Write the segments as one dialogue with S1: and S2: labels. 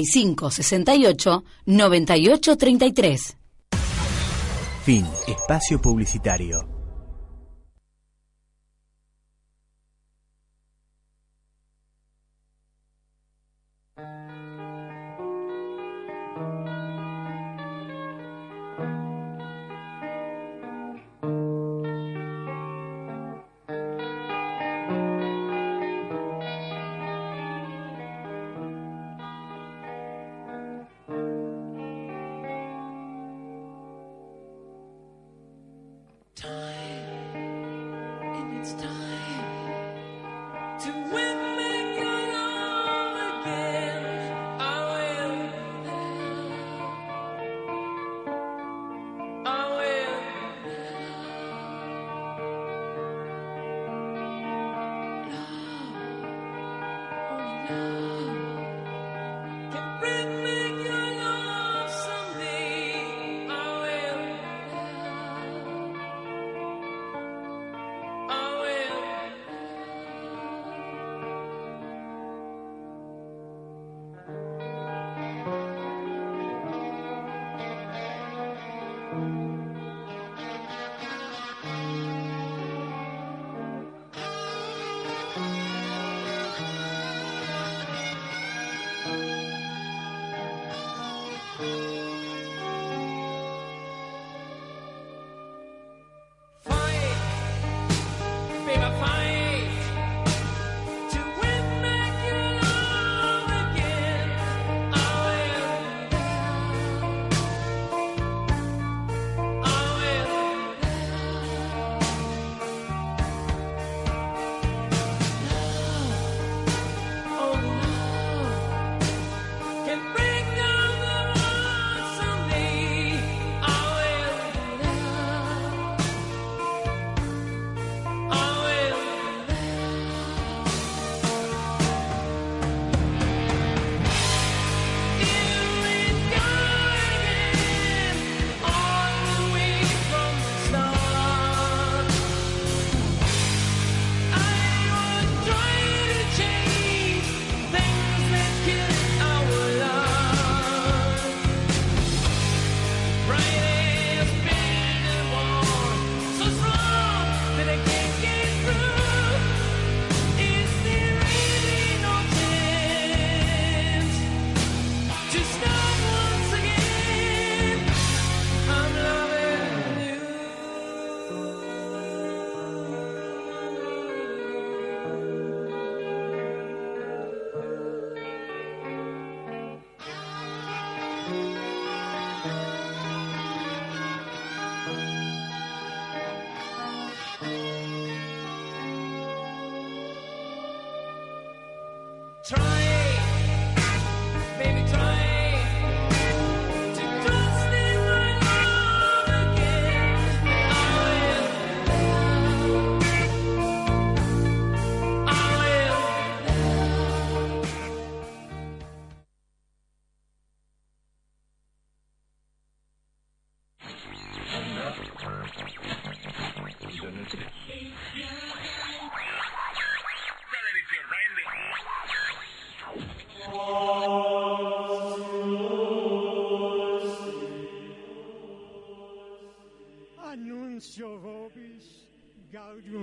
S1: 65 68 98 33.
S2: Fin. Espacio publicitario.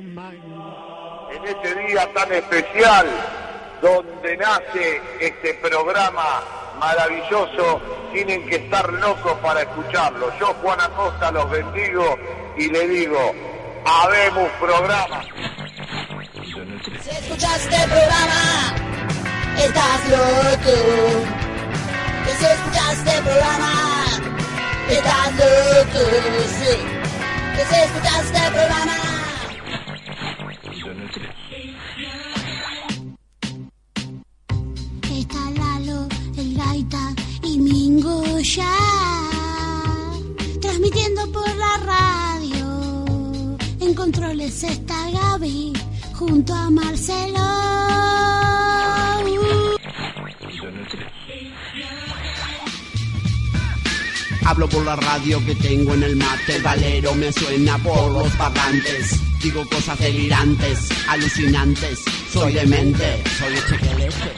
S3: En este día tan especial, donde nace este programa maravilloso, tienen que estar locos para escucharlo. Yo, Juan Acosta, los bendigo y le digo, habemos programa.
S4: Si escuchas este programa, estás loco. Que si escuchas este programa, estás loco. Sí. Que si escuchas este programa,
S5: Está Lalo, el Gaita y Mingo ya. Transmitiendo por la radio. En controles está Gaby junto a Marcelo. Uh.
S6: Hablo por la radio que tengo en el mate, el valero me suena por los parlantes. Digo cosas delirantes, este alucinantes, soy demente, soy el chiquelete.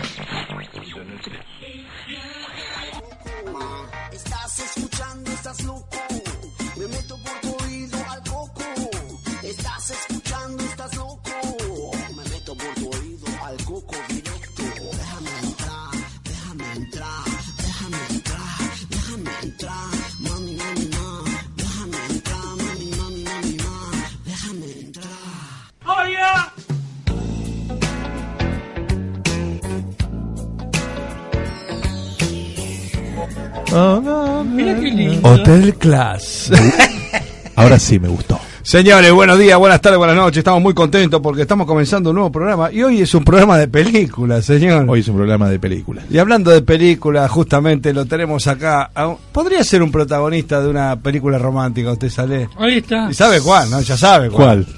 S7: Estás escuchando, estás loco. Me meto por tu oído al coco. Estás escuchando, estás loco. Me meto por tu oído al coco directo. Déjame entrar, déjame entrar, déjame entrar, déjame entrar. Mami, mami, ma. Déjame entrar, mami, mami, mami, ma. Déjame entrar.
S8: Mira qué lindo.
S9: Hotel Class.
S10: Ahora sí me gustó.
S9: Señores, buenos días, buenas tardes, buenas noches. Estamos muy contentos porque estamos comenzando un nuevo programa y hoy es un programa de películas, señor.
S10: Hoy es un programa de películas.
S9: Y hablando de películas, justamente lo tenemos acá. a un- Podría ser un protagonista de una película romántica, usted sale.
S8: Ahí está.
S9: Y sabe cuál, ¿no? Ya sabe cuál.
S10: ¿Cuál?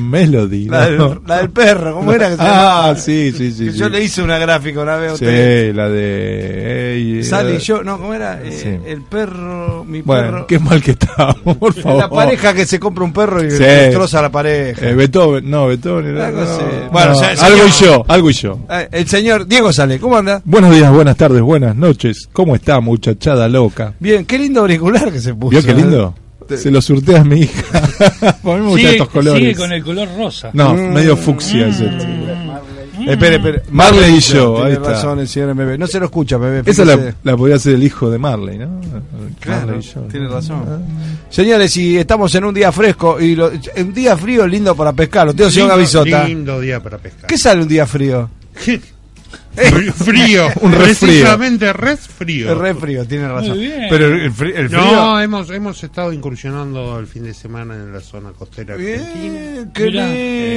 S10: Melody.
S9: La del,
S10: ¿no?
S9: la del perro, ¿cómo era que se
S10: Ah,
S9: llamaba?
S10: sí, sí, sí.
S9: Que Yo
S10: sí.
S9: le hice una gráfica una vez a usted.
S10: Sí, la de. Ey, eh,
S9: Sally y yo, no, ¿cómo era? Eh,
S10: Sí.
S9: El perro, mi
S10: Bueno,
S9: perro.
S10: qué mal que estábamos, por favor.
S9: La pareja que se compra un perro y
S10: Oh, Sí.
S9: destroza a la pareja.
S10: Eh, Beethoven, no, Beethoven era.
S9: Algo
S10: no,
S9: así.
S10: no,
S9: Bueno, ya- ya-
S10: algo y yo, algo y yo.
S9: Eh, El señor Diego Sale, ¿cómo anda?
S10: Buenos días, buenas tardes, buenas noches. ¿Cómo está, muchachada loca?
S9: Bien, qué lindo auricular que se puso. ¿eh?
S10: ¿Vio qué lindo?
S9: Te-
S10: Se lo surté a mi hija. a mí me gustan
S8: Sigue,
S10: estos colores.
S8: sigue con el color rosa. Mm.
S10: No, medio fucsia ese.
S9: Eh, Espere, espere.
S10: Marley y yo,
S9: Tiene
S10: ahí está.
S9: razón el señor MB. No se lo escucha, MB.
S10: Esa la,
S9: fíjese.
S10: la podría hacer el hijo de Marley, ¿no?
S9: Claro,
S10: Marley y yo. Ah.
S9: tiene razón. Señores, y estamos en un día fresco y lo- un día frío lindo para pescar. Lo tengo señor Gavisota.
S11: lindo día para pescar.
S9: ¿Qué sale un día frío?
S11: Frío, frío.
S10: Un res frío.
S11: Precisamente res frío.
S9: El re frío, tiene razón.
S8: bien.
S9: Pero el, el fri- el frío.
S11: No, hemos, hemos estado incursionando el fin de semana en la zona costera argentina. Eh,
S9: Bien, qué
S8: Mirá.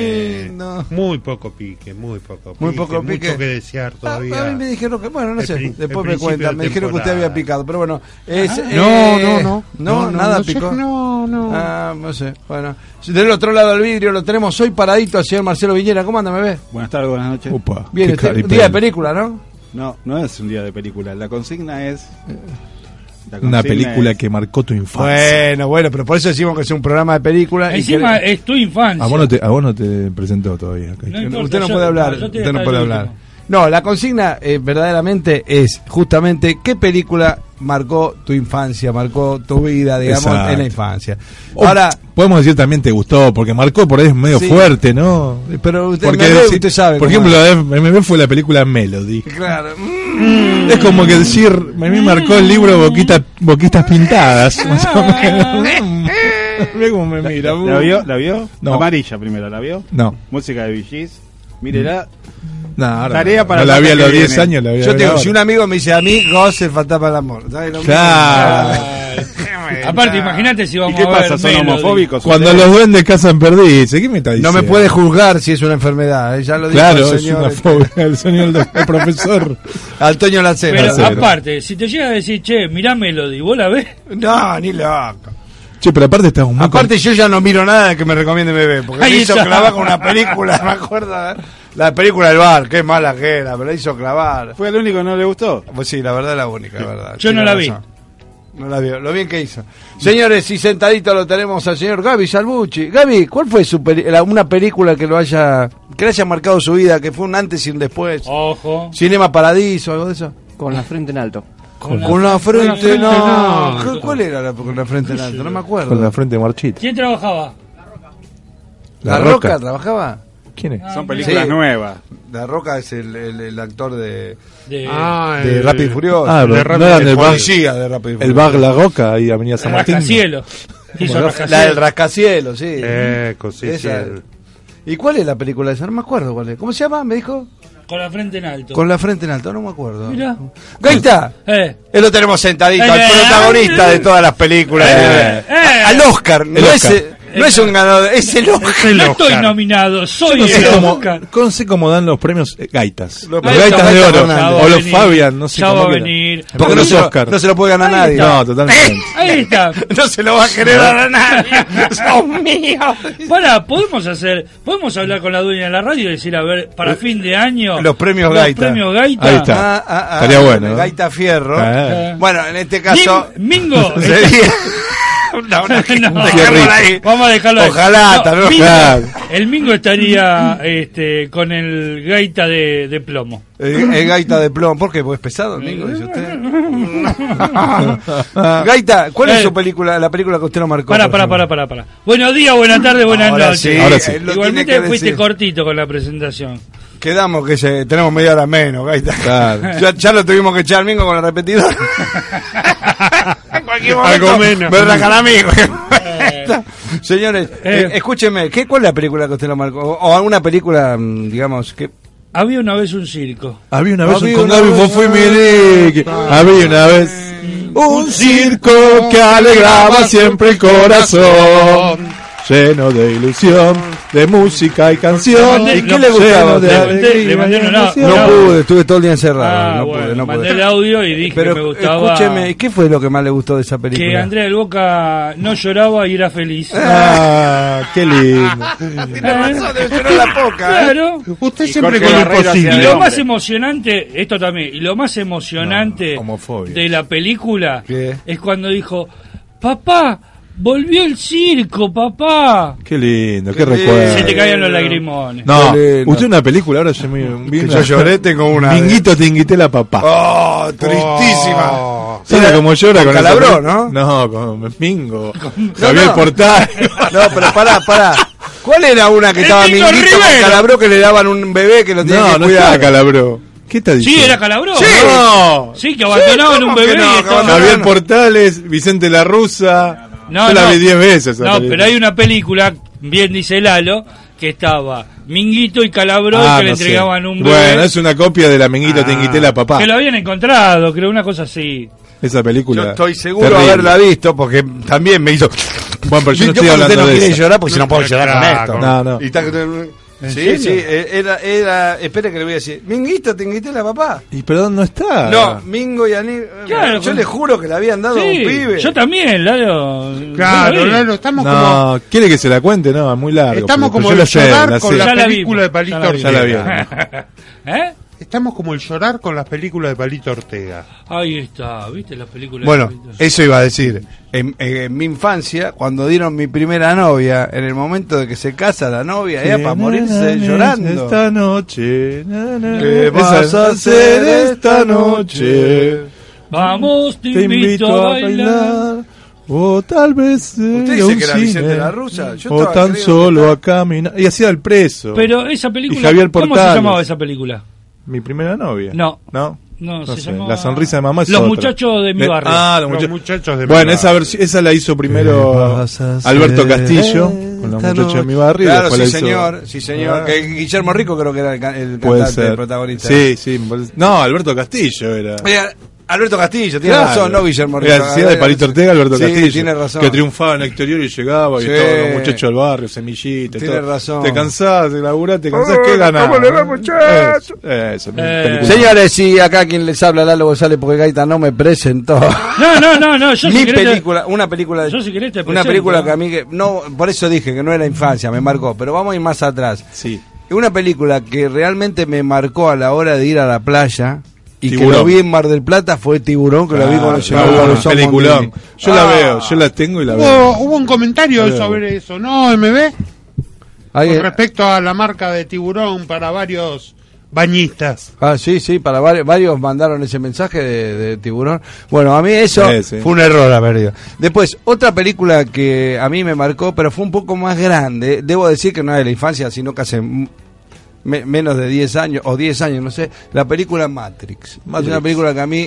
S9: lindo.
S11: Muy poco pique, muy poco pique.
S9: Muy poco pique.
S11: Mucho que desear
S9: Ah, a
S11: todavía.
S9: mí me dijeron que, bueno, no
S11: El
S9: sé,
S11: prin-
S9: después
S11: el
S9: me
S11: principio
S9: cuentan,
S11: de
S9: me dijeron que usted
S11: temporada.
S9: había picado, pero bueno. es,
S11: Ah, No,
S9: eh,
S11: no, no.
S9: No,
S11: No, no,
S9: nada
S11: no sé,
S9: picó.
S11: no, no.
S9: Ah, no sé, bueno. Del otro lado del vidrio lo tenemos hoy paradito al señor Marcelo Viñera, ¿cómo anda, me ve?
S12: Buenas tardes, buenas noches.
S10: Upa,
S9: Bien,
S10: qué
S9: este,
S10: caripel.
S9: día de película, ¿no?
S12: No, no es un día de película. La consigna es. la
S10: Eh, Una
S12: consigna
S10: película
S12: es-
S10: que marcó tu infancia.
S9: Bueno, bueno, pero por eso decimos que es un programa de película. y
S8: Encima
S9: que-
S8: Ah, es tu infancia.
S10: A vos no te, a vos no te presentó todavía.
S8: No importa,
S9: usted no
S8: yo-
S9: puede hablar,
S8: yo te voy a
S9: usted no
S8: estar
S9: puede
S8: el
S9: hablar.
S8: último.
S9: No, la consigna eh, verdaderamente es justamente qué película marcó tu infancia, marcó tu vida, digamos,
S10: Exacto.
S9: en la infancia.
S10: O
S9: Ahora,
S10: Oh, podemos decir también te gustó, porque marcó por ahí es medio
S9: Sí.
S10: fuerte, ¿no?
S9: Pero usted-
S10: porque
S9: MB,
S10: si-
S9: usted sabe
S10: Por
S9: cómo
S10: ejemplo, la de MB fue la película Melody.
S9: claro,
S10: Es como que decir, a mí marcó el libro Boquita, Boquitas
S9: Ah.
S10: Pintadas. más o menos. Mirá cómo me mira.
S12: ¿La vio? ¿La vio?
S10: No.
S12: Amarilla primero, ¿la vio?
S10: No,
S12: Música de VGs. Mírela.
S10: no, ahora
S12: Tarea
S10: no.
S12: para
S10: No la
S12: la
S10: vi a
S12: semana
S10: los
S12: que
S10: 10
S12: viene.
S10: años, la vi
S9: yo te digo, si un amigo me dice a mí, goce el fantasma del amor. ¿sabes? Lo mismo.
S10: Claro.
S9: Eh,
S8: Aparte, imagínate si
S12: ¿Y
S8: vamos
S12: qué
S8: a ver.
S12: pasa? ¿Son
S8: Melody.
S12: homofóbicos?
S10: Cuando
S12: ustedes?
S10: los duendes cazan perdices, ¿qué me está
S9: No
S10: diciendo?
S9: me puede juzgar si es una enfermedad, eh, ya lo dijo
S10: Claro,
S9: el
S10: es
S9: señor
S10: una
S9: este,
S10: fobia, el señor del del profesor.
S9: Antonio Lacena.
S8: Pero
S10: Sí, ¿no?
S8: aparte, si te llega a decir, che, mirá Melody, ¿vos la ves?
S9: No, ni loco.
S10: Che, pero aparte estamos muy
S9: Aparte yo ya no miro nada que me recomiende bebé, porque
S8: Ahí
S9: me hizo
S8: está.
S9: clavar con una película, me acuerdo, ¿eh? la película del bar, qué mala que era, me la hizo clavar.
S12: ¿Fue el único que no le gustó?
S9: Pues sí, la verdad es la única, la verdad.
S8: Yo no
S9: Tiene
S8: la vi.
S9: razón. No la vio, lo bien que hizo. Señores, y sentadito lo tenemos al señor Gaby Salbucci. Gaby, ¿cuál fue su peli- la- una película que lo haya que le haya marcado su vida, que fue un antes y un después?
S8: Ojo.
S9: Cinema Paradiso, algo de eso.
S6: Con la frente en alto.
S9: Con,
S8: la-
S9: la, frente,
S8: con la frente
S9: no.
S8: en alto.
S9: ¿Cuál era la con la frente en alto? No me acuerdo.
S10: con la frente marchita.
S8: ¿Quién trabajaba?
S9: ¿La, Roca. trabajaba?
S10: ¿Quién es?
S12: Son películas
S9: Sí.
S12: nuevas.
S9: La Roca es el, el- el actor de,
S8: De...
S11: Ah,
S9: de
S11: el-
S9: Rápido y Furioso.
S10: Ah,
S11: el
S10: pero
S11: de
S10: no eran
S11: Rápido
S10: del
S11: y
S10: bar.
S11: Furioso.
S9: Policía de Rápido y
S10: El
S9: Furioso.
S10: Bag La Roca y Avenida San Martín.
S8: Rascacielos. Hizo
S9: La
S8: rascacielos.
S9: del rascacielos, sí.
S11: Eh, cosí, sí,
S9: Esa.
S11: el-
S9: ¿Y cuál es la película esa? No me acuerdo cuál es. ¿Cómo se llama? Me dijo.
S8: Con la frente en alto.
S9: Con la frente en alto, no me acuerdo.
S8: Mirá.
S9: Gaita.
S8: Eh.
S9: Él lo tenemos sentadito,
S8: Eh.
S9: al protagonista de todas las películas.
S10: Eh.
S8: Eh.
S9: Al Oscar. No,
S10: Oscar.
S9: Es, eh, no es un ganador, es el Oscar.
S8: No estoy nominado, soy
S10: No sé,
S8: el
S10: cómo,
S8: Oscar.
S10: no sé cómo dan los premios eh, gaitas. Los
S9: Ahí
S10: gaitas
S9: está,
S10: de
S9: Gaita
S10: oro.
S9: Fernández.
S10: O
S8: va a
S10: los
S8: venir,
S10: Fabian, no sé
S8: ya
S10: cómo
S8: va a
S10: quieran.
S8: venir.
S9: Porque no
S10: Premios
S9: se, lo,
S10: Oscar.
S9: no se lo puede ganar nadie. Eh.
S10: No, totalmente.
S8: Ahí está.
S9: No se lo va a querer dar a nadie. Son míos.
S8: Para, podemos hacer, podemos hablar con la dueña de la radio y decir, a ver, para fin de año.
S9: Eh, los premios
S8: los
S9: Gaita. Ah,
S8: premios Gaita. Ah,
S10: Ahí está. Estaría bueno, ¿eh?
S9: Gaita Fierro.
S10: Ah.
S9: Bueno, en este caso.
S8: Ming- Mingo,
S9: sería- No, no,
S8: No,
S9: dejémosla ahí.
S8: Vamos a dejarlo ahí.
S9: Ojalá,
S8: No,
S9: también,
S8: Mingo-
S9: claro.
S8: El Mingo estaría este, con el gaita de, de plomo.
S9: Eh, El, el gaita de plomo. ¿Por qué? Porque es pesado, amigo,
S8: Eh.
S9: dice usted. gaita, ¿cuál es
S8: Eh.
S9: su película, la película que usted no marcó?
S8: Pará,
S9: por
S8: pará,
S9: favor?
S8: pará, pará, pará. Buenos días, buenas tardes, buenas
S9: Ahora
S8: noches.
S9: sí, Ahora sí. él lo
S8: Igualmente
S9: tiene que
S8: fuiste
S9: decir.
S8: cortito con la presentación.
S9: Quedamos que se- tenemos media hora menos, Gaita. Ya, ya lo tuvimos que echar al mingo con el repetidor. en cualquier
S11: Algo menos.
S9: Me rajan a mí. Señores, eh, escúcheme, ¿qué, ¿cuál es la película que usted lo marcó? O, o alguna película, mm, digamos, que...
S8: Había una vez un circo.
S10: Había una vez un
S8: Había
S10: con
S8: una
S10: Gaby,
S8: vez-
S10: vos fui Milik. Había una vez
S9: Eh.
S10: un circo que alegraba siempre el corazón. Lleno de ilusión, de música y canción.
S8: mandé-
S10: ¿Y
S8: lo-
S10: qué le gustaba?
S9: lleno de
S10: de
S9: alegría
S10: alegría
S8: le mandé
S10: y
S8: un
S10: emoción?
S9: No pude, estuve todo el día encerrado.
S8: Ah,
S9: no
S8: bueno,
S9: pude, no
S8: mandé
S9: pude.
S8: el audio y dije que me gustaba.
S9: Escúcheme, ¿qué fue lo que más le gustó de esa
S8: Que
S9: película?
S8: Andrea del Boca no lloraba y era feliz. ¿Eh?
S9: Ah, qué lindo.
S8: Claro.
S11: Usted
S8: Y
S11: siempre
S8: Jorge
S11: con lo
S8: Barreiro hacía de Y
S11: posible.
S8: lo más emocionante, esto también, y lo más emocionante de la película es cuando dijo, papá, volvió el circo, papá.
S10: Qué lindo, qué,
S8: Qué lindo.
S10: recuerdo.
S8: Se te caían los lagrimones.
S10: No,
S8: Qué lindo.
S10: usted una película, ahora se me...
S9: Que yo lloré, tengo una de-
S10: Minguito, tinguité la papá.
S9: Oh, tristísima.
S10: ¿Sabe cómo llora con esa
S9: Calabró,
S10: película?
S9: ¿no?
S10: No, con Mingo. Javier
S9: no.
S10: Portal.
S9: No, pero pará, pará. ¿Cuál era una que
S10: El
S9: estaba
S10: Tito
S9: minguito con
S10: Rivera.
S9: Calabró que le daban un bebé que lo tenía
S10: No,
S9: que
S10: no
S9: cuidar?
S10: estaba Calabró. ¿Qué está
S8: Sí,
S10: diciendo?
S8: era Calabró.
S10: Sí.
S8: ¿no? Sí, que abandonaban
S10: Sí,
S8: un
S10: ¿cómo
S8: bebé.
S10: que no?
S8: y
S10: Que
S8: estaban-
S10: Javier Portales, Vicente La Rusa. Yo la vi 10 veces. esa
S8: No,
S10: película.
S8: pero hay una película, bien dice Lalo, que estaba Minguito y Calabró y
S10: Ah,
S8: que le
S10: no sé.
S8: entregaban un bebé. Ah.
S10: Bueno, es una copia de la Minguito, tinguité la papá.
S8: Que lo habían encontrado, creo, una cosa así.
S10: Esa película.
S9: Yo estoy seguro de
S10: terrible.
S9: haberla visto porque también me hizo.
S10: Bueno, pero yo no estoy
S9: Yo cuando
S10: hablando
S9: usted no
S10: de
S9: quiere
S10: esa.
S9: llorar porque si no puedo
S10: Pero
S9: llorar con
S10: claro.
S9: esto.
S10: No, no.
S9: Y está- Sí,
S10: serio?
S9: sí, eh, era, era, espere que le voy a decir, Minguito, te invité la papá.
S10: Y perdón, no está.
S9: No, Mingo y Anil, eh,
S8: Claro,
S9: yo
S8: con-
S9: le juro que le habían dado a un
S8: Sí,
S9: pibe.
S8: Yo también, Lalo.
S11: Claro,
S8: Yo la vi.
S11: Lalo, estamos como.
S10: No, ¿quiere que se la cuente? No, es muy largo.
S11: Estamos
S10: pero-
S11: como
S10: pero
S11: el
S10: yo la sé,
S11: llorar
S10: la
S11: con
S10: sé.
S11: la película de Palito
S10: Ya
S11: Ortega.
S10: la vi.
S8: ¿Eh?
S11: Estamos como el llorar con las películas de Palito Ortega.
S8: Ahí está, ¿viste las películas?
S9: Bueno, eso iba a decir. En, en- en mi infancia, cuando dieron mi primera novia, en el momento de que se casa la novia, era para morirse llorando.
S10: Esta noche. na, na,
S9: ¿Qué
S10: esa-
S9: vas a hacer esta noche?
S8: Vamos, te, invito, a bailar.
S10: O tal vez. Usted
S9: dice que era Vicente la Rusa, yo
S10: o
S9: estaba
S10: tan
S9: creyendo
S10: solo a caminar. Y hacía el preso.
S8: Pero esa película,
S10: Y Javier
S8: ¿cómo
S10: Portales.
S8: se llamaba esa película?
S10: Mi primera novia.
S8: No.
S10: No.
S8: No, se
S10: sé,
S8: llamaba-
S10: La sonrisa de mamá es
S8: Los
S10: otra.
S8: muchachos de mi
S10: De-
S8: barrio.
S10: Ah, los,
S11: Los
S10: mucha-
S11: muchachos de mi
S10: Bueno,
S11: barrio.
S10: esa, versi- esa la hizo primero Alberto Castillo con los muchachos de mi barrio. y
S9: Claro,
S10: después
S9: sí
S10: la hizo-
S9: señor, sí señor. Que Guillermo Rico creo que era el, ca- el
S10: Puede
S9: cantante,
S10: ser.
S9: el protagonista.
S10: Sí, sí. me parece- No, Alberto Castillo era.
S9: Mira, Alberto Castillo, tiene
S10: Claro.
S9: razón, no Guillermo Rico.
S10: Era la ciudad de Palito Ortega, Alberto
S9: Sí,
S10: Castillo.
S9: tiene razón.
S10: Que triunfaba en el exterior y llegaba y
S9: Sí.
S10: todos los muchachos del barrio, semillitas.
S9: Tiene
S10: todo.
S9: razón.
S10: Te cansás, te laburás, te cansás,
S9: Oh,
S10: ¿qué ganás?
S9: ¿cómo le va,
S10: Eh,
S9: muchacho?
S10: Eso, mi
S8: Eh.
S10: película.
S9: Señores, y acá quien les habla Lalo González porque Gaita no me presentó.
S8: No, no, no, no, yo
S9: Mi
S8: si querés te-
S9: película, una película de
S8: Yo si querés te
S9: Una
S8: presento,
S9: película
S8: ¿no?
S9: que a mí, que, no, por eso dije que no era infancia, me marcó, pero vamos a ir más atrás.
S10: Sí.
S9: Una película que realmente me marcó a la hora de ir a la playa y
S10: Tiburón.
S9: que lo vi en Mar del Plata fue Tiburón, que lo vi
S10: Ah,
S9: cuando llegó Ah.
S10: ah,
S9: a los
S10: peliculón. Yo la veo, yo la tengo y la veo.
S11: Hubo, hubo un comentario
S10: Claro.
S11: sobre eso, ¿no, MB?
S9: Ahí-
S11: Con respecto a la marca de tiburón para varios bañistas.
S9: Ah, sí, sí, para varios, varios mandaron ese mensaje de, de tiburón. Bueno, a mí eso
S10: Sí, sí.
S9: fue un error haber ido. Después, otra película que a mí me marcó, pero fue un poco más grande. Debo decir que no es de la infancia, sino que hace m- me- menos de 10 años, o 10 años, no sé, la película Matrix.
S10: Matrix.
S9: Es una película que a mí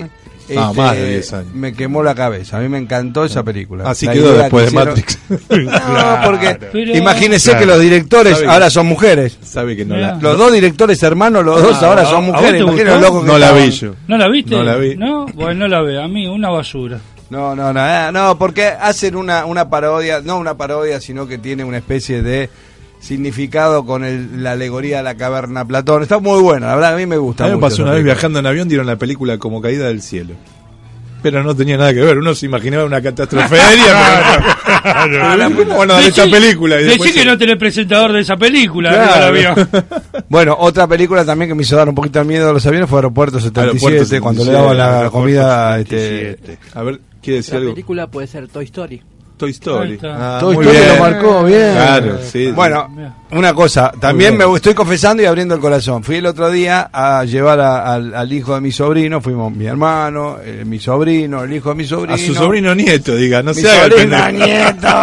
S9: este,
S10: Ah, más de 10 años.
S9: me quemó la cabeza. A mí me encantó esa película.
S10: Así
S9: La
S10: quedó
S9: idea
S10: después de
S9: que hicieron-
S10: Matrix.
S9: No, porque
S8: Pero-
S9: imagínese que
S10: Claro.
S9: los directores
S10: Sabe que-
S9: ahora son mujeres.
S10: Sabe que no
S8: Mirá.
S10: la.
S9: Los dos directores hermanos, los dos
S8: Ah,
S9: ahora
S8: ¿a- a
S9: son
S8: vos
S9: mujeres.
S8: te
S9: imagina
S8: gustó?
S9: los locos que
S10: No la
S9: estaban.
S10: vi yo.
S8: ¿No la viste?
S10: No la vi.
S8: No, bueno, no la veo. A mí una basura.
S9: No, no, no, ah, no, porque hacen una, una parodia, no una parodia, sino que tiene una especie de significado con el- la alegoría de la caverna Platón. Está muy buena, la verdad, a mí me gusta.
S10: A mí me
S9: mucho
S10: pasó
S9: esa
S10: una vez
S9: película.
S10: viajando en avión, dieron la película como caída del cielo. Pero no tenía nada que ver, uno se imaginaba una catástrofe aérea,
S9: Ah,
S10: pero no. Pero dijimos, bueno, dale esta
S8: Ah, Decí-
S10: película. Y
S8: decí
S10: después
S8: que
S10: se-
S8: no tenés presentador de esa película.
S10: Claro.
S8: No la veo.
S9: Bueno, otra película también que me hizo dar un poquito de miedo a los aviones fue Aeropuerto 77,
S10: Aeropuerto 77,
S9: cuando le daban la
S10: Aeropuerto
S9: comida.
S10: 77.
S9: este,
S10: A ver, ¿quiere decir
S13: La
S10: algo?
S13: película puede ser Toy Story.
S12: Toy Story.
S9: Ah, Toy Story lo marcó, bien.
S12: Claro, sí.
S9: Bueno, una cosa, también me estoy confesando y abriendo el corazón. Fui el otro día a llevar a- al, al hijo de mi sobrino, fuimos mi hermano, eh, mi sobrino, el hijo de mi sobrino.
S12: a su sobrino nieto, diga, no
S9: Mi
S12: se haga el
S9: sobrino
S12: pendejo.
S9: nieto.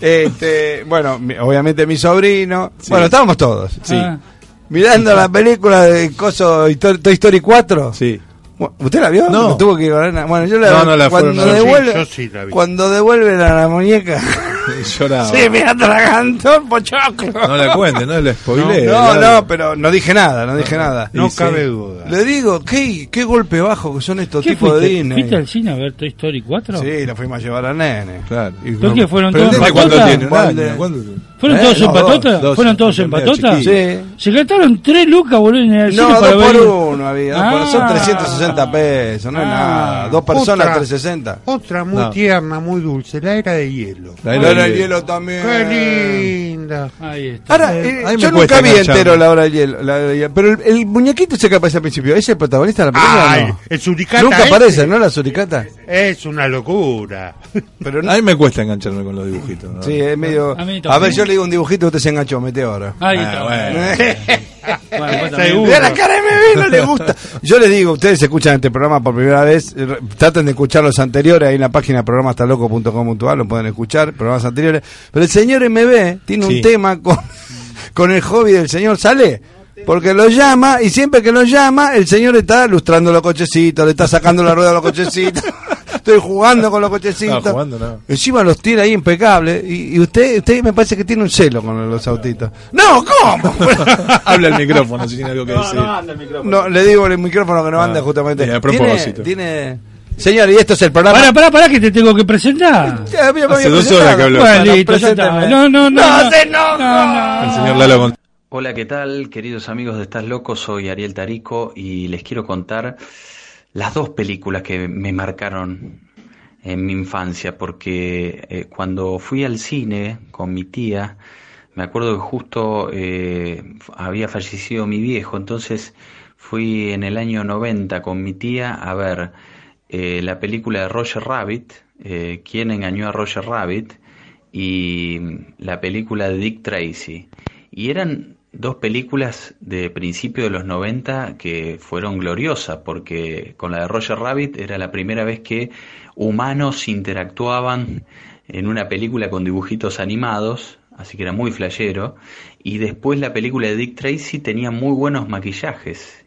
S9: Este, bueno, mi- obviamente mi sobrino. Bueno, estábamos todos.
S12: Sí. Ah.
S9: Mirando la película de Coso Histo- Toy Story 4.
S12: Sí.
S9: ¿Usted la vio?
S12: No.
S9: tuvo que ir a ver nada. Bueno, yo la
S12: No, no la fueron
S9: cuando
S12: a ver.
S9: devuelve,
S12: Sí, yo sí la vi.
S9: Cuando devuelven a la muñeca.
S12: Lloraba.
S9: Sí, me atragantó el pochoclo.
S12: No la cuente, no la spoilee.
S9: No, no, pero no dije nada, no dije nada.
S12: No cabe
S11: duda.
S9: Le digo, qué, qué golpe bajo que son estos
S8: ¿Qué
S9: tipos
S8: fuiste,
S9: de Disney.
S8: ¿Fuiste al cine a ver Toy Story 4?
S9: Sí, la fuimos a llevar a nene.
S12: Claro.
S8: ¿Pero qué, fueron
S9: Pero
S8: todos
S9: el nene,
S8: en
S9: ¿cuánto
S8: patota?
S9: tiene? ¿Un
S8: ¿Cuánto?
S9: año? ¿Cuánto
S8: ¿Fueron
S9: Eh,
S8: todos
S9: no,
S8: en
S9: dos,
S8: patota?
S9: dos,
S8: ¿Fueron todos en
S9: era
S8: patota?
S9: chiquillo.
S8: Se gastaron 3 lucas, boludo, en el cine
S9: No,
S8: para
S9: dos por
S8: ver-
S9: uno había. dos por- son
S8: Ah.
S9: 360 pesos, no es nada. Dos personas,
S11: Ah. Otra-
S9: 360.
S11: Otra muy
S9: No.
S11: tierna, muy dulce, la era de hielo.
S9: La era del hielo también.
S11: Qué linda.
S8: Ahí está.
S9: Ahora, eh, yo nunca vi entero la hora del hielo. la hora del hielo. Pero el, el muñequito ese que aparece al principio, ¿es el protagonista de la película?
S11: Ay,
S9: o no?
S11: Ah, el suricata
S9: Nunca
S11: ese.
S9: aparece, ¿no? La suricata.
S11: Es una locura.
S9: Pero
S12: A mí me cuesta engancharme con los dibujitos. ¿no?
S9: Sí, es medio.
S11: A mí también.
S9: A ver, yo le digo un dibujito, usted se enganchó, mete ahora.
S12: Ahí está.
S8: Bueno,
S9: Seguro. Mirá la cara de mi no le gusta. Yo les digo, ustedes escuchan este programa por primera vez, eh, re- traten de escuchar los anteriores, ahí en la página programastaloco.com.ar lo pueden escuchar, programas anteriores. Pero el señor MB tiene
S12: Sí.
S9: un tema con, con el hobby del señor Sale. Porque lo llama y siempre que lo llama, el señor está lustrando los cochecitos, le está sacando la rueda a los cochecitos. Estoy jugando con los cochecitos.
S12: No, jugando, no.
S9: Encima los tiene ahí impecables. Y, y usted usted me parece que tiene un celo con los autitos. ¡No! ¿Cómo?
S12: Habla el micrófono si tiene algo que decir.
S9: No, le digo el micrófono que no anda justamente.
S12: bien, a propósito.
S9: Tiene, tiene- Señor, y esto es el programa.
S8: Pará, pará, pará, que te tengo que presentar.
S9: Ya Eh, había- me había presentado.
S8: Bueno,
S9: Bueno,
S8: listo, ya está.
S9: preséntame.
S8: No, no, no.
S9: No, se
S12: El señor Lalo González.
S13: Hola, ¿qué tal, queridos amigos de Estás Loco? Soy Ariel Tarico y les quiero contar las dos películas que me marcaron en mi infancia, porque eh, cuando fui al cine con mi tía, me acuerdo que justo eh, había fallecido mi viejo, entonces fui en el año 90 con mi tía a ver eh, la película de Roger Rabbit, eh, ¿Quién engañó a Roger Rabbit? y la película de Dick Tracy. Y eran dos películas de principio de los 90 que fueron gloriosas, porque con la de Roger Rabbit era la primera vez que humanos interactuaban en una película con dibujitos animados, así que era muy flashero. Y después la película de Dick Tracy tenía muy buenos maquillajes.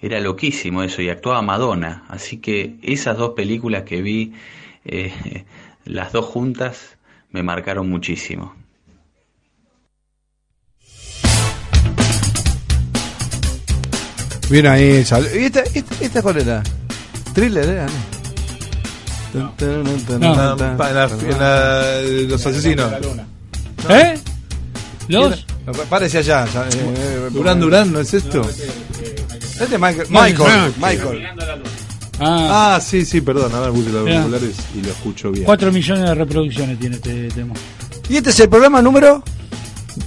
S13: Era loquísimo eso, y actuaba Madonna. Así que esas dos películas que vi, eh, las dos juntas, me marcaron muchísimo.
S9: Bien ahí, sal- ¿Y esta, esta, esta cuál era? Thriller ¿eh? era, ¿no?
S12: No. Pa- la- la- los asesinos.
S8: ¿Eh? ¿Los?
S9: Párese allá. eh,
S12: Durán Durán, ¿no es esto?
S9: Este es Michael. Michael. Michael.
S8: Ah,
S12: Ah, sí, sí, perdón. Ahora busco los
S8: Bien.
S12: auriculares y lo escucho bien.
S8: 4 millones de reproducciones tiene este tema.
S9: Y este es el programa número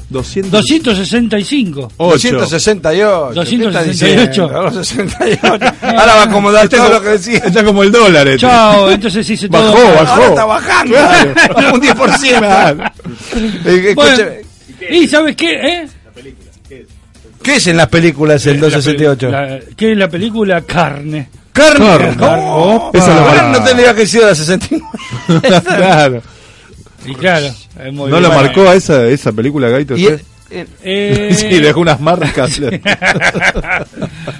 S12: 200.
S8: 265.
S12: Ocho.
S9: 268. ¿Qué está diciendo?
S8: 268.
S9: 268. Ahora va a acomodar todo lo que decía.
S12: Está como el dólar. este.
S8: Chao, entonces hice todo.
S12: Bajó, bajó.
S9: Ahora está bajando.
S12: Claro.
S9: Un 10%.
S12: Claro.
S9: Eh,
S8: Bueno,
S9: escúcheme,
S8: ¿Y sabes qué? ¿Eh?
S9: ¿Qué es en las películas el 268?
S8: La- ¿Qué es la película Carne?
S9: Carne.
S8: Carne.
S9: No,
S8: Esa es la
S9: Ahora
S8: palabra.
S9: no tendría que ser la 69.
S12: Claro.
S8: Y claro, es muy
S12: ¿No
S8: bien.
S12: la marcó esa, esa película, Gaito?
S8: Y-
S12: usted?
S8: Eh,
S12: sí, dejó unas marcas.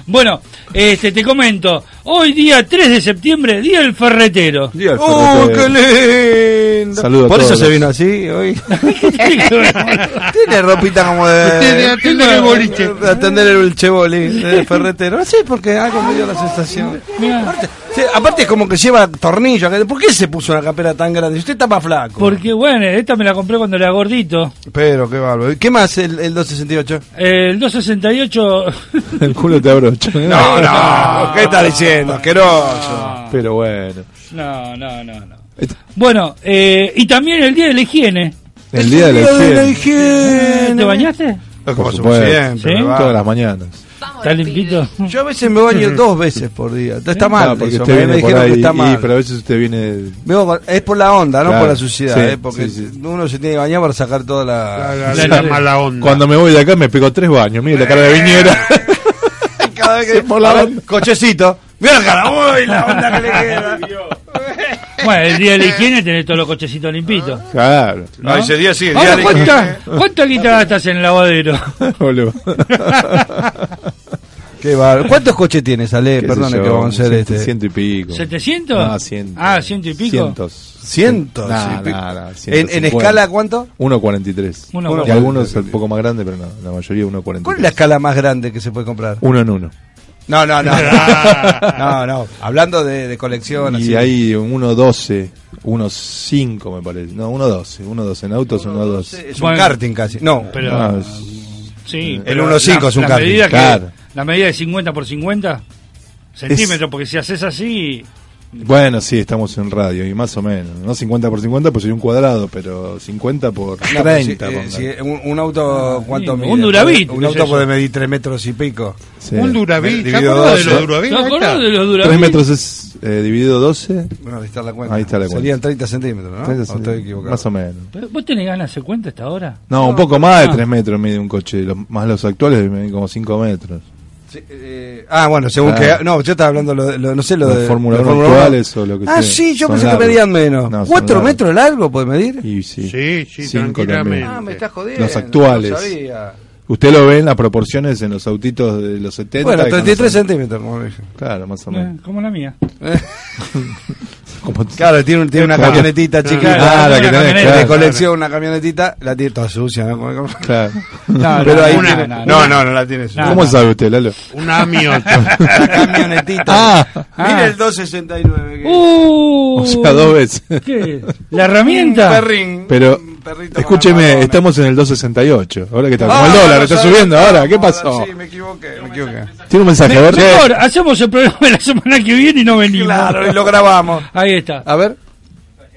S8: bueno, este te comento, hoy día 3 de septiembre, día del ferretero.
S12: Día del
S9: ¡Oh, qué lindo!
S12: Saludo a
S9: Por eso
S12: todos.
S9: se vino así hoy. Tiene ropita como de.
S11: Tiene de atender el boliche.
S9: De atender el cheboli, de ferretero. No sé por qué, algo me dio la sensación. Aparte, sí, aparte es como que lleva tornillo. acá. ¿Por qué se puso una campera tan grande? Usted está más flaco.
S8: Porque bueno, esta me la compré cuando era gordito.
S9: Pero qué bárbaro. ¿Y ¿Qué más el, el 268?
S8: El 268
S12: El culo te abrocho.
S10: ¿eh?
S9: No, no, ¿qué está diciendo? Asqueroso.
S12: Pero bueno.
S8: No, no, no, no. Bueno, eh, y también el día de la higiene.
S12: El día de la higiene.
S8: ¿Te bañaste?
S9: Como
S12: Por supuesto.
S9: siempre,
S12: Sí.
S9: ¿verdad?
S12: Todas las mañanas.
S14: Vamos,
S8: ¿Está limpito?
S9: Yo a veces me baño dos veces por día. Está, está
S10: No,
S9: mal,
S10: porque
S9: eso,
S10: usted
S9: me- me
S10: viene por
S9: dijeron que
S10: ahí,
S9: está
S10: y-
S9: mal.
S10: pero a veces usted viene.
S9: Veo por- Es por la onda, no
S10: Claro,
S9: por la suciedad,
S10: sí,
S9: eh, porque
S10: sí,
S9: uno se tiene que bañar para sacar toda la,
S10: O sea, Cuando me voy de acá me pego tres baños. Mire la cara de viñera.
S9: Cada vez que por la onda. Cochecito. Mira la cara, uy, la onda que le queda.
S8: Bueno, el día de la higiene tenés todos los cochecitos limpitos.
S10: Ah, Claro.
S8: ¿no? Ahora,
S10: Ahora,
S8: ¿cuánta, ¿Cuánta guita gastas en el lavadero?
S10: Boludo.
S9: Qué bárbaro. ¿Cuántos coches tienes, Ale?
S10: Qué sé
S9: Perdone
S10: yo,
S9: que vamos a hacer
S10: ciento-
S9: este.
S10: ciento y pico.
S8: ¿700?
S10: Ah, ciento.
S8: Ah, ciento y pico.
S10: Cientos.
S9: Cientos
S10: Nah,
S9: y pico.
S10: nah, nah,
S9: ¿En-
S10: 150.
S9: en escala cuánto?
S10: 1.43.
S9: Uno cuarenta
S10: Y
S9: y
S10: algunos un poco más grande, pero no, la mayoría 1.43.
S9: ¿Cuál es la escala más grande que se puede comprar?
S10: Uno en uno.
S9: No, no, no. no, no. Hablando de, de colección,
S10: Y
S9: así.
S10: hay un 1.12, 1.5 me parece. No, 1.12, 1.12 en autos, 1.12.
S9: Es un Bueno, karting casi. No. pero-
S8: Sí,
S10: El
S8: pero
S10: 1.5
S8: la-
S10: es un
S8: la
S10: cambio.
S8: medida que-
S10: eh, Claro.
S8: La medida de 50 por 50 centímetros, porque si haces así,
S10: Bueno, sí, estamos en radio y más o menos. No 50 por 50, pues sería un cuadrado, pero 50 por
S9: No,
S10: 30.
S9: pero
S10: ponga.
S9: si- eh, si un, un auto, ¿cuánto
S10: sí,
S9: mide?
S10: Ah, un Duravit,
S9: Un
S10: qué
S9: auto
S10: sé yo.
S9: puede medir 3 metros y pico.
S10: Sí. Un Duravit,
S9: Me-
S10: ¿te
S9: dividido
S10: acordás de
S9: 12.
S10: los Duravit?
S8: ¿Te acordás de los
S10: 3 metros es, eh, dividido 12.
S9: Bueno, ahí está la cuenta.
S10: Ahí está la cuenta.
S9: Serían 30 centímetros, ¿no?
S10: 30
S9: O estoy
S10: centímetros,
S9: equivocado.
S10: Más o menos.
S8: ¿Pero ¿vos tenés ganas de hacer cuenta hasta ahora?
S10: No, un poco más de
S8: Ah.
S10: 3 metros mide un coche. Lo- más los actuales miden como 5 metros.
S9: Sí, eh, ah, bueno, según
S10: Claro.
S9: que. No, yo estaba hablando, lo, de- lo- no sé, lo
S10: Los
S9: de.
S10: Fórmula
S9: de
S10: Uno
S9: Uno.
S10: actuales o lo que
S9: Ah,
S10: sea,
S9: sí, yo
S10: son
S9: pensé
S10: largos.
S9: que medían menos.
S10: No, son
S9: ¿Cuatro
S10: largos.
S9: metros largo puede medir?
S10: Y sí.
S11: Sí, sí,
S10: Cinco
S11: tranquilamente.
S10: también.
S9: Ah, me estás jodiendo.
S10: Los actuales.
S9: no sabía.
S10: Usted lo ve en las proporciones en los autitos de los 70.
S9: Bueno,
S10: y cuando
S9: 33
S10: son-
S9: centímetros, como dije.
S10: Claro, más o menos.
S8: Eh, como la mía.
S10: Como-
S9: Claro, tiene, un- tiene una
S10: Como-
S9: camionetita chiquita.
S10: Ah, la que
S9: Una
S10: tenés,
S9: camioneta de
S10: claro.
S9: colección, una camionetita, la tiene toda sucia. ¿no?
S10: Claro.
S9: No, Pero ahí tiene- no, no, no la tiene sucia.
S10: ¿Cómo sabe usted, Lalo?
S11: Una AMI 8.
S9: La camionetita.
S10: Ah.
S9: Mira el 269. que-
S8: Uh,
S10: O sea, dos veces.
S8: ¿Qué? ¿La herramienta?
S9: Un perrín.
S10: Pero, escúcheme, estamos en el 268. Ahora que está como
S9: Ah,
S10: el dólar, está subiendo ahora. ¿Qué pasó?
S9: Sí, me equivoqué, me equivoqué.
S10: Tiene un mensaje, a ver.
S8: Mejor, hacemos el programa de la semana que viene y no venimos.
S9: Claro, y lo grabamos.
S8: Ahí está.
S9: A ver,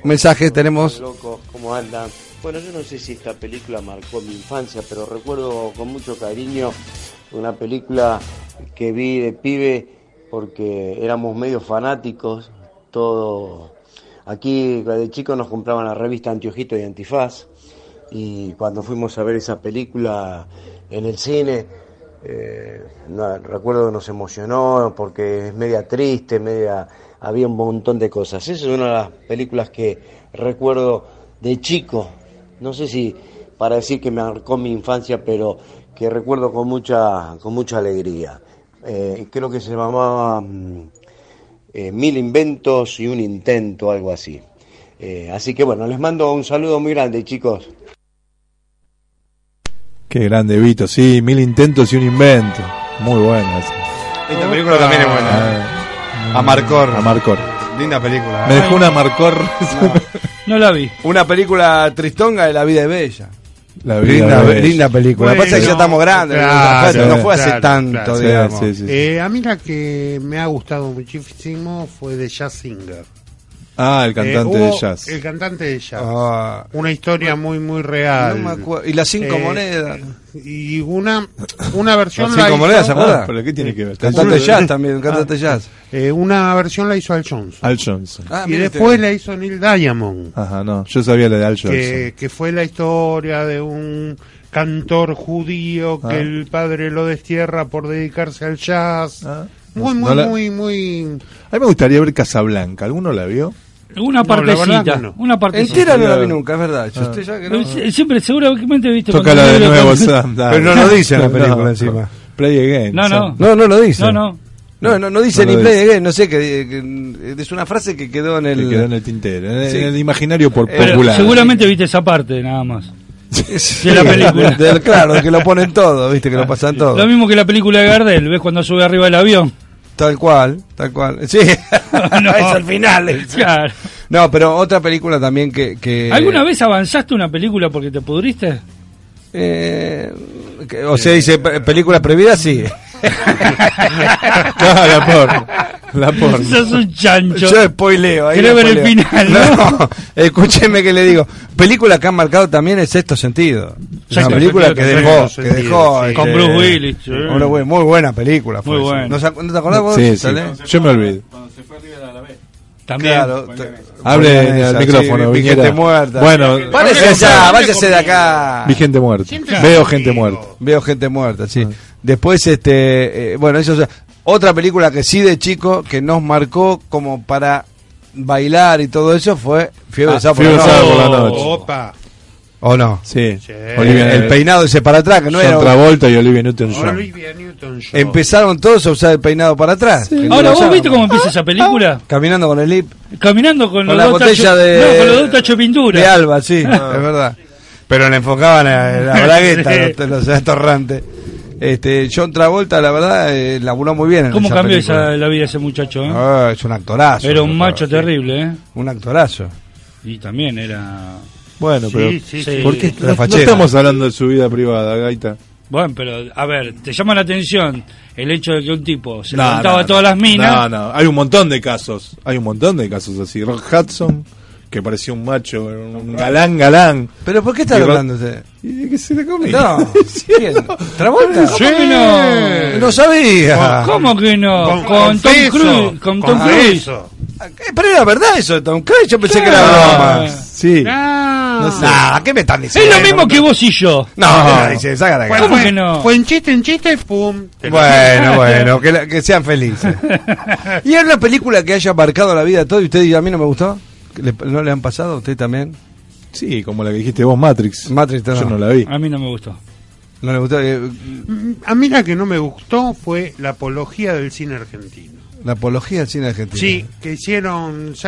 S9: mensajes tenemos.
S15: Locos, ¿cómo andan? Bueno, yo no sé si esta película marcó mi infancia, pero recuerdo con mucho cariño una película que vi de pibe porque éramos medio fanáticos, todo... Aquí de chicos nos compraban la revista Antiojito y Antifaz y cuando fuimos a ver esa película en el cine, eh, no, recuerdo que nos emocionó porque es media triste, media había un montón de cosas. Esa es una de las películas que recuerdo de chico. No sé si para decir que me marcó mi infancia, pero que recuerdo con mucha con mucha alegría. Eh, creo que se llamaba mm, eh, Mil inventos y un intento, algo así. Eh, así que bueno, les mando un saludo muy grande, chicos.
S10: Qué grande, Vito. Sí, mil intentos y un invento. Muy buena esa. Ah.
S9: Esta película también es buena. Ah. Amarcor.
S10: Amarcor.
S9: Linda película. ¿eh?
S10: Me dejó una Amarcor.
S8: No la vi.
S9: Una película tristonga de la vida es bella.
S10: La
S9: Linda-
S10: bella.
S9: linda película. Lo que pasa es que ya estamos grandes, no fue hace
S11: claro,
S9: tanto, digamos.
S10: Sí, sí, sí.
S11: Eh, a mí la que me ha gustado muchísimo fue de Jazz Singer.
S10: Ah, el cantante
S11: Eh, hubo
S10: de jazz.
S11: El cantante de jazz.
S9: Ah.
S11: una historia muy, muy real. Eh,
S9: No me acuerdo. Y las cinco monedas.
S11: Y una, una versión.
S9: Las cinco
S11: la hizo-
S9: monedas, ¿se acuerda? Ah, pero ¿qué tiene que ver? Cantante
S11: Sí.
S9: jazz también, cantante jazz.
S11: Eh, una versión la hizo Al Johnson.
S10: Al Johnson.
S9: Ah,
S11: y
S9: mire
S11: después
S9: usted.
S11: la hizo Neil Diamond.
S10: Ajá, no. Yo sabía la de Al Johnson.
S11: que, que fue la historia de un cantor judío que
S10: Ah.
S11: el padre lo destierra por dedicarse al jazz.
S9: Ah.
S11: Muy,
S10: No,
S11: muy,
S10: no la-
S11: muy, muy...
S10: A mí me gustaría ver Casablanca. ¿Alguno la vio?
S8: Una
S11: No, la verdad
S8: partecita.
S11: que no.
S8: Una partecita.
S9: Entera no la vi nunca, es verdad. Yo
S10: Ah.
S9: estoy ya que no-
S8: Pero si- Siempre, seguramente viste.
S10: Tócala
S8: cuando-
S10: de nuevo, Sam. dale.
S9: Pero no lo dice en la película
S10: No.
S9: encima.
S10: Play again.
S8: No, no.
S10: Sam.
S9: No, no lo dice.
S8: No, no.
S9: No, no, no dice
S10: No lo
S9: ni play
S10: dice.
S9: again, no sé, que, que- es una frase que quedó en el...
S10: Que quedó en el tintero. En, el-
S9: Sí. Eh,
S10: en el imaginario por
S9: Pero
S8: Pero
S10: popular.
S8: seguramente viste esa parte, nada más.
S9: Sí,
S8: De la película.
S9: del- claro, que lo ponen todo, viste, que lo pasan todo.
S8: Lo mismo que la película de Gardel, ¿ves cuando sube arriba del avión?
S9: Tal cual, tal cual. Sí, es el final. es.
S8: Claro.
S9: No, pero otra película también que... que-
S8: ¿Alguna vez avanzaste una película porque te pudriste?
S9: Eh, que- o sea, dice pe- películas prohibidas, sí.
S10: No, la porno. La porno.
S8: Sos un chancho.
S9: Yo spoileo. ahí
S8: Quiero
S9: lo
S8: ver el
S9: spoileo.
S8: final, ¿no?
S9: escúcheme que le digo. Película que han marcado también es Sexto Sentido. Una
S10: Sexto
S9: película
S10: Sentido,
S9: que
S10: Sexto
S9: dejó. Que
S10: Sentido,
S9: dejó
S10: sí.
S9: este,
S10: Con Bruce Willis, sí.
S9: una bu- muy buena película. Fue
S10: Muy
S9: esa.
S10: buena.
S9: ¿No, se ac- no te acordás vos?
S10: Sí, sí.
S9: Sale?
S10: Yo me olvido.
S8: También.
S9: Claro, te-
S10: Hable
S9: Pongan
S10: al
S9: esa,
S10: micrófono,
S9: piquete
S10: Viñera.
S9: muerta.
S10: Bueno.
S9: váyase allá, váyase de
S11: Ah,
S9: acá.
S10: Mi gente muerta. Siempre Veo lo gente digo. muerta. Ah.
S9: Veo gente muerta, sí. Después, este, eh, bueno, eso ya- otra película que sí de chico que nos marcó como para bailar y todo eso fue
S10: Ah,
S9: Fiebre de Sábado por
S10: Fiebre
S9: la
S10: de Sábado
S9: Noche.
S10: por la Noche.
S11: Opa.
S9: ¿O no?
S10: Sí.
S9: Olivia- el peinado ese para atrás, que no
S10: John
S9: era-
S10: Travolta y Olivia Newton-John.
S11: Olivia Newton-John.
S9: Empezaron todos a usar el peinado para atrás. Que no
S8: Ahora,
S9: lo
S8: ¿vos
S9: usaban.
S8: viste cómo empieza esa película?
S9: Ah, Caminando con el lip.
S8: Caminando con,
S9: Con
S8: los
S9: la
S8: dos
S9: botella
S8: tachos-
S9: de-
S8: No, con los dos tachos de Ah. pintura.
S9: De Alba, sí, es verdad. Pero le enfocaban a la bragueta, los, los atorrantes. Este, John Travolta, la verdad, eh, laburó muy bien. En
S8: ¿Cómo
S9: esa
S8: cambió
S9: película.
S8: esa, la vida de ese muchacho? eh?
S9: Ah, es un actorazo.
S8: era un
S9: John
S8: macho
S9: Travolta.
S8: terrible, ¿eh?
S9: Un actorazo.
S8: Y también era...
S10: Bueno,
S8: Sí,
S10: pero.
S8: sí, sí.
S10: ¿Por qué?
S8: La
S10: No- No,
S9: fachera.
S10: estamos hablando de su vida privada, Gaita.
S8: Bueno, pero a ver, te llama la atención el hecho de que un tipo se
S10: No,
S8: levantaba
S10: no, no.
S8: todas las minas.
S10: No, no, hay un montón de casos. Hay un montón de casos así. Rock Hudson, que parecía un macho, un galán, galán.
S9: ¿Pero por qué está
S10: Y Rock-
S9: hablando usted?
S10: ¿Y que se le comía?
S9: No, ¿quién? ¿Travolta?
S8: ¿Cómo que no?
S9: No sabía.
S8: ¿Cómo que no? Con, Tom
S9: confeso,
S8: Cruise. Con Tom Cruise.
S9: confeso. Eh, Pero era verdad eso de Tom Cruise, yo pensé que
S10: Claro.
S9: era broma.
S10: Sí.
S9: No sé. Nah, ¿qué me están diciendo?
S8: Ah. Es lo mismo que vos y yo. Ah.
S9: No, no, dice, saca de acá.
S8: ¿Cómo que no?
S11: Fue en chiste, en chiste, pum. Te lo-
S9: Bueno, bueno, que, la- que sean felices. ¿Y hay una película que haya marcado la vida de todo y usted diga, a mí no me gustó? ¿Que le- ¿No le han pasado a usted también?
S10: Sí, como la que dijiste vos, Matrix.
S9: Matrix,
S10: Yo no la vi.
S8: A mí no me gustó.
S9: ¿No le gustó? Eh,
S11: A mí la que no me gustó fue la apología del cine argentino.
S9: La apología del cine argentino.
S11: Sí, que hicieron, ¿se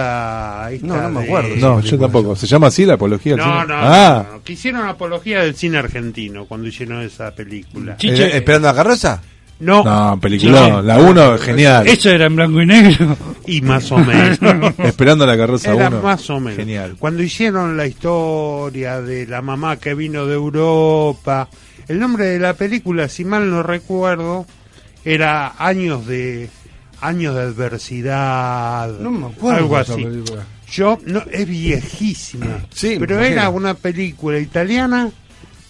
S11: acuerda? Esta
S9: No, no me
S11: de-
S9: acuerdo.
S10: No, yo tampoco. ¿Se llama así la apología?
S11: No,
S10: del cine?
S11: no,
S10: Ah,
S11: no, no, que hicieron apología del cine argentino cuando hicieron esa película.
S9: Eh, ¿Esperando a Carroza?
S11: No,
S10: no, peliculón. La 1, genial.
S8: Eso era en blanco y negro.
S11: Y más o menos.
S10: Esperando la carroza
S11: Era
S10: 1.
S11: más o menos.
S10: Genial.
S11: Cuando hicieron la historia de la mamá que vino de Europa, el nombre de la película, si mal no recuerdo, era años de años de adversidad,
S9: No me acuerdo
S11: algo
S9: de esa
S11: así.
S9: película.
S11: Yo no es viejísima,
S9: Sí, me
S11: pero
S9: imagino.
S11: era una película italiana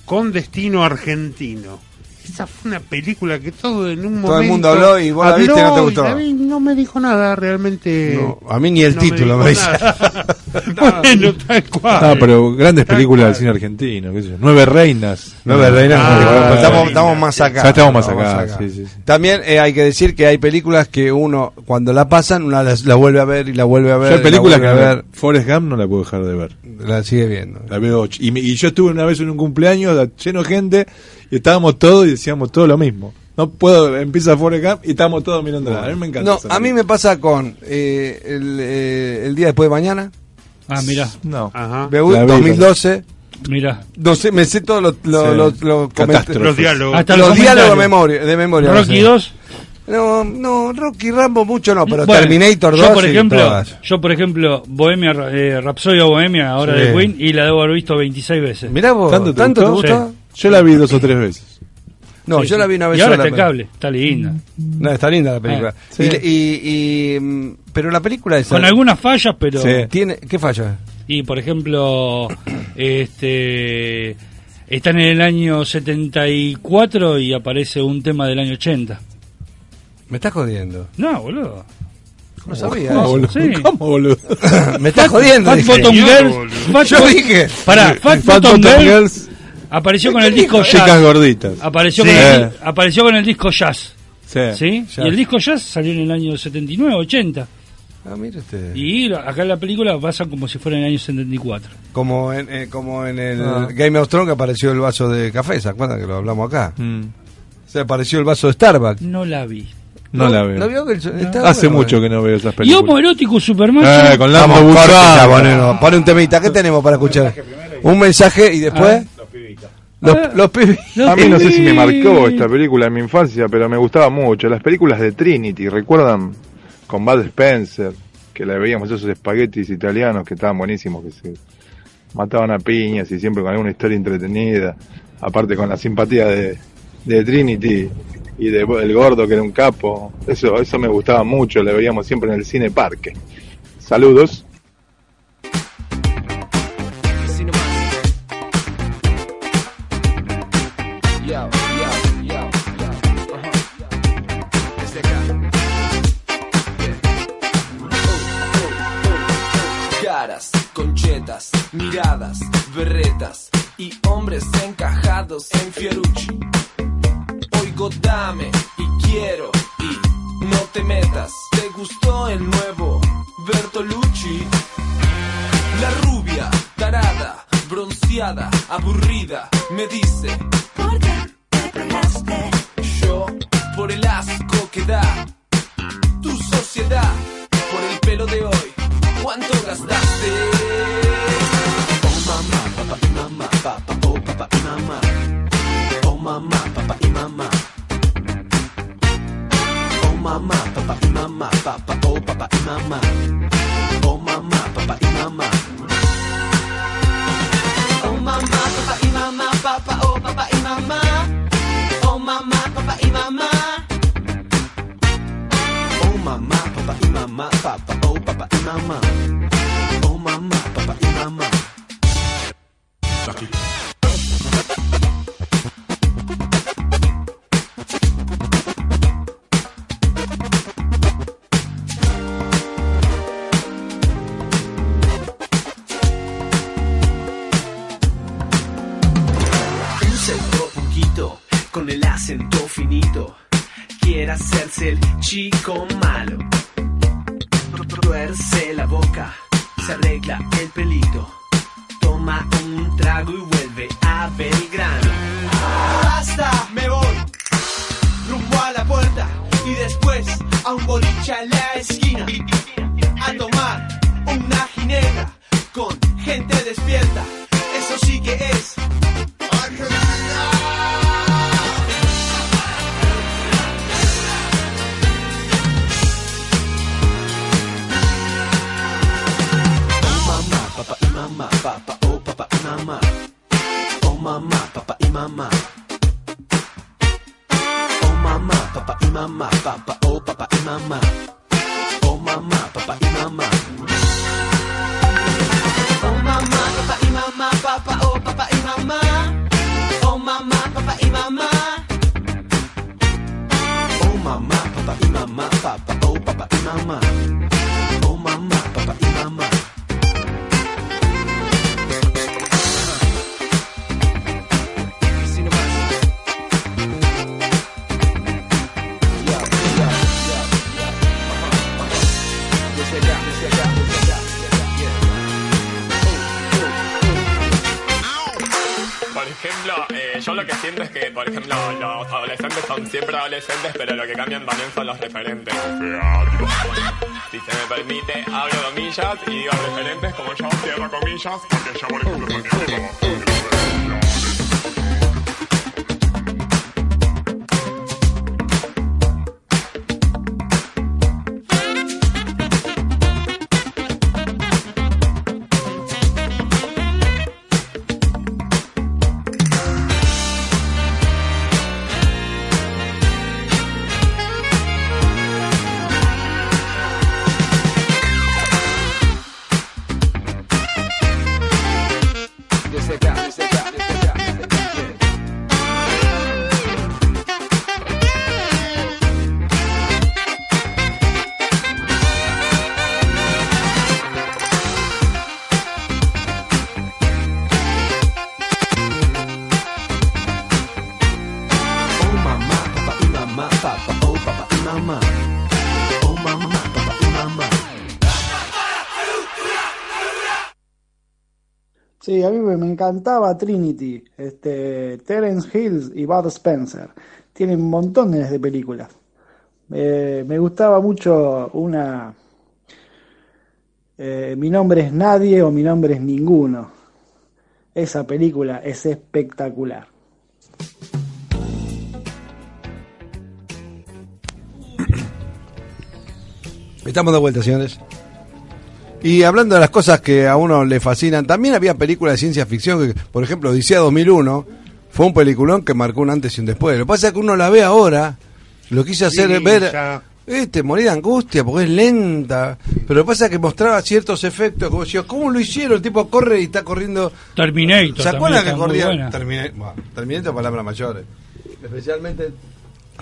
S11: con destino argentino. Esa fue una película que todo en un momento
S9: Todo el mundo habló y vos la viste y no te
S11: habló y
S9: gustó.
S11: la vi y no me dijo nada realmente.
S9: No, a mí ni el
S11: No
S9: título me
S11: dijo
S9: dice.
S11: nada. bueno, tal cual.
S10: Ah, pero grandes películas del cine argentino. qué sé yo. Nueve reinas.
S9: Nueve Reinas,
S10: Ah,
S9: bueno,
S10: Nueve
S9: estamos,
S10: Reinas.
S9: estamos más acá.
S10: Ya estamos más
S9: Estamos
S10: acá. Sí, sí, sí.
S9: También eh, hay que decir que hay películas que uno, cuando la pasan, una las- la, vuelve a ver y la vuelve a
S10: Yo
S9: ver.
S10: hay
S9: y
S10: películas
S9: la
S10: que
S9: vuelve a
S10: ver. Forrest Gump no la puedo dejar de ver.
S9: La sigue viendo.
S10: La veo. ch- Y, me- y yo estuve una vez en un cumpleaños la- lleno de gente y estábamos todos y decíamos todo lo mismo. No puedo, empieza Forrest Gump y estábamos todos mirando. A mí me encanta.
S9: No,
S10: esa
S9: a mí me pasa con eh, el, eh, el día después de mañana,
S8: Ah, mira,
S10: No.
S11: Ajá.
S9: Bebu-
S10: La vi,
S9: 2012
S8: mira.
S9: no sé, me sé todos los, los,
S10: Sí.
S9: los- los
S10: Catástrofes.
S9: coment-
S11: Los diálogos.
S8: Hasta
S9: los
S8: los
S9: diálogos de
S8: comentarios.
S9: memoria, de memoria. no
S8: Rocky
S9: sé.
S8: 2.
S9: No, no, Rocky Rambo mucho no, pero
S8: Bueno,
S9: Terminator 2
S8: yo por
S9: y
S8: ejemplo,
S9: todas.
S8: yo por ejemplo, Bohemia eh, Rhapsodia Bohemia ahora
S9: Sí.
S8: de Queen y la debo haber visto 26 veces.
S9: Mirá vos, ¿tanto, te
S10: gustó?
S9: gustó?
S8: Sí.
S10: Yo la vi dos o tres veces.
S9: No,
S8: Sí,
S9: yo la vi una vez
S8: Y ahora
S9: sola,
S8: está en
S9: pero-
S8: cable, está linda.
S9: No, está linda la película.
S10: Ah, sí.
S9: y, le- y- y, mm, pero la película es
S8: Con algunas fallas, pero
S10: Sí.
S9: tiene ¿qué falla?
S8: y por ejemplo, este está en el año 74 y aparece un tema del año 80.
S9: Me estás jodiendo.
S8: No, boludo.
S9: No sabía.
S10: ¿Cómo,
S9: eso.
S10: boludo?
S8: Sí.
S10: ¿Cómo, boludo?
S9: Me estás jodiendo.
S8: Fat
S9: dije.
S8: Bottom Girls. Fat
S9: Yo
S8: Bot-
S9: dije. eh,
S8: Pará, Fat,
S10: Fat
S8: Bottom
S10: Bottom
S8: Girls
S10: Girls,
S8: apareció con el disco
S10: chicas
S8: Jazz.
S10: gorditas.
S8: Apareció,
S10: Sí.
S8: con el,
S10: Eh.
S8: apareció con el disco Jazz.
S10: Sí.
S8: ¿sí?
S9: Jazz.
S8: Y el disco Jazz salió en el año 79, 80.
S9: Ah, mire usted.
S8: Y la- acá en la película pasa como si fuera en el año 74.
S9: Como en, eh, como en el
S10: Ah.
S9: Game of Thrones que apareció el vaso de café, ¿se acuerdan que lo hablamos acá?
S10: Mm,
S9: Se apareció el vaso de Starbucks.
S8: No la vi.
S10: no, la veo.
S9: ¿No vio que el- está
S10: Hace
S9: bueno,
S10: mucho
S9: eh.
S10: que no veo esas
S8: Y Homo
S10: películas.
S8: Erótico Superman.
S10: Eh, con Lando
S9: Vamos, corte,
S10: Buchan.
S9: Chabonero. Pone un temita, ¿qué tenemos para escuchar? Un mensaje y después
S11: Ah,
S9: los, los pibes.
S14: A mí no sé si me marcó esta película en mi infancia, pero me gustaba mucho. Las películas de Trinity, ¿recuerdan? Con Bud Spencer, que la veíamos esos espaguetis italianos que estaban buenísimos, que se mataban a piñas y siempre con alguna historia entretenida. Aparte con la simpatía de, de Trinity,
S10: y de El Gordo, que era un capo. Eso, eso me gustaba mucho, le veíamos siempre en el cine parque. Saludos.
S16: Caras, conchetas, miradas, berretas y hombres encajados en Fiorucci. Oigo, dame y quiero y no te metas. ¿Te gustó el nuevo Bertolucci? La rubia, tarada, bronceada, aburrida, me dice: ¿Por qué te pelaste? Yo, por el asco que da tu sociedad, por el pelo de hoy, ¿cuánto gastaste? Oh mamá, papá y mamá, papá, oh papá y mamá. Oh mamá, papá y mamá. Oh mamá, papá y mamá, papá, oh papá y mamá. Oh mamá, papá y mamá. Oh mamá, papá y mamá, papá, oh papá y mamá. Oh mamá, papá y mamá. Oh mamá, papá y mamá, papá, oh papá y mamá. Oh mamá, papá y mamá. Un seguro poquito, con el acento finito, quiere hacerse el chico malo. Tuerce la boca, se arregla el pelito, toma un trago y vuelve a Belgrano. Basta, me voy, rumbo a la puerta y después a un boliche a la esquina a tomar una ginebra con gente despierta. Eso sí que es Oh mamá, papá y mamá, papá, oh papá y mamá. Oh mamá, papá y mamá. Oh mamá, papá y mamá, papá, oh papá y mamá. Oh mamá, papá y mamá. Oh mamá, papá y mamá, papá, oh papá y mamá. Oh mamá, papá y mamá. Oh mamá, papá y mamá, papá, oh papá y mamá. Oh mamá, papá y mamá.
S17: Por ejemplo, eh, yo lo que siento es que, por ejemplo, los adolescentes son siempre adolescentes, pero lo que cambian también son los referentes. Si se me permite, abro comillas y digo referentes como yo cierro comillas, porque yo, por ejemplo, también como...
S16: Oh mamá, papá y mamá, papá, oh papá y mamá. Oh mamá, papá y mamá.
S8: Sí, a mí me me encantaba Trinity, este, Terence Hills y Bud Spencer. Tienen montones de películas. Eh, me gustaba mucho una... eh, mi nombre es nadie o mi nombre es ninguno. Esa película es espectacular.
S9: Estamos de vuelta, señores. Y hablando de las cosas que a uno le fascinan, también había películas de ciencia ficción, que, por ejemplo, Odisea 2001, fue un peliculón que marcó un antes y un después. Lo que pasa es que uno la ve ahora Lo quise hacer
S11: Sí,
S9: ver.
S11: ya.
S9: Este, morí de angustia porque es lenta. Pero lo que pasa es que mostraba ciertos efectos. Como decía, ¿cómo lo hicieron? El tipo corre y está corriendo.
S8: Terminator.
S9: ¿Se acuerdan
S8: también
S9: que
S8: está muy
S9: corría?
S8: buena.
S9: Terminator, Terminator, palabras mayores. eh. Especialmente.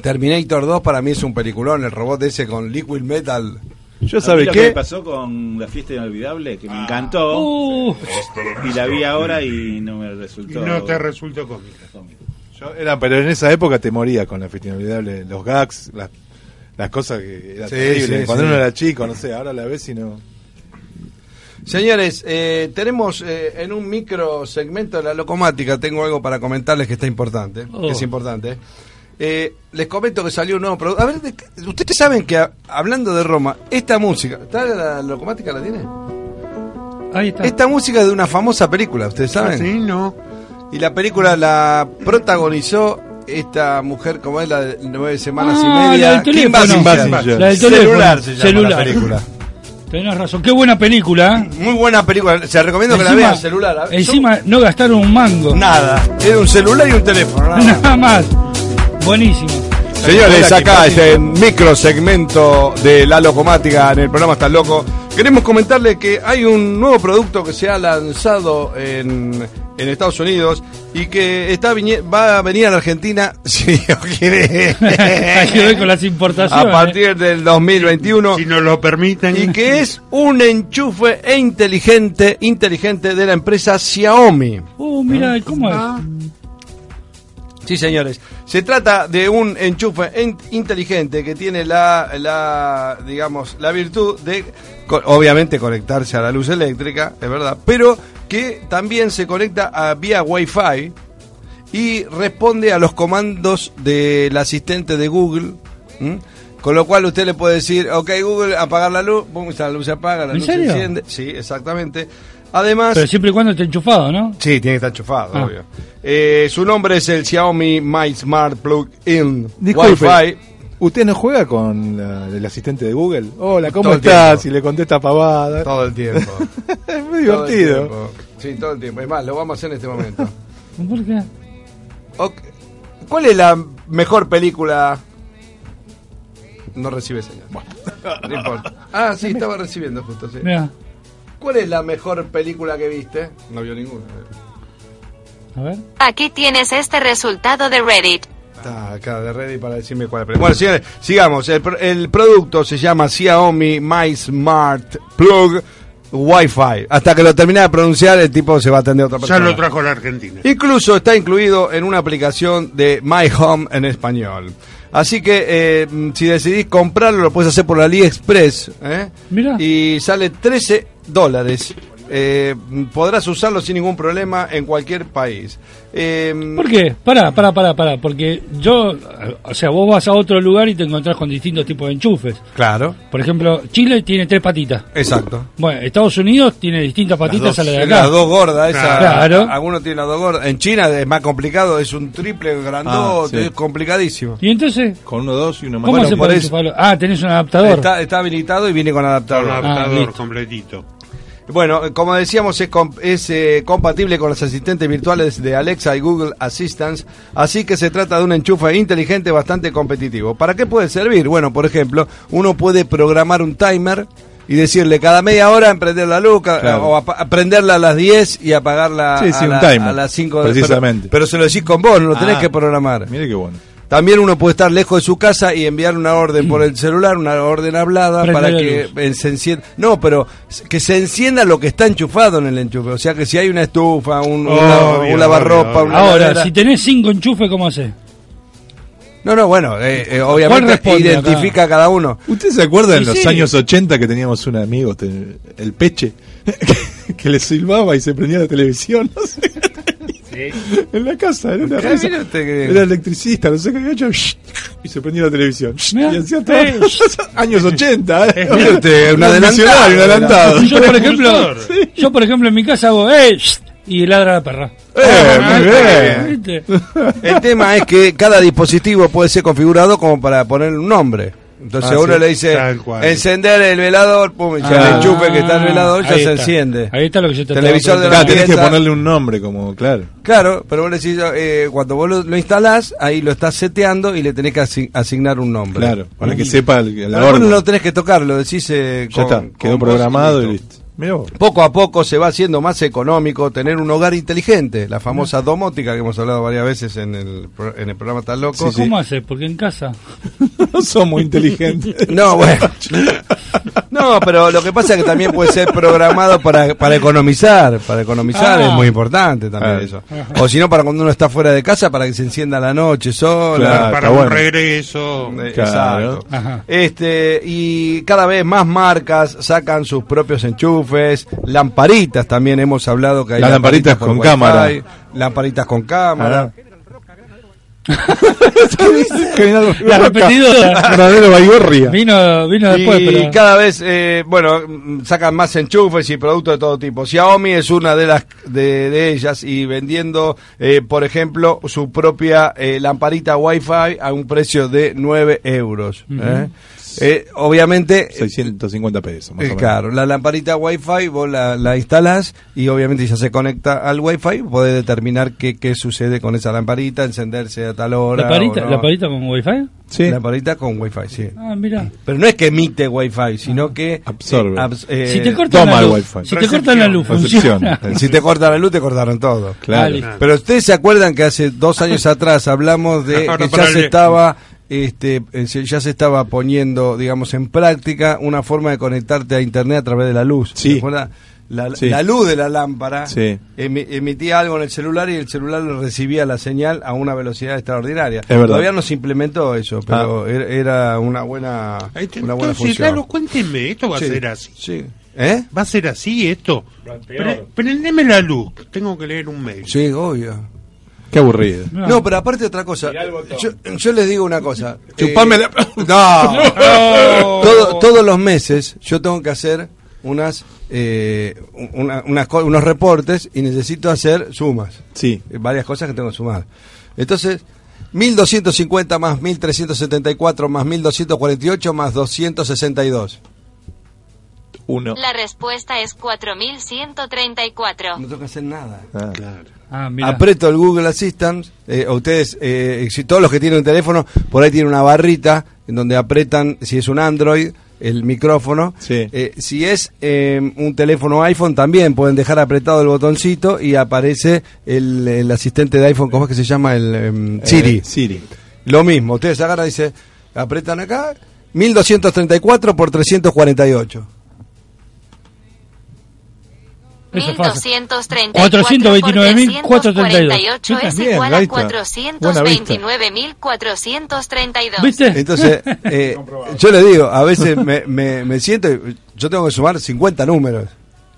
S9: Terminator 2 para mí es un peliculón. El robot ese con liquid metal.
S12: Yo sabe qué me pasó con la fiesta inolvidable que
S11: Ah.
S12: me encantó y la vi ahora y no me resultó.
S11: No te resultó cómica.
S12: Yo era-
S14: pero en esa época te morías con la fiesta inolvidable, los gags, las, las cosas que eran
S9: Sí,
S14: terribles.
S9: sí,
S14: Cuando
S9: sí.
S14: uno era chico, no sé, ahora la ves y no.
S9: Señores, eh, tenemos eh, en un micro segmento de la locomática, tengo algo para comentarles que está importante, que
S2: Oh.
S9: es importante. Eh, les comento que salió un nuevo producto. A ver, de- ustedes saben que a- hablando de Roma, esta música, ¿está la locomática la tiene?
S8: Ahí está.
S9: Esta música es de una famosa película, ¿ustedes saben?
S11: Ah, sí, no.
S9: Y la película la protagonizó esta mujer, como es la de nueve semanas
S8: Ah,
S9: y media.
S8: la del
S9: Kim
S8: teléfono.
S9: Basinger.
S8: La del teléfono.
S9: Celular se llama
S8: Celular.
S9: la película.
S8: Tenés razón. Qué buena película. ¿eh?
S9: Muy buena película. Se recomiendo que la
S8: Encima-
S9: vean celular. a ver,
S8: Encima no gastaron un mango.
S9: Nada. Era un celular y un teléfono. Nada,
S8: más. Buenísimo.
S10: Señores, acá este micro segmento de la locomática en el programa Está Loco.
S9: Queremos comentarle que hay un nuevo producto que se ha lanzado en, en Estados Unidos y que está viñe- va a venir a la Argentina, si Dios quiere.
S8: Hay que ver con las importaciones.
S9: A partir del 2021. Si
S11: nos lo permiten.
S9: Y que es un enchufe e inteligente, inteligente de la empresa Xiaomi.
S8: Uh, mira, ¿cómo es?
S9: Ah. Sí, señores. Se trata de un enchufe en- inteligente que tiene la, la, digamos, la virtud de, co- obviamente, conectarse a la luz eléctrica, es verdad, pero que también se conecta a vía Wi-Fi y responde a los comandos del asistente de Google. ¿m? Con lo cual usted le puede decir, ok Google, apagar la luz, pum, la luz se apaga, la
S8: ¿En
S9: luz
S8: serio?
S9: se enciende. Sí, exactamente. Además...
S8: Pero siempre y cuando esté enchufado, ¿no?
S9: Sí, tiene que estar enchufado,
S8: Ah.
S9: obvio. Eh, su nombre es el Xiaomi My Smart Plug-in
S14: Disculpe,
S9: Wi-Fi.
S14: ¿Usted no juega con la- el asistente de Google? Hola, ¿cómo
S9: Todo el
S14: estás?
S9: tiempo.
S14: Y le contesta pavada.
S9: Todo el tiempo.
S14: es muy divertido.
S9: Todo el tiempo. sí, todo el tiempo. Es más, lo vamos a hacer en este momento.
S8: ¿Por qué?
S9: Ok. ¿Cuál es la mejor película? No recibe señal. No importa. Ah, sí, estaba recibiendo justo. sí.
S8: Mira.
S9: ¿Cuál es la mejor película que viste? No vio ninguna.
S8: A ver.
S18: Aquí tienes este resultado de Reddit.
S9: Está acá de ready para decirme cuál es. la película. Bueno, señores, sigamos. El, pro- el producto se llama Xiaomi My Smart Plug Wi-Fi. Hasta que lo termine de pronunciar, el tipo se va a atender a otra
S11: Ya
S9: persona.
S11: lo trajo la Argentina.
S9: Incluso está incluido en una aplicación de My Home en español. Así que eh, mm, si decidís comprarlo, lo puedes hacer por AliExpress. ¿eh? Y sale 13 dólares. Eh, mm, podrás usarlo sin ningún problema en cualquier país. Eh,
S8: ¿Por qué? Pará, pará, pará, pará. Porque yo, o sea, vos vas a otro lugar y te encontrás con distintos tipos de enchufes.
S9: Claro.
S8: Por ejemplo, Chile tiene tres patitas.
S9: Exacto.
S8: Bueno, Estados Unidos tiene distintas patitas
S9: dos,
S8: a la de acá.
S9: las dos gordas, esa, Ah,
S8: Claro.
S9: algunos tienen las dos gordas. En China es más complicado, es un triple grandote,
S8: Ah, sí.
S9: es complicadísimo.
S8: ¿Y entonces?
S9: Con uno, dos y uno
S8: ¿Cómo se puede enchufarlo? Ah, tenés un adaptador.
S9: Está, está habilitado y viene con adaptador. Ah,
S11: Con adaptador completito.
S9: Bueno, eh, como decíamos, es, com- es, eh, compatible con los asistentes virtuales de Alexa y Google Assistance, así que se trata de un enchufe inteligente bastante competitivo. ¿Para qué puede servir? Bueno, por ejemplo, uno puede programar un timer y decirle cada media hora emprender la luz ca-
S14: Claro.
S9: o apa- prenderla a las 10 y apagarla
S14: Sí, sí,
S9: a,
S14: un
S9: la-
S14: timer,
S9: a las 5 de
S14: precisamente.
S9: Pero, pero se lo decís con vos, no lo tenés
S14: Ah,
S9: que programar.
S14: Mire qué bueno.
S9: También uno puede estar lejos de su casa y enviar una orden por el celular, una orden hablada
S8: Prende
S9: para
S8: la
S9: que eh, se encienda. No, pero s- que se encienda lo que está enchufado en el enchufe. O sea que si hay una estufa, un, una-
S8: Obvio,
S9: un lavarropa,
S8: obvio, obvio.
S9: una
S8: Ahora,
S9: heladera-
S8: si tenés cinco enchufes, ¿cómo haces?
S9: No, no, bueno, eh, eh, obviamente
S8: responde
S9: identifica a cada uno.
S14: ¿Usted se acuerda en
S9: Y
S14: los
S9: sí.
S14: años 80 que teníamos un amigo, te- el Peche, que le silbaba y se prendía la televisión? No sé. En la casa, era una
S9: Ah,
S14: risa.
S9: mira usted que-
S14: Era electricista, no sé qué gacho, y se prendía la televisión. Y hacía todo.
S9: Eh.
S14: Años 80, ¿eh?
S9: Mire usted, un adelantado,
S14: Un adelantado.
S8: Yo, por ejemplo, yo, por ejemplo, en mi casa hago ¡eh! shh", y ladra la perra. Ah, ¿Viste?
S9: El tema es que cada dispositivo puede ser configurado como para poner un nombre. Entonces
S11: Ah,
S9: uno
S11: sí,
S9: le dice,
S11: tal cual.
S9: encender el velador, pum, y ya
S10: Ah,
S9: le enchufe que está el velador, ya
S10: ahí
S9: se
S10: está.
S9: enciende.
S10: Ahí está lo que yo te estaba
S9: Televisor de la
S10: preguntando. Claro, tenés que
S9: pieza.
S10: ponerle un nombre, como, claro.
S9: Claro, pero vos le decís, eh, cuando vos lo, lo instalás, ahí lo estás seteando y le tenés que asi- asignar un nombre.
S10: Claro, para que sepa el- la
S9: Pero vos
S10: orden.
S9: no lo tenés que tocar, lo decís eh,
S10: Ya
S9: con-
S10: está, quedó
S9: con voz
S10: programado y listo. Mirá vos.
S9: Poco a poco se va haciendo más económico tener un hogar inteligente, la famosa domótica que hemos hablado varias veces en el, pro- en el programa Tan Loco.
S8: ¿Cómo haces? Porque en casa.
S10: No somos inteligentes.
S9: No, bueno. No, pero lo que pasa es que también puede ser programado para, para economizar. Para economizar
S10: Ah.
S9: es muy importante también
S10: Ah.
S9: eso. O si no, para cuando uno está fuera de casa, para que se encienda la noche sola.
S11: Claro, para un regreso.
S9: Eh,
S11: Claro.
S9: Exacto. Este, y cada vez más marcas sacan sus propios enchufes, lamparitas también hemos hablado que hay
S10: Las lamparitas
S9: por
S10: con
S9: Wi-Fi,
S10: cámara.
S9: Lamparitas con
S11: Ah.
S9: cámara.
S10: General
S9: La repetidora.
S10: Verdadero Baigorria.
S8: Vino, vino
S9: y cada vez, eh, bueno, mm, sacan más enchufes y productos de todo tipo. Xiaomi es una de las de, de ellas y vendiendo, eh, por ejemplo, su propia eh, lamparita Wi-Fi a un precio de 9 euros.
S10: Ujú.
S9: ¿eh? Eh, obviamente
S10: 650 pesos, más o
S9: es
S10: menos.
S9: claro, la lamparita Wi-Fi vos la, la instalás y obviamente ya se conecta al Wi-Fi, podés determinar qué, qué sucede con esa lamparita, encenderse a tal hora.
S8: ¿La parita,
S9: o no.
S8: ¿La parita con wifi?
S9: Lamparita con Wi-Fi, sí.
S8: Ah, mira.
S9: Pero no es que emite Wi-Fi, sino que
S10: Absorbe.
S9: abs- eh,
S8: Si te cortan Ah, Toma la el luz- Wi-Fi. si te cortan la luz, Recepción. funciona.
S9: Si te cortan la luz, te cortaron todo.
S10: Claro. Ah, listo.
S9: Pero ustedes se acuerdan que hace dos años atrás hablamos de
S10: Ahora
S9: que ya
S10: para
S9: se
S10: el-
S9: estaba este eh, se- ya se estaba poniendo, digamos, en práctica una forma de conectarte a internet a través de la luz. ¿Se acuerdan? La,
S10: Sí.
S9: la luz de la lámpara
S10: Sí.
S9: emi- emitía algo en el celular y el celular recibía la señal a una velocidad extraordinaria.
S10: verdad.
S9: Todavía no se implementó eso, pero era- era una buena una buena
S11: Entonces,
S9: función.
S11: claro, cuéntenme, esto va
S9: Sí,
S11: a ser así.
S9: ¿Eh?
S11: ¿Va a ser así esto? Pre- prendeme la luz, que tengo que leer un mail.
S9: Sí, obvio.
S10: Qué aburrido.
S9: No, pero aparte otra cosa. Yo, yo les digo una cosa.
S10: Chupame
S9: Eh,
S10: la-
S9: No.
S10: No.
S9: Todo- todos los meses yo tengo que hacer unas, eh, una- unas co- unos reportes y necesito hacer sumas. Eh,
S10: Sí.
S9: Varias cosas que tengo que sumar. Entonces, 1250 más 1374 más 1248 más 262.
S10: Uno.
S18: La respuesta es 4134.
S9: No tengo que hacer nada.
S10: Claro.
S8: Ah, mira.
S9: Apreto el Google Assistant. eh, ustedes, eh, si todos los que tienen un teléfono, por ahí tiene una barrita en donde apretan, si es un Android, el micrófono. Eh, si es eh, un teléfono iPhone, también pueden dejar apretado el botoncito y aparece el, el asistente de iPhone, ¿cómo es que se llama? El
S10: Eh,
S9: em, Siri.
S10: Siri.
S9: Lo mismo, ustedes agarran y dicen, apretan acá, 1234 por 348.
S18: 429.438 es
S9: Bien,
S18: igual
S9: ahí
S18: a
S9: está. Buena vista.
S18: 429.432.
S9: Entonces, eh, yo le digo, a veces me, me- me siento, y yo tengo que sumar 50 números.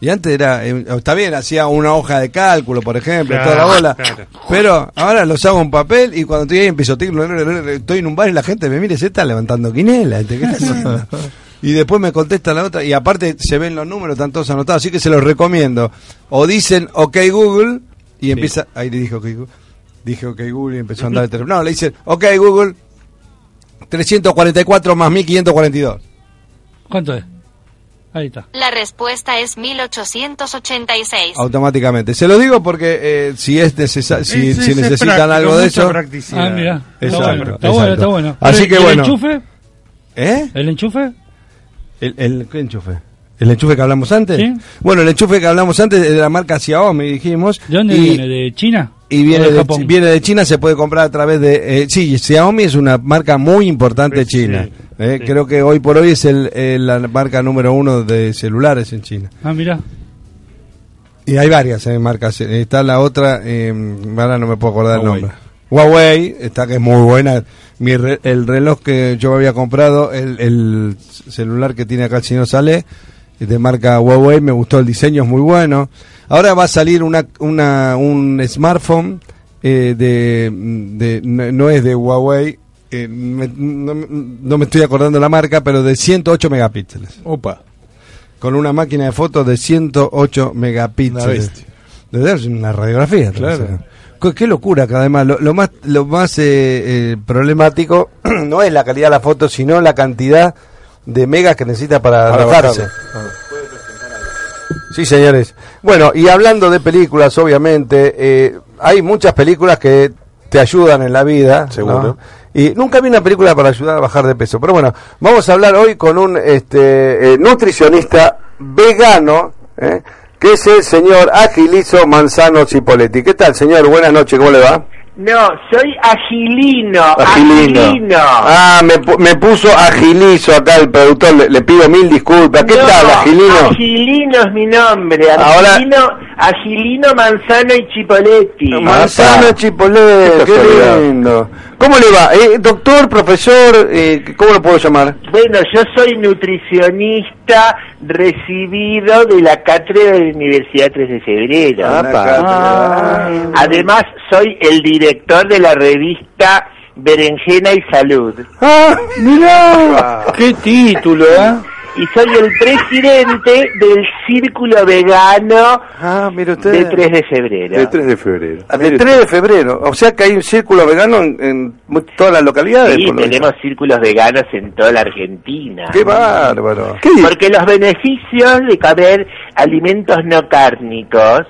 S9: Y antes era, eh, está bien, hacía una hoja de cálculo, por ejemplo,
S11: Claro,
S9: toda la bola.
S11: claro.
S9: Pero ahora los hago en papel y cuando estoy ahí en pisotín, estoy en un bar y la gente me mira y se está levantando quinela. ¿viste? ¿Qué está haciendo? Y después me contesta la otra. Y aparte se ven los números, están todos anotados. Así que se los recomiendo. O dicen OK Google y empieza. Ahí le dije OK Google. Dije OK Google y empezó a andar el teléfono. No, le dicen OK Google 344 más 1542.
S8: ¿Cuánto es? Ahí está.
S18: La respuesta es 1886.
S9: Automáticamente. Se lo digo porque eh, si es necesa- si,
S8: Es-
S9: si
S8: es
S9: necesitan
S8: práctico,
S9: algo de
S8: mucha
S9: eso.
S8: practicidad. Ah, mirá. Está
S9: Exacto,
S8: bueno, está
S9: exacto.
S8: bueno, está bueno.
S9: Así
S8: ¿Y
S9: que
S8: el
S9: bueno.
S8: enchufe?
S9: ¿Eh?
S8: ¿El enchufe?
S9: ¿El, el qué enchufe? ¿El enchufe que hablamos antes?
S8: Sí.
S9: Bueno, el enchufe que hablamos antes es de la marca Xiaomi, dijimos.
S8: ¿De dónde
S9: y,
S8: viene? ¿De China?
S9: Y
S8: ¿O
S9: viene
S8: de
S9: de,
S8: Japón?
S9: viene de China, se puede comprar a través de... eh, sí, Xiaomi es una marca muy importante china. Eh, Creo que hoy por hoy es el, eh, la marca número uno de celulares en China.
S8: Ah, mira.
S9: Y hay varias eh, marcas. Eh, Está la otra, eh, ahora no me puedo acordar
S10: Huawei.
S9: el nombre. Huawei, está que es muy buena. Mi re- el reloj que yo me había comprado, el, el celular que tiene acá el señor Sale, de marca Huawei, me gustó el diseño, es muy bueno. Ahora va a salir una, una, un smartphone eh, de, de- no, no es de Huawei, eh, me- no, no me estoy acordando la marca, pero de 108 megapíxeles
S10: Opa.
S9: con una máquina de fotos de 108
S10: Una
S9: megapíxeles.
S10: bestia.
S9: De verdad, es una radiografía.
S10: Claro.
S9: entonces. ¿eh? Qué, qué locura que además lo, lo más lo más eh, eh, problemático no es la calidad de la foto, sino la cantidad de megas que necesita para
S10: Para
S9: bajarse. Sí, señores. Bueno, y hablando de películas, obviamente, eh, hay muchas películas que te ayudan en la vida.
S10: Seguro.
S9: ¿no? Y nunca vi una película para ayudar a bajar de peso. Pero bueno, vamos a hablar hoy con un este, eh, nutricionista vegano, ¿eh? que es el señor Agilizo Manzano Cipoletti. ¿Qué tal, señor? Buenas noches, ¿cómo le va?
S19: No, soy agilino.
S9: Agilino.
S19: Agilino.
S9: Ah, me, pu- me puso Agilizo acá el productor. Le, le pido mil disculpas. ¿Qué
S19: No,
S9: tal, Agilino?
S19: Agilino es mi nombre.
S9: Ahora-
S19: Agilino, Agilino Manzano y Chipoletti.
S9: Ah, Manzano Chipolé, qué,
S19: casualidad.
S9: lindo. ¿Cómo le va? Eh, doctor, profesor, eh, ¿cómo lo puedo llamar?
S19: Bueno, yo soy nutricionista recibido de la cátedra de la Universidad 3 de Febrero. Ah. Además, soy el director de la revista Berenjena y Salud.
S9: ¡Ah, mirá! ¿eh?
S19: ¡Qué título, Y soy el presidente del Círculo Vegano
S9: Ah,
S19: de 3 de Febrero.
S9: De 3 de febrero.
S19: Ah,
S9: De 3 de febrero. O sea que hay un círculo vegano en, en mu- todas las localidades.
S19: Sí,
S9: por lo
S19: tenemos círculos veganos en toda la Argentina.
S9: visto. Qué bárbaro.
S19: Porque los beneficios de comer alimentos no cárnicos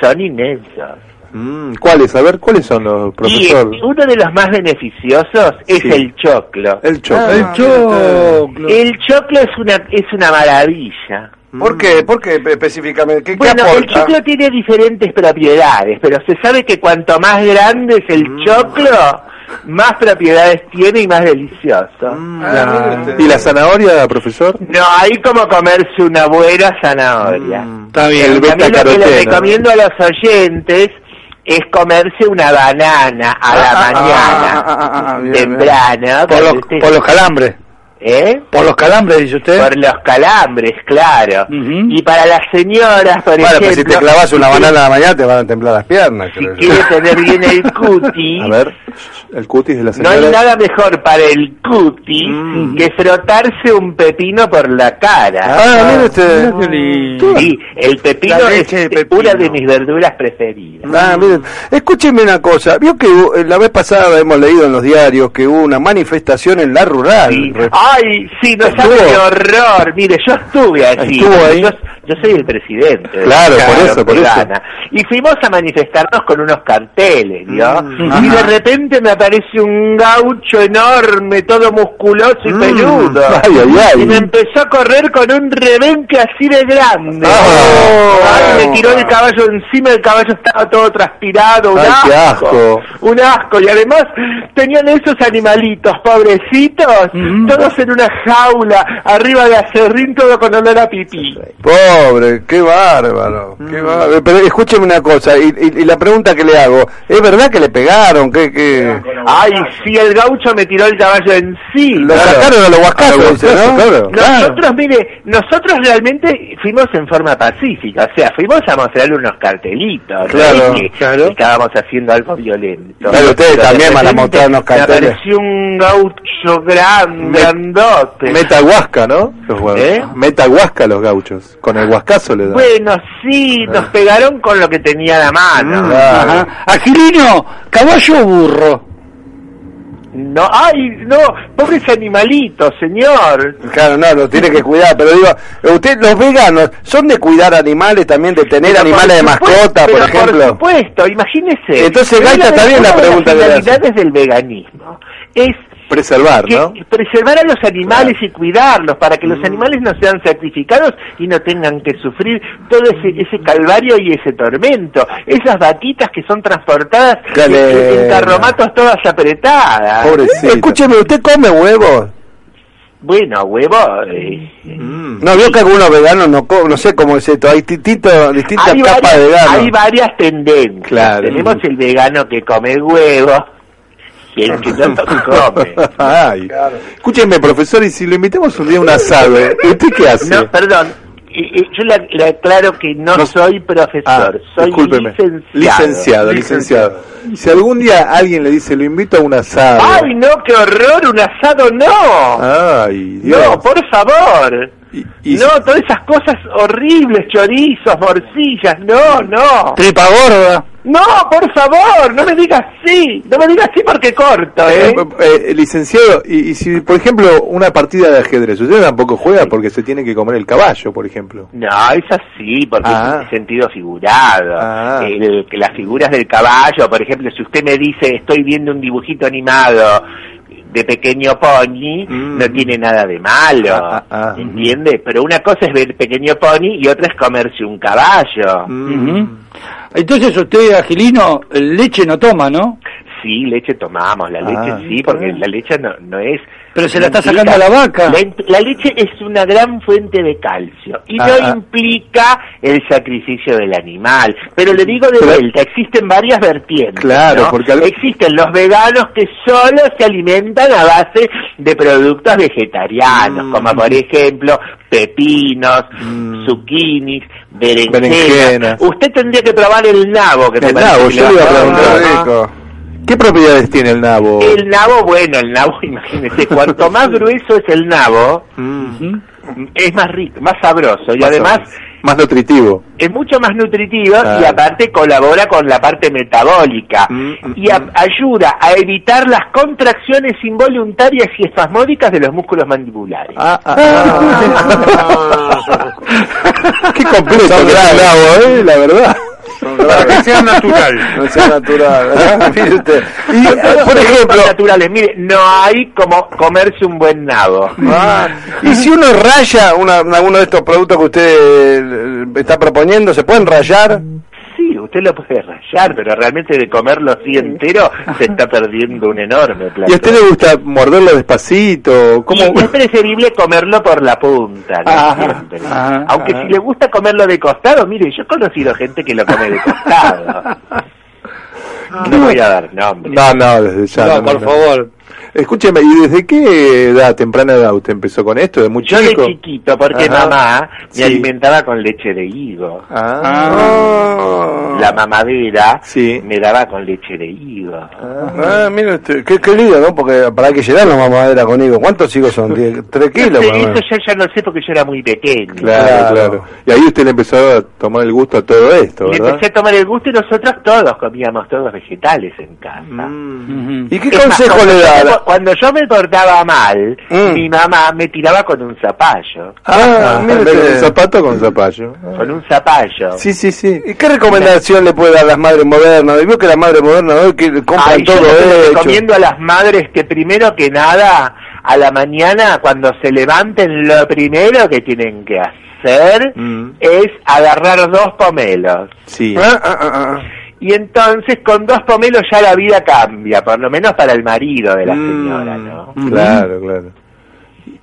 S19: son inmensos.
S14: Mm, ¿Cuáles? A ver, ¿cuáles son los profesor?
S19: Y eh, uno de los más beneficiosos es
S14: Sí.
S19: el choclo.
S14: El choclo. Ah,
S19: el choclo. El choclo es una, es una maravilla.
S9: Mm. ¿Por qué? ¿Por qué específicamente? ¿Qué, qué
S19: Bueno, el
S9: aporta?
S19: choclo tiene diferentes propiedades, pero se sabe que cuanto más grande es el choclo, más propiedades tiene y más delicioso.
S14: ¿Y la zanahoria, profesor?
S19: No, hay como comerse una buena zanahoria.
S14: está bien. El
S19: Pero también lo que
S14: betacaroteno.
S19: les recomiendo a los oyentes es comerse una banana a
S3: Ah,
S19: la
S9: Ah,
S19: mañana, temprano.
S20: Por los- por los
S19: calambres. ¿Eh? Por los calambres, dice usted. Por los calambres, claro. Y para las señoras, por
S9: Bueno,
S19: ejemplo...
S9: pues si te clavas una banana a la mañana te van a temblar las piernas. creo yo.
S19: Quiere tener bien el cuti.
S14: A ver, el cutis de la
S19: No
S14: señora.
S19: hay nada mejor para el cutis
S9: Mm.
S19: que frotarse un pepino por la cara.
S9: Ah, mire usted.
S19: Sí, el pepino
S9: La
S19: es una de mis verduras preferidas.
S9: Ah, miren, escúcheme una cosa. Vio que eh, la vez pasada hemos leído en los diarios que hubo una manifestación en la rural.
S19: Ah,
S9: Re-
S19: Ay, sí, no sabe
S9: Estuvo.
S19: qué horror. Mire, yo estuve allí.
S9: Estuvo ahí.
S19: Yo, yo soy el presidente. de
S9: Claro,
S19: la
S9: por
S19: Cámara
S9: eso, por eso.
S19: Vegana. Y fuimos a manifestarnos con unos carteles, ¿no?
S9: Mm.
S19: y de repente me aparece un gaucho enorme, todo musculoso y peludo.
S9: Mm. Ay, ay, ay.
S19: Y me empezó a correr con un rebenque así de grande.
S9: Ah.
S19: Ay, me tiró el caballo encima, el caballo estaba todo transpirado. Un
S14: Ay, qué asco.
S19: un asco y además tenían esos animalitos pobrecitos todos en una jaula arriba de acerrín todo con olor a pipí
S9: Pobre, qué bárbaro, qué
S19: Mm.
S9: bárbaro. Pero escúcheme una cosa, y, y- y la pregunta que le hago, ¿es verdad que le pegaron? ¿Qué, qué?
S19: ay si el gaucho me tiró el caballo en sí
S9: Lo sacaron a los guascazos, dice, ¿no?
S19: nosotros mire nosotros realmente fuimos en forma pacífica o sea fuimos a mostrarle unos cartelitos ¿no?
S9: Claro,
S19: que estábamos haciendo algo violento
S9: Claro, ustedes
S19: Pero de
S9: también van a
S19: repente
S9: mostrar unos
S19: me
S9: carteles.
S19: apareció un gaucho grande grandote
S14: Metahuasca, ¿no? Los gua-
S19: ¿Eh?
S14: Metahuasca los gauchos. Con el huascazo le dan.
S19: Bueno, sí, nos pegaron con lo que tenía la mano.
S14: Ajá.
S19: Agilino, Mm, caballo o burro. No, ay, no, pobres animalitos, señor.
S9: Claro, no, lo tiene que cuidar, pero digo, eh, usted, los veganos, ¿son de cuidar animales también, de tener
S19: Pero
S9: animales de
S19: por supuesto,
S9: mascota, por
S19: pero
S9: ejemplo?
S19: Por supuesto, imagínese.
S9: Entonces,
S19: Pero
S9: Gaita,
S19: una de-
S9: está bien la
S19: una de las
S9: pregunta que le hace.
S19: finalidades del veganismo es
S14: Preservar,
S19: que-
S14: ¿no?
S19: preservar a los animales y cuidarlos para que
S9: Mm.
S19: los animales no sean sacrificados y no tengan que sufrir todo
S9: Mm.
S19: ese, ese calvario y ese tormento. Esas vaquitas que son transportadas
S9: Qué
S19: en, en
S9: linda.
S19: carromatos todas apretadas.
S9: Escúcheme, ¿usted come huevos?
S19: Bueno, huevo. eh,
S9: No, vio que algunos veganos no co- no sé cómo es esto, hay distinto- distintas
S19: hay,
S9: capas de
S19: varias,
S9: veganos.
S19: hay varias tendencias.
S9: Claro.
S19: Tenemos el vegano que come huevo y el que no los come.
S14: Ay. Escúcheme, profesor, y si lo invitamos un día a un asado, ¿eh? ¿usted qué hace?
S19: No, perdón. eh, eh, Yo le, le aclaro que no, soy profesor, soy
S14: Ah, discúlpeme.
S19: licenciado.
S14: Licenciado, licenciado. Si algún día alguien le dice, lo invito a un asado.
S19: ¡Ay, no, qué horror! ¡Un asado no!
S14: Ay, Dios.
S19: No, por favor. no, todas esas cosas horribles, chorizos, morcillas, no, no.
S14: Tripa gorda.
S19: No, por favor, no me digas sí, no me digas sí porque corto, ¿eh?
S10: Eh, eh, licenciado, y, y si por ejemplo una partida de ajedrez, usted tampoco juega porque se tiene que comer el caballo, por ejemplo.
S19: No, es así, porque
S8: Ah.
S19: es un sentido figurado. El- que las figuras del caballo, por ejemplo, si usted me dice estoy viendo un dibujito animado de pequeño pony, no
S8: Mm.
S19: tiene nada de malo,
S8: Ah,
S19: ¿entiende? Pero una cosa es ver pequeño pony y otra es comerse un caballo.
S8: Ujú. Mm. Entonces usted, Agilino, leche no toma, ¿no?
S19: Sí, leche tomamos, la leche
S8: Ah.
S19: sí, porque la leche no, no es...
S8: Pero se la
S19: no
S8: está
S19: implica-
S8: sacando a la vaca.
S19: La, int- la leche es una gran fuente de calcio y
S8: Ah,
S19: no
S8: ah.
S19: implica el sacrificio del animal. Pero le digo de
S10: Pero-
S19: vuelta, existen varias vertientes.
S10: Claro,
S19: ¿no?
S10: porque
S19: Existen los veganos que solo se alimentan a base de productos vegetarianos,
S10: Mm.
S19: como por ejemplo pepinos, zucchinis, berenjenas.
S10: Berenjenas.
S19: Usted tendría que probar el nabo que te
S10: El
S19: parece
S10: nabo,
S19: que le
S10: yo le
S19: va
S10: iba a
S19: probar.
S10: preguntar, Nico, ¿qué propiedades tiene el nabo?
S19: El nabo, bueno, el nabo, imagínese, cuanto más grueso es el nabo,
S10: Mm.
S19: es más rico, más sabroso y
S10: Más
S19: además
S10: Más nutritivo.
S19: es mucho más nutritivo y
S10: Claro. Mm,
S19: aparte colabora con la parte metabólica y a- ayuda a evitar las contracciones involuntarias y espasmódicas de los músculos mandibulares.
S10: Ah,
S3: Ah.
S9: Ah.
S10: ah. Qué completo que es el nabo, ¿eh? La verdad.
S19: Para que sea natural.
S10: No sea natural. ¿eh? Mire usted.
S19: Y, por ejemplo, naturales, mire, no hay como comerse un buen nabo.
S10: Ah,
S9: Ah, Y si uno raya una- alguno de estos productos que usted eh, está proponiendo, ¿se pueden rayar?
S19: Sí, usted lo puede rayar, pero realmente de comerlo así entero se está perdiendo un enorme plato.
S10: ¿Y a usted le gusta morderlo despacito? ¿Cómo? Ah,
S19: Y es preferible comerlo por la punta, ¿no? Siempre. Aunque si le gusta comerlo de costado, mire, yo he conocido gente que lo come de costado. No voy a dar nombre.
S10: No, no, desde ya.
S19: No, por favor.
S10: Escúcheme, ¿y desde qué edad, temprana edad, usted empezó con esto? ¿De muy
S19: Yo de
S10: chico?
S19: chiquito, porque
S10: Ajá.
S19: mamá me
S10: Sí.
S19: alimentaba con leche de higo.
S10: Ah.
S19: La mamadera me daba con leche de higo.
S9: Ah, mire usted, qué, qué lío, ¿no? Porque para que llenar la mamadera conmigo, ¿cuántos hijos son? ¿Diez- ¿Tres kilos?
S19: Eso
S9: más o menos?
S19: yo ya no sé porque yo era muy pequeño.
S10: Claro, claro. Y ahí usted le empezó a tomar el gusto a todo esto,
S19: Le
S10: ¿verdad?
S19: empecé a tomar el gusto y nosotros todos comíamos todos vegetales en casa.
S10: Mm. ¿Y qué
S19: Es más,
S10: consejo
S19: cuando
S10: le Mm.
S19: yo
S10: da?
S19: me- Cuando yo me portaba mal, mi mamá me tiraba con un zapallo.
S10: Ah, mire
S19: con
S10: usted.
S19: un zap-
S10: zapato con zapallo.
S19: con un zapallo.
S9: Sí, sí, sí.
S19: este
S9: ¿Y qué recomendación le puede dar a las madres modernas? Vio que las madres modernas hoy que compran
S19: Ay, yo
S9: todo
S19: lo que le
S9: hecho.
S19: recomiendo a las madres que primero que nada, a la mañana cuando se levanten, lo primero que tienen que hacer es agarrar dos pomelos.
S10: Mm.
S19: ¿Ah?
S10: Sí. Ah,
S19: Y entonces con dos pomelos ya la vida cambia, por lo menos para el marido de la
S10: Mm.
S19: señora, ¿no?
S10: Claro, claro.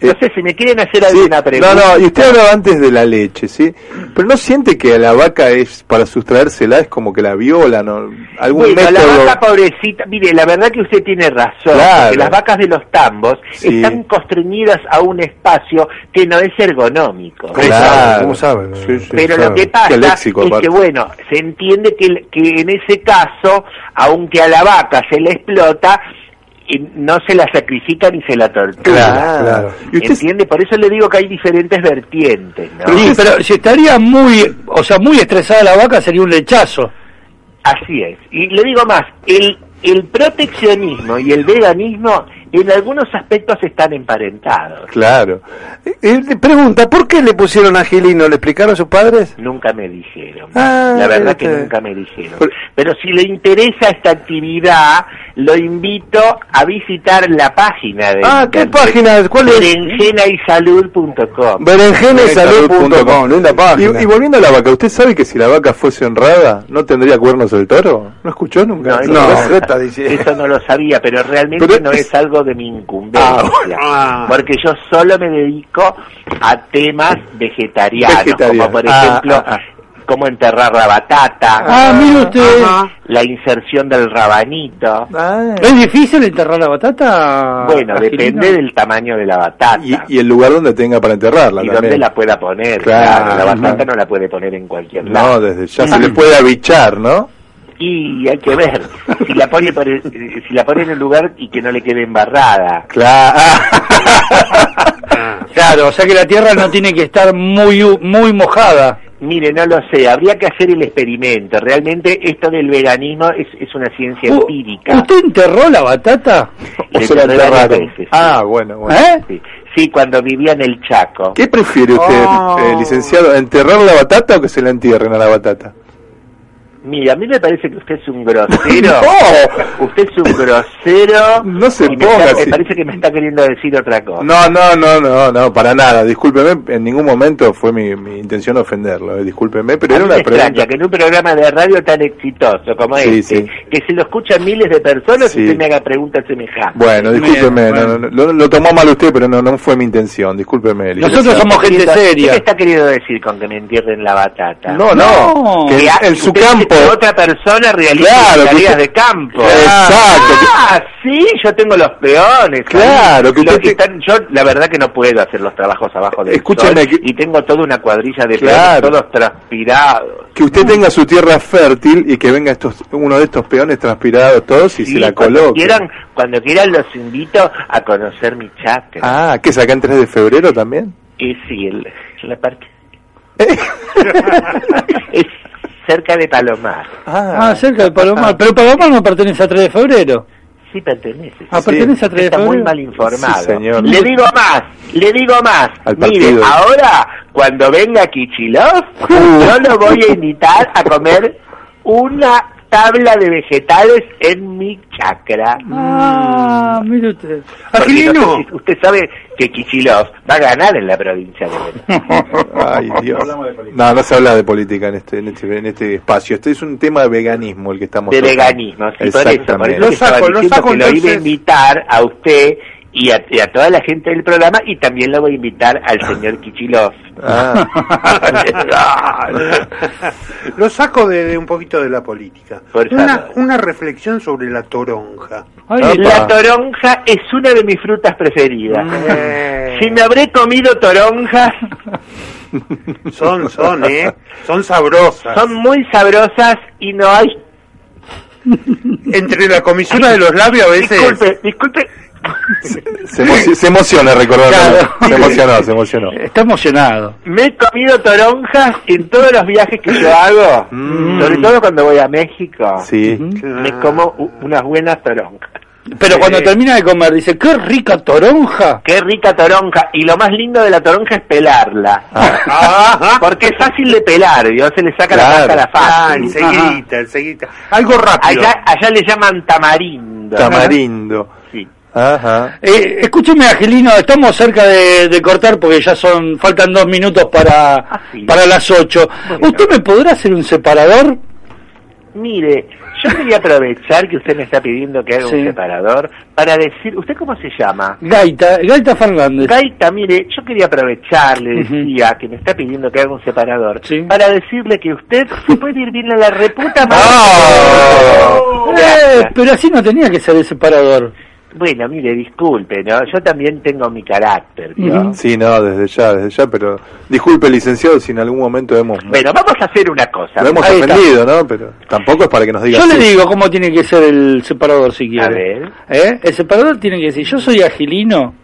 S19: Entonces, si me quieren hacer
S10: Eh, Sí,
S19: alguna pregunta...
S10: No, no, y usted hablaba antes de la leche, ¿sí? Pero no siente que a la vaca es, para sustraérsela, es como que la viola, ¿no? Algún
S19: bueno,
S10: método.
S19: la vaca pobrecita, mire, la verdad que usted tiene razón,
S10: Claro.
S19: porque las vacas de los tambos
S10: Sí.
S19: están constreñidas a un espacio que no es ergonómico.
S10: Claro.
S9: ¿Cómo saben?
S19: Pero lo que pasa es que, bueno, se entiende que, el- que en ese caso, aunque a la vaca se le explota, eh, no se la sacrifica ni se la tortura.
S10: Claro, claro.
S19: ¿Entiende? Por eso le digo que hay diferentes vertientes, ¿no?
S8: Sí, pero si estaría muy, o sea, muy estresada la vaca sería un lechazo.
S19: Así es. Y le digo más, el, el proteccionismo y el veganismo en algunos aspectos están emparentados.
S9: Claro. Eh, eh, pregunta, ¿por qué le pusieron a Gilino? ¿Le explicaron a sus padres?
S19: Nunca me dijeron.
S9: Ah,
S19: la verdad
S9: este.
S19: que nunca me dijeron. Pero si le interesa esta actividad, lo invito a visitar la página de...
S9: Ah, ¿qué página? ¿Cuál es?
S19: Berenjenaysalud.com
S9: Berenjenasalud.com, linda página.
S10: Y, y volviendo a la vaca, ¿usted sabe que si la vaca fuese honrada, no tendría cuernos el toro? ¿No escuchó nunca?
S19: No, eso no. Eso no lo sabía, pero realmente no es algo de mi incumbencia.
S10: Ah,
S19: Porque yo solo me dedico a temas vegetarianos,
S10: Vegetariano.
S19: como por
S10: Ah,
S19: ejemplo,
S10: ah,
S19: cómo enterrar la batata,
S8: Ah, mire usted.
S19: la inserción del rabanito.
S8: ¿Es difícil enterrar la batata?
S19: Bueno, depende del tamaño de la batata.
S10: Ah, Y, y el lugar donde tenga para enterrarla
S19: Y
S10: también.
S19: dónde la pueda poner,
S10: Claro.
S19: claro, la batata no la puede poner en cualquier lado.
S10: No, desde ya se le puede avichar, ¿no?
S19: Y hay que ver, si la pone por el- si la pone en un lugar y que no le quede embarrada.
S10: Claro.
S8: Claro, o sea que la tierra no tiene que estar muy u- muy mojada.
S19: Mire, no lo sé, habría que hacer el experimento. Realmente esto del veganismo es, es una ciencia
S8: Uh,
S19: empírica.
S8: ¿Usted enterró la batata?
S19: Le
S8: se la
S19: enterré varias
S8: enterraron?
S19: veces, sí.
S10: Ah, bueno, bueno.
S8: ¿Eh?
S19: Sí. Sí, cuando vivía en el Chaco.
S10: ¿Qué prefiere usted,
S19: Oh.
S10: eh, licenciado? ¿Enterrar la batata o que se la entierren a la batata?
S19: Mira, a mí me parece que usted es un grosero. Usted es un grosero.
S10: No se
S19: y me,
S10: ponga
S19: está- me
S10: así.
S19: parece que me está queriendo decir otra cosa.
S10: No, no, no, no, no, para nada. Discúlpeme, en ningún momento fue mi, mi intención ofenderlo. eh, Discúlpeme, pero
S19: A
S10: era
S19: mí
S10: una
S19: me
S10: pregunta.
S19: extraña que en un programa de radio tan exitoso como
S10: Sí,
S19: este,
S10: sí.
S19: que se lo escuchan miles de personas
S10: Sí.
S19: y usted me haga preguntas semejantes.
S10: Bueno, discúlpeme, no, no, no, lo, lo tomó mal usted, pero no, no fue mi intención. Discúlpeme. licenciado.
S19: ¿Qué me está queriendo decir con que me entierren la batata?
S10: No, no, que
S19: Que
S10: en-
S19: a-
S10: en su
S19: usted dice
S10: campo-
S19: que Otra persona realiza
S10: Claro, que
S19: tareas
S10: usted-
S19: de campo.
S10: Exacto,
S19: Ah, sí, yo tengo los peones.
S10: Claro,
S19: ahí.
S10: que
S19: Los
S10: usted
S19: están- yo la verdad que no puedo hacer los trabajos abajo del
S10: Escúcheme,
S19: sol, y tengo toda una cuadrilla de peones
S10: Claro.
S19: todos transpirados.
S10: Que usted tenga su tierra fértil y que venga estos uno de estos peones transpirados todos y
S19: Sí,
S10: se la
S19: cuando
S10: coloque.
S19: Quieran, cuando quieran los invito a conocer mi chakra.
S10: Ah, ¿qué sacan 3 de febrero también?
S19: Y sí, el- la parte... es cerca de Palomar.
S8: Ah, cerca de Palomar. Pero Palomar no pertenece a 3 de febrero.
S19: Sí pertenece.
S8: Ah, pertenece a 3 de
S19: Está muy
S8: febrero.
S19: mal informado.
S8: Sí, señor.
S19: Le digo más, le digo más.
S8: Al
S19: Mire,
S8: partido.
S19: ahora, cuando venga Kichilov, yo lo voy a invitar a comer una tabla de vegetales en mi chacra.
S8: Ah, mire usted.
S19: Porque no sé si usted sabe que Kichilov va a ganar en la provincia de Buenos
S10: Ay, Dios. No, no se habla de política en este, en este, en este espacio. Este es un tema de veganismo el que estamos
S19: de
S10: tocando.
S19: veganismo. sí, por eso, por
S10: Exactamente.
S19: eso que estaba diciendo que lo iba a invitar a usted y a, y a toda la gente del programa y también lo voy a invitar al señor Kichilov.
S11: Lo saco de, de un poquito de la política.
S19: Por
S11: Una,
S19: favor.
S11: una reflexión sobre la toronja.
S19: la toronja es una de mis frutas preferidas. Eh, Si me habré comido toronjas,
S11: Son, son, ¿eh? Son sabrosas.
S19: son muy sabrosas y no hay...
S11: Entre la comisura de los labios a veces...
S19: Disculpe, disculpe.
S10: Se, emo- se emociona recordándolo. Se emocionó, se emocionó.
S8: Está emocionado.
S19: Me he comido toronjas en todos los viajes que yo hago,
S11: Mm.
S19: sobre todo cuando voy a México.
S10: Sí.
S19: Me como u- unas buenas toronjas.
S8: Pero cuando
S19: Sí.
S8: termina de comer, dice, qué rica toronja.
S19: Qué rica toronja. Y lo más lindo de la toronja es pelarla. Porque es fácil de pelar, ¿vio? Se le saca
S11: Ah. Claro.
S19: la cáscara
S11: Ah,
S19: fácil.
S11: enseguidita, enseguidita. Algo rápido.
S19: Allá, allá le llaman tamarindo.
S10: Tamarindo. Ajá.
S8: Eh, escúcheme, Angelino, estamos cerca de, de cortar porque ya son faltan dos minutos para,
S19: Ah,
S8: para las ocho. ¿Usted me podrá hacer un separador?
S19: Mire, yo quería aprovechar que usted me está pidiendo que haga un separador para decir, ¿usted cómo se llama?
S8: Gaita, Gaita Fernández.
S19: Gaita, mire, yo quería aprovechar, le decía, que me está pidiendo que haga un separador, para decirle que usted se puede ir bien a la reputa madre.
S8: Eh, pero así no tenía que ser el separador.
S19: Bueno, mire, disculpe, ¿no? Yo también tengo mi carácter, ¿vio?
S10: Sí, no, desde ya, desde ya, pero disculpe, licenciado, si en algún momento hemos
S19: Bueno, vamos a hacer una cosa.
S10: lo hemos
S19: Ahí está.
S10: ofendido, ¿no? Pero tampoco es para que nos diga
S8: Yo le
S10: así.
S8: digo cómo tiene que ser el separador si quiere.
S10: A ver.
S8: ¿Eh? El separador tiene que decir, yo soy agilino,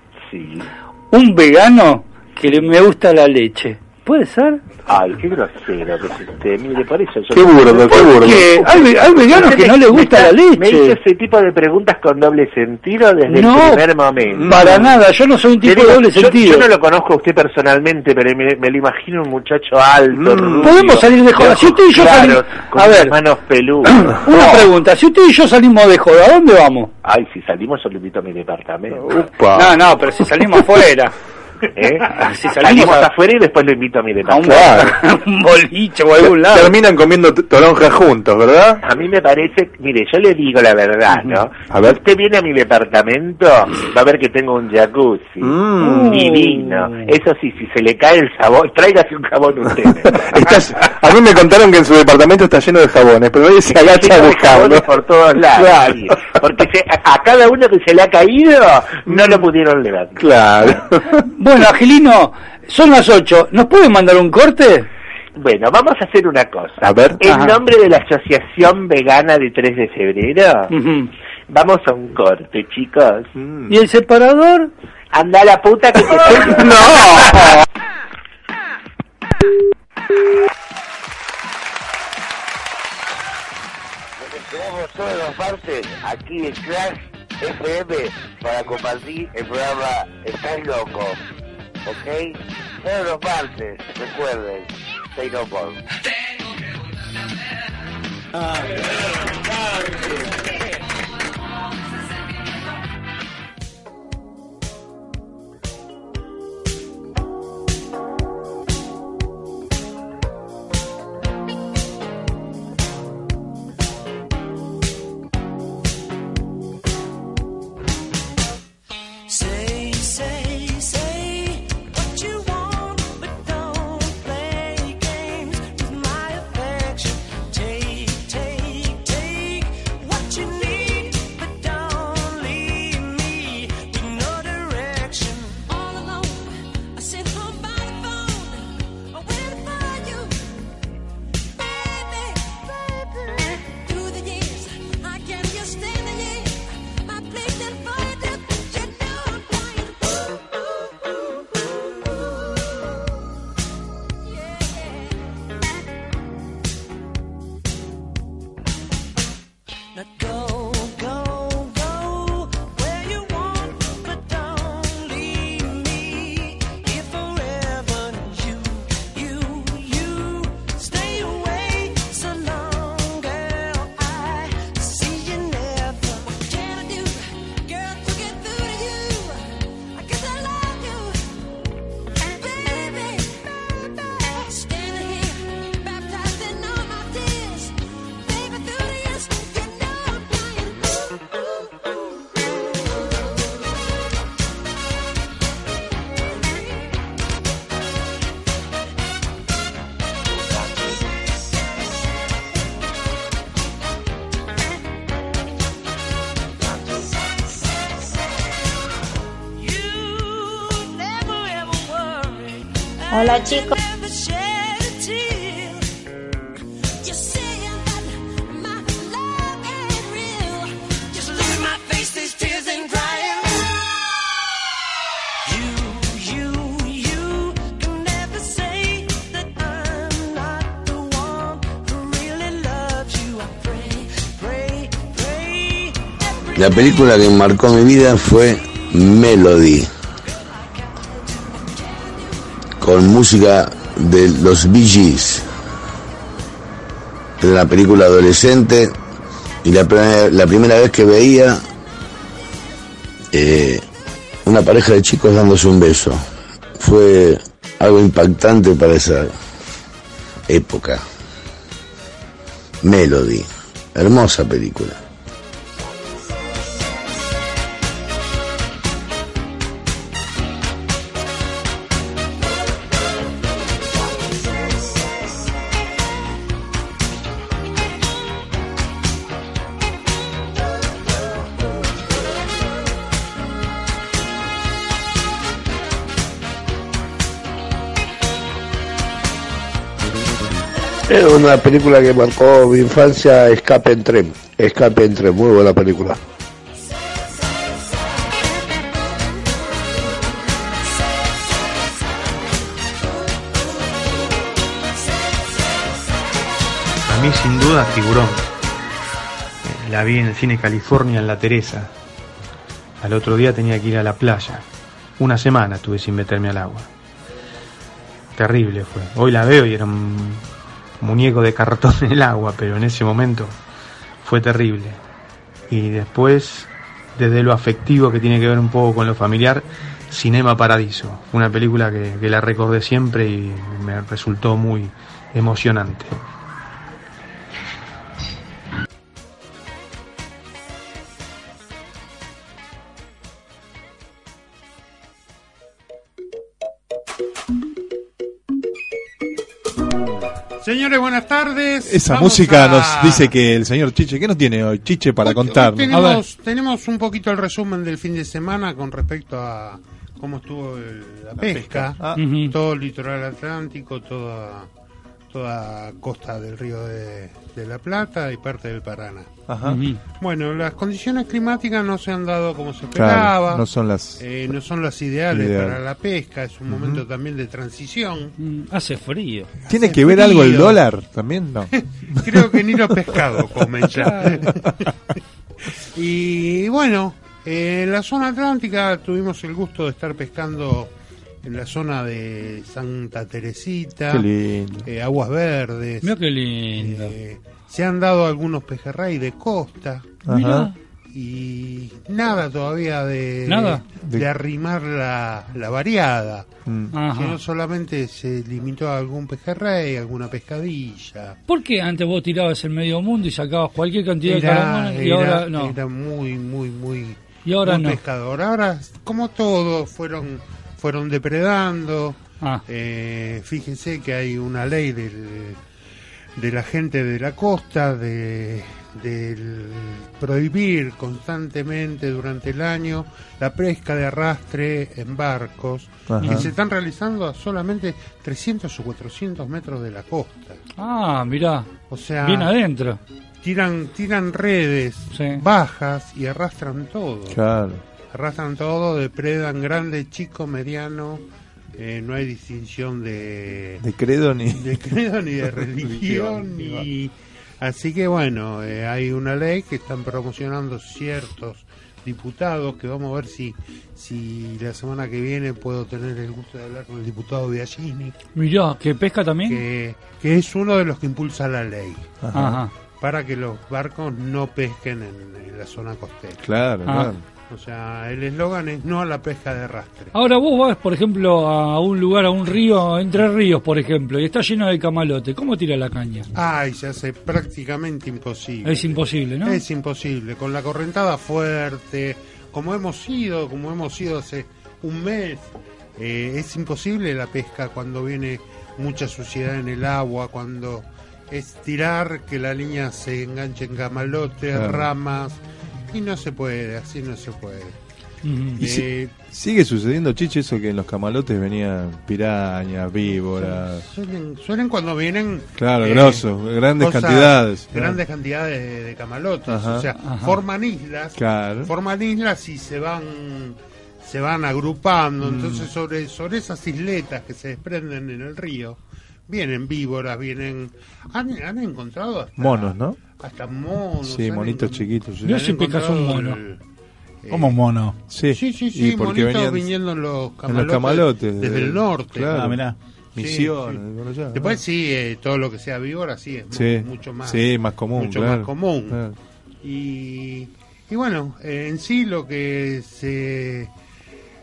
S8: un vegano que le- me gusta la leche. ¿Puede ser?
S19: Ay, qué grosero que es usted. Mire, por eso yo...
S8: Qué burdo, qué burdo. Porque hay ve- hay veganos
S19: Usted
S8: que no
S19: me-
S8: les
S19: me
S8: gusta
S19: está-
S8: la leche.
S19: Me hizo ese tipo de preguntas con doble sentido desde
S8: No,
S19: el primer momento.
S8: para nada, yo no soy un
S19: Te
S8: tipo
S19: digo,
S8: de doble
S19: yo-
S8: sentido.
S19: Yo no lo conozco a usted personalmente, pero me, me lo imagino un muchacho alto, rubio,
S8: Mm, podemos salir de joda. Si usted y yo
S19: claros,
S8: salimos-
S19: con
S8: a
S19: unas
S8: ver.
S19: manos peludas.
S8: Una pregunta, si usted y yo salimos de joda, ¿a dónde vamos?
S19: Ay, si salimos yo lo invito a mi departamento.
S8: No, no, pero si salimos afuera.
S19: ¿Eh?
S8: Si salimos
S19: salimos
S8: a-
S19: afuera y después lo invito a mi departamento.
S8: un boliche o algún lado.
S10: Terminan comiendo t- toronja juntos, ¿verdad?
S19: A mí me parece, mire, yo le digo la verdad, ¿no?
S10: A ver.
S19: Si usted viene a mi departamento, va a ver que tengo un jacuzzi.
S10: Mm.
S3: Mm.
S19: Divino. Eso sí, si se le cae el jabón, tráigase un jabón usted.
S10: Estás- a mí me contaron que en su departamento está lleno de jabones, pero ahí se agacha a
S19: Lleno de
S10: buscarlo.
S19: jabones por todos lados.
S10: Claro.
S19: sí. Porque se- a, a cada uno que se le ha caído, no lo pudieron levantar.
S10: Claro.
S8: Bueno, Angelino, son las 8. ¿Nos puede mandar un corte?
S19: Bueno, vamos a hacer una cosa.
S8: A ver.
S19: En
S8: Ajá.
S19: nombre de la Asociación Vegana de 3 de Febrero, vamos a un corte, chicos.
S8: ¿Y el separador?
S19: Anda a la puta que te estoy... ¡No!
S15: Tenemos todas las partes aquí en Crash FM para compartir el programa Estás Loco. ¿Ok? Todas las partes, recuerden. Stay no more.
S3: Say, say, say what you want, but don't play games with my affection. Take, take, take what you need, but don't leave me with no direction. All alone, I sit home by the phone, waiting for you, baby, baby. Through the years, I can't just stand the years. I played that part that you don't Now go, go, go where you want, but don't leave me here forever. You, you, you stay away so long, girl. I see you never. What can I do, girl, to get through to you? I guess I love you, baby, baby. Standing here, baptized in all my tears, baby, through the years, you know I'm
S21: Hola chicos.
S1: La película que marcó mi vida fue Melody, con música de los Bee Gees. Era una película adolescente y la, pre- la primera vez que veía eh, una pareja de chicos dándose un beso. Fue algo impactante para esa época. Melody, hermosa película.
S22: Es una película que marcó mi infancia, Escape en Tren. Escape en Tren, muy buena película.
S23: A mí sin duda Tiburón. Eh, La vi en el cine California en La Teresa. Al otro día tenía que ir a la playa. Una semana estuve sin meterme al agua. Terrible fue. Hoy la veo y era un muñeco de cartón en el agua, pero en ese momento fue terrible. Y después, desde lo afectivo que tiene que ver un poco con lo familiar, Cinema Paradiso. Fue una película que- que la recordé siempre y me resultó muy emocionante.
S11: Señores, buenas tardes.
S10: Esa
S11: Vamos
S10: música
S11: a-
S10: nos dice que el señor Chiche, ¿qué nos tiene hoy Chiche para contar?
S11: Tenemos, tenemos un poquito el resumen del fin de semana con respecto a cómo estuvo el- la, pesca,
S10: pesca. Ah.
S11: todo el litoral atlántico, toda, toda costa del río de, de la Plata y parte del Paraná.
S10: Ajá. Ujú.
S11: Bueno, las condiciones climáticas no se han dado como se
S10: Claro,
S11: esperaba.
S10: no son las-
S11: Eh, no son las ideales
S10: Ideal.
S11: para la pesca, es un momento también de transición.
S8: Mm, Hace frío.
S10: ¿Tiene que ver algo el dólar también? No.
S11: Creo que ni los pescados comen ya. y bueno, eh, en la zona atlántica tuvimos el gusto de estar pescando en la zona de Santa Teresita,
S10: Qué lindo.
S11: eh, Aguas Verdes. Eh,
S8: Mira qué lindo.
S11: Se han dado algunos pejerrey de costa.
S10: Ajá. Mirá.
S11: Y nada todavía de,
S8: Nada.
S11: de,
S8: De-
S11: arrimar la, la variada.
S10: Mm.
S8: Ajá.
S11: Sino solamente se limitó a algún pejerrey, alguna pescadilla.
S8: ¿Por qué antes vos tirabas el medio mundo y sacabas cualquier cantidad de
S11: Era,
S8: caramones y
S11: era,
S8: ahora no?
S11: era muy, muy, muy,
S8: Y ahora
S11: muy
S8: no.
S11: pescador. Ahora, como todos, fueron, fueron depredando. Eh, fíjense que hay una ley del, de la gente de la costa, de del prohibir constantemente durante el año la pesca de arrastre en barcos
S10: Ajá.
S11: que se están realizando a solamente 300 o 400 metros de la costa.
S8: Ah, mirá.
S11: O sea,
S8: Bien adentro.
S11: tiran tiran redes bajas y arrastran todo.
S10: Claro.
S11: Arrastran todo, depredan grande, chico, mediano. eh, no hay distinción de,
S10: De credo ni-
S11: de credo ni de religión. ni- Así que bueno, eh, hay una ley que están promocionando ciertos diputados que vamos a ver si si la semana que viene puedo tener el gusto de hablar con el diputado Biagini
S8: Mirá, que pesca también.
S11: que, que es uno de los que impulsa la ley
S8: Ajá. Ajá.
S11: para que los barcos no pesquen en, en la zona costera.
S10: Claro,
S8: Ah. claro.
S11: O sea, el eslogan es no a la pesca de arrastre.
S8: Ahora vos vas, por ejemplo, a un lugar, a un río, entre ríos, por ejemplo, y está lleno de camalote. ¿Cómo tira la caña?
S11: Ay, se hace prácticamente imposible.
S8: Es imposible, ¿no?
S11: Es imposible, con la correntada fuerte, como hemos ido, como hemos ido hace un mes, eh, es imposible la pesca cuando viene mucha suciedad en el agua, cuando es tirar que la línea se enganche en camalotes,
S10: Claro.
S11: ramas, y no se puede, así no se puede.
S10: Y si-
S11: Eh,
S10: sigue sucediendo, Chiche, eso que en los camalotes venían pirañas, víboras.
S11: Suelen, suelen cuando vienen. eh,
S10: Claro, grosos, grandes cantidades.
S11: Grandes cantidades de, de camalotes.
S10: Ajá.
S11: o sea,
S10: Ajá.
S11: forman islas.
S10: Claro.
S11: Forman islas y se van se van
S10: Mm.
S11: agrupando. Entonces, sobre, sobre esas isletas que se desprenden en el río, vienen víboras, vienen. Han, han encontrado hasta,
S10: Monos, ¿no?
S11: hasta monos.
S10: Sí,
S11: han
S10: monitos chiquitos.
S11: Mirá si picas un mono.
S10: ¿Cómo mono? Sí,
S11: Eh, Sí, sí,
S10: y
S11: sí,
S10: porque
S11: monitos
S10: venían
S11: viniendo en los
S10: en
S11: camalotes.
S10: camalotes,
S11: Desde
S10: eh,
S11: el norte.
S10: claro. Ah, mirá.
S11: Sí,
S10: Misiones,
S11: sí.
S10: de por allá,
S11: Después sí, eh, todo lo que sea víbora sí es mu-
S10: Sí,
S11: mucho más,
S10: sí, más común,
S11: Mucho
S10: claro.
S11: más común.
S10: Claro.
S11: Y, y bueno, eh, en sí lo que se,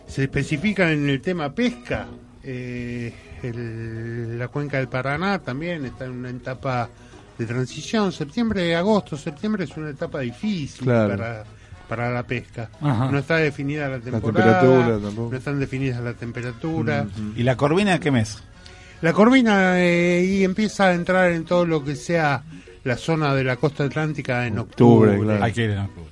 S11: se especifica en el tema pesca, eh, el- la cuenca del Paraná también está en una etapa de transición. Septiembre, agosto, septiembre es una etapa difícil
S10: Claro.
S11: para, para la pesca.
S10: Ajá.
S11: No está definida la
S10: temperatura
S11: temporada,
S10: tampoco.
S11: no están definidas la temperatura.
S5: ¿Y la corvina qué mes?
S11: La corvina eh, y empieza a entrar en todo lo que sea la zona de la costa atlántica en octubre.
S5: Hay que ir en octubre.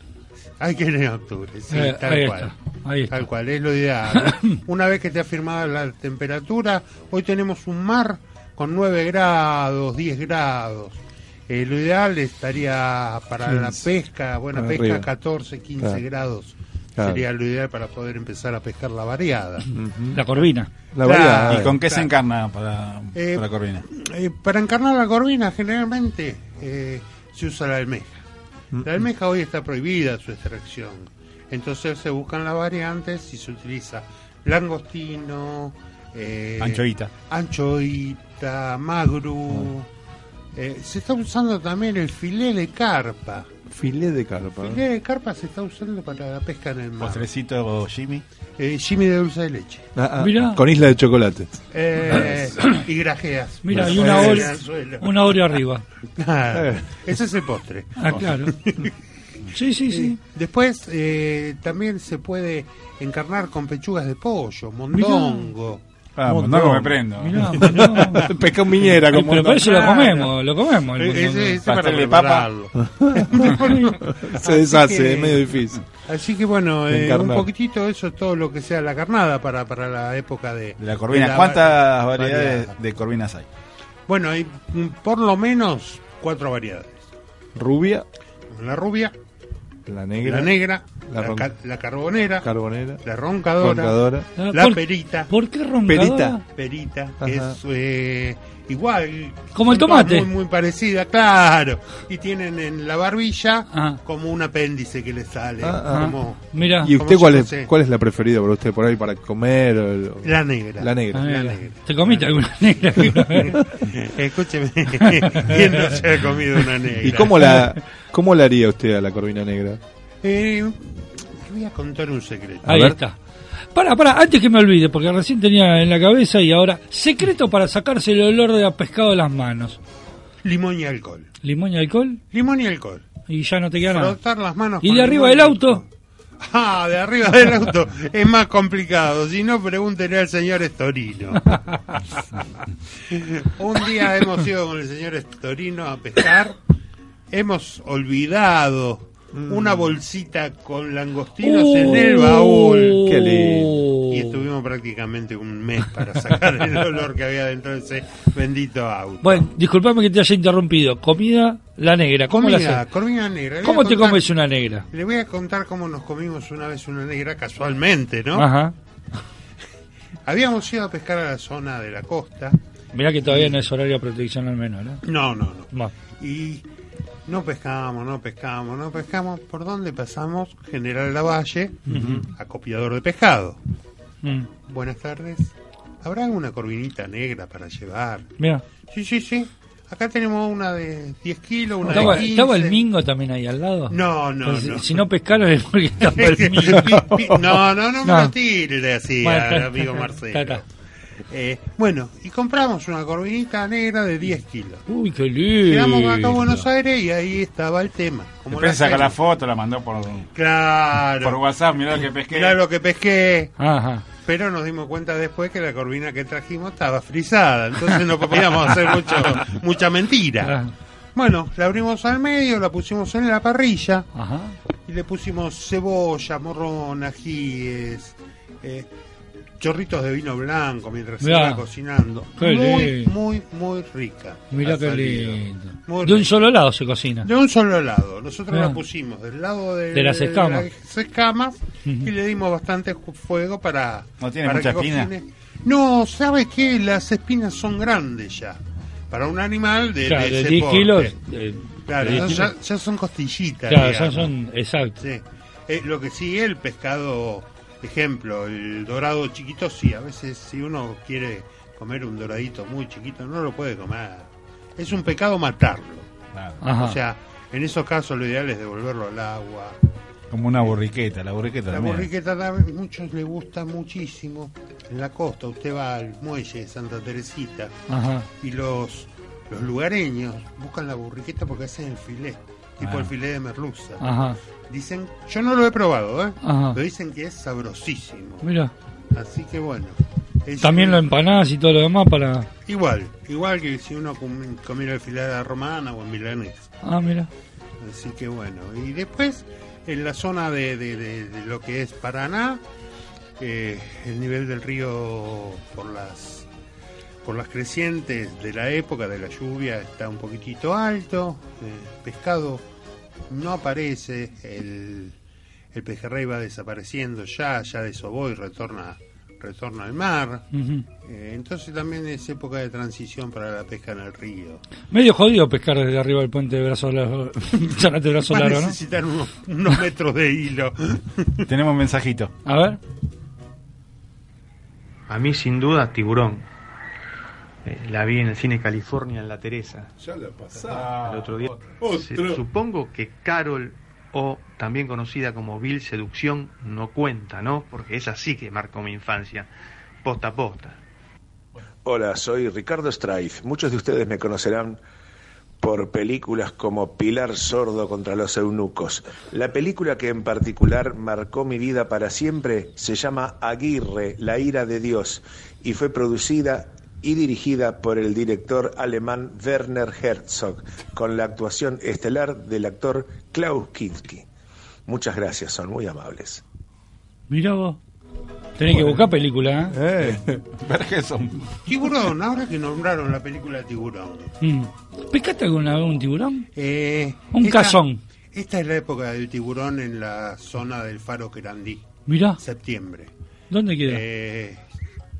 S11: Hay que ir en octubre, sí,
S5: Eh,
S11: tal
S5: ahí
S11: cual.
S5: está,
S11: Tal cual, es lo ideal. Una vez que te ha firmado la temperatura, hoy tenemos un mar con 9 grados, 10 grados. Eh, lo ideal estaría para la
S10: 15,
S11: pesca, buena
S10: para
S11: pesca,
S10: arriba.
S11: 14, 15
S10: Claro.
S11: grados.
S10: Claro.
S11: Sería lo ideal para poder empezar a pescar la variada.
S8: La corvina.
S10: La variedad.
S5: ¿Y con qué se
S11: Claro.
S5: encarna para,
S11: Eh,
S5: para corvina?
S11: Eh, para encarnar la corvina generalmente eh, se usa la almeja. La almeja hoy está prohibida su extracción. Entonces se buscan las variantes y se utiliza langostino, eh,
S5: Anchoita. Mm.
S11: anchoita, magru. Eh, se está usando también el filé de carpa.
S10: Filé de carpa.
S11: El filé de carpa se está usando para la pesca en el mar.
S5: Postrecito Jimmy.
S11: Eh, Jimmy de dulce de leche.
S10: Ah, ah, Con isla de chocolate.
S11: Eh, y grajeas.
S8: Mira, y una
S11: Eh,
S8: hora,
S11: anzuelo.
S8: una hora arriba.
S11: Claro. Ese es el postre.
S8: Ah, claro. Sí, sí, sí.
S11: Después eh, también se puede encarnar con pechugas de pollo, mondongo.
S5: Ah, mondongo me prendo. Mirá,
S8: mondongo.
S10: Pesca un miñera
S8: con Ay, pero mondongo. para eso lo comemos, lo comemos, el
S11: Eh, E-, Ese-
S8: mondongo.
S11: ese es para
S8: Pastel de
S11: prepararlo.
S10: Se deshace, es medio difícil.
S11: Así que bueno,
S10: De
S11: eh, un
S10: encarnar.
S11: poquitito eso es todo lo que sea la carnada para, para la época de,
S5: La corvina.
S11: de la
S5: ¿Cuántas
S11: va-
S5: variedades
S11: variedad?
S5: de corvinas hay?
S11: Bueno, hay mm, por lo menos cuatro variedades.
S10: Rubia.
S11: La rubia,
S10: La negra.
S11: la negra,
S10: La
S11: la,
S10: ron-
S11: ca- la carbonera,
S10: Carbonera.
S11: la roncadora,
S10: Roncadora.
S11: la
S10: Ah, ¿por-
S11: perita.
S10: por qué roncadora?
S11: Perita,
S10: Ajá.
S11: que es eh, igual.
S8: Como el
S11: son todas
S8: tomate.
S11: Muy, muy parecida, claro. Y tienen en la barbilla como un apéndice que les sale.
S8: Ah, ah.
S11: como-
S8: Mirá.
S10: ¿Y
S11: como
S10: usted
S11: yo
S10: cuál
S11: no
S10: es,
S11: sé.
S10: cuál es la preferida para usted por ahí para comer? o el- o-
S11: La negra.
S10: La negra.
S11: La negra.
S8: ¿Te comiste alguna negra? alguna vez?
S11: Escúcheme, ¿quién no se ha comido una negra?
S10: ¿Y cómo la, cómo la haría usted a la corvina negra?
S11: Eh, te voy a contar un secreto.
S8: Ahí está. Para, para, antes que me olvide, porque recién tenía en la cabeza y ahora, secreto para sacarse el olor de a pescado de las manos.
S11: Limón y alcohol.
S8: ¿Limón y alcohol?
S11: Limón y alcohol.
S8: Y ya no te queda nada.
S11: Frotar las manos
S8: ¿Y
S11: con
S8: de
S11: limón
S8: arriba del
S11: y
S8: auto?
S11: Ah, de arriba del auto es más complicado. Si no, pregúntele al señor Estorino. Un día hemos ido con el señor Estorino a pescar. Hemos olvidado
S10: Mm.
S11: una bolsita con langostinos en el baúl.
S10: Uh. Qué lindo.
S11: Y estuvimos prácticamente un mes para sacar el olor que había dentro de ese bendito auto.
S8: Bueno, disculpame que te haya interrumpido. Comida, la negra. ¿Cómo la
S11: Comida,
S8: haces?
S11: corvina negra. Le voy
S8: ¿Cómo
S11: a
S8: te
S11: contar-
S8: comes una negra?
S11: Le voy a contar cómo nos comimos una vez una negra casualmente, ¿no?
S8: Ajá.
S11: Habíamos ido a pescar a la zona de la costa.
S8: Mirá que todavía no es horario de protección al menor. ¿eh?
S11: No, no, no.
S8: Bueno.
S11: Y no pescábamos, no pescábamos, no pescábamos. ¿Por dónde pasamos? General Lavalle, acopiador de pescado.
S8: Mm.
S11: Buenas tardes. ¿Habrá alguna corvinita negra para llevar?
S8: Mirá.
S11: Sí, sí, sí. Acá tenemos una de 10 kilos, una
S8: ¿Estaba,
S11: de 15.
S8: estaba el mingo también ahí al lado?
S11: No, no,
S8: Entonces,
S11: no.
S8: Si no pescaron es porque estaba el
S11: Pi-
S8: mingo.
S11: pi- No, no, no me lo tire así,
S8: Bueno,
S11: al
S8: está-
S11: amigo Marcelo.
S8: está, está.
S11: Eh, bueno, y compramos una corvinita negra de 10 kilos.
S8: Uy, qué lindo.
S11: Llegamos acá a Buenos Aires y ahí estaba el tema. Como
S5: Después
S11: la
S5: saca
S11: serie.
S5: la foto, la mandó por,
S11: Claro.
S5: por WhatsApp, mirá lo que pesqué.
S11: Mirá lo que pesqué.
S8: Ajá.
S11: Pero nos dimos cuenta después que la corvina que trajimos estaba frisada, entonces no podíamos hacer mucho, mucha mentira.
S8: Ah.
S11: Bueno, la abrimos al medio, la pusimos en la parrilla
S8: Ajá.
S11: y le pusimos cebolla, morrón, ajíes, eh, chorritos de vino blanco mientras se
S8: Mirá.
S11: iba cocinando.
S8: Qué
S11: Muy,
S8: lindo.
S11: muy, muy rica.
S8: Mirá
S11: Ha
S8: qué
S11: salido.
S8: lindo.
S11: Muy
S8: De un
S11: rica.
S8: solo lado se cocina.
S11: De un solo lado. Nosotros
S8: Mirá.
S11: la pusimos del lado de,
S8: Ah. De las escamas.
S11: de las escamas y le dimos bastante ju- fuego para.
S5: ¿No tiene
S11: para
S5: mucha
S11: que
S5: espina?
S11: cocine. No, ¿sabes qué? Las espinas son grandes ya. Para un animal de,
S8: Claro,
S11: de
S8: de
S11: ese
S8: 10
S11: porte.
S8: kilos, eh,
S11: Claro,
S8: de 10
S11: ya,
S8: kilos.
S11: ya son costillitas.
S8: Claro, ya
S11: digamos.
S8: son. Exacto.
S11: Sí. Eh, lo que sí, el pescado, ejemplo, el dorado chiquito, sí. A veces, si uno quiere comer un doradito muy chiquito, no lo puede comer. Es un pecado matarlo.
S5: Ajá.
S11: O sea, en esos casos lo ideal es devolverlo al agua.
S5: Como una borriqueta, la borriqueta
S11: La
S5: también.
S11: borriqueta también, muchos le gusta muchísimo. En la costa, usted va al muelle de Santa Teresita
S8: Ajá.
S11: y los, los lugareños buscan la borriqueta porque hacen el filé, tipo
S8: Ah.
S11: el filé de merluza.
S8: Ajá.
S11: Dicen, yo no lo he probado, ¿eh?
S8: Ajá.
S11: pero dicen que es sabrosísimo.
S8: Mira.
S11: Así que bueno. es-
S8: También lo empanás y todo lo demás para.
S11: Igual, igual que si uno com- comiera el filé a la romana o en milanés.
S8: Ah, mira.
S11: Así que bueno, y después en la zona de, de- de- de lo que es Paraná, eh, el nivel del río por las por las crecientes de la época de la lluvia está un poquitito alto, eh, pescado no aparece, el, el pejerrey va desapareciendo ya, ya desobó y retorna, retorna al mar.
S8: Ujú.
S11: Eh, entonces también es época de transición para la pesca en el río.
S8: Medio jodido pescar desde arriba del puente de brazo largo. Chanate de brazo
S11: Va a
S8: largo, ¿no?
S11: necesitar unos, unos metros de hilo.
S5: Tenemos un mensajito.
S8: A ver.
S23: A mí sin duda tiburón. Eh, la vi en el cine California en La Teresa.
S10: Ya la pasaba.
S23: El otro día. Se-
S10: Otro.
S23: supongo que Carol, o también conocida como Bill Seducción, no cuenta, ¿no? Porque esa sí que marcó mi infancia, posta a posta.
S6: Hola, soy Ricardo Strife. Muchos de ustedes me conocerán por películas como Pilar Sordo contra los eunucos. La película que en particular marcó mi vida para siempre se llama Aguirre, la ira de Dios, y fue producida y dirigida por el director alemán Werner Herzog, con la actuación estelar del actor Klaus Kinski. Muchas gracias, son muy amables.
S8: Mirá vos. Tenés que buscar película, ¿eh?
S11: Tiburón, ahora que nombraron la película Tiburón.
S8: Mm. ¿Pescaste alguna vez un tiburón?
S11: Eh,
S8: Un
S11: esta-
S8: cazón.
S11: Esta es la época del tiburón en la zona del faro Querandí.
S8: Mirá.
S11: Septiembre.
S8: ¿Dónde queda?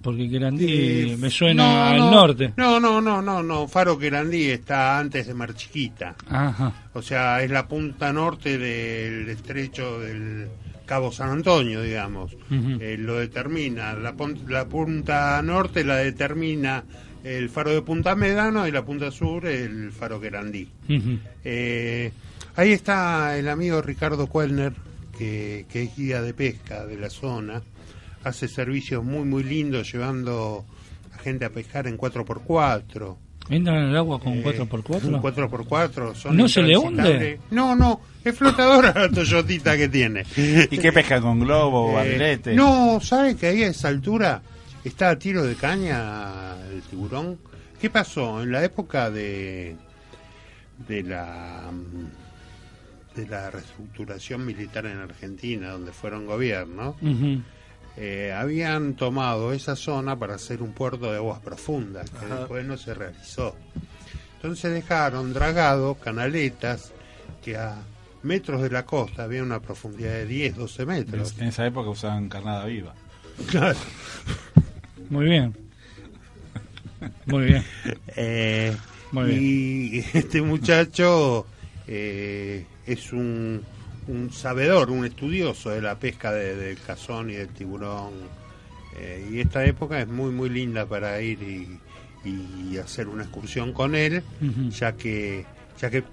S8: Porque Querandí me suena al
S11: Eh, no,
S8: norte.
S11: No, no, no, no, no. Faro Querandí está antes de Mar Chiquita.
S8: Ajá.
S11: O sea, es la punta norte del estrecho del Cabo San Antonio, digamos.
S8: Ujú.
S11: Eh, lo determina. La, pon- la punta norte la determina el faro de Punta Medano y la punta sur el faro Querandí. Eh, ahí está el amigo Ricardo Cuelner, que, que es guía de pesca de la zona. Hace servicios muy, muy lindos, llevando a gente a pescar en 4x4.
S8: ¿Entran en el agua con
S11: Eh, Un
S8: 4x4?
S11: 4x4. Son
S8: ¿No se le
S11: intransitables.
S8: hunde?
S11: No, no. Es flotadora la Toyotita que tiene.
S5: ¿Y qué pesca con globo o
S11: Eh,
S5: barrilete?
S11: No, ¿sabe que ahí a esa altura está a tiro de caña el tiburón? ¿Qué pasó? En la época de de la mm, de la reestructuración militar en Argentina, donde fueron gobierno,
S8: Ujú.
S11: eh, habían tomado esa zona para hacer un puerto de aguas profundas, que después no se realizó. Entonces dejaron dragado canaletas que a metros de la costa había una profundidad de 10, 12 metros.
S5: En esa época usaban carnada viva.
S11: Claro.
S8: Muy bien. Muy bien.
S11: Eh,
S8: Muy bien.
S11: Y este muchacho eh, es un, un sabedor, un estudioso de la pesca de- del cazón y del tiburón. Eh, y esta época es muy, muy linda para ir y, y hacer una excursión con él,
S8: Ujú.
S11: ya que ya que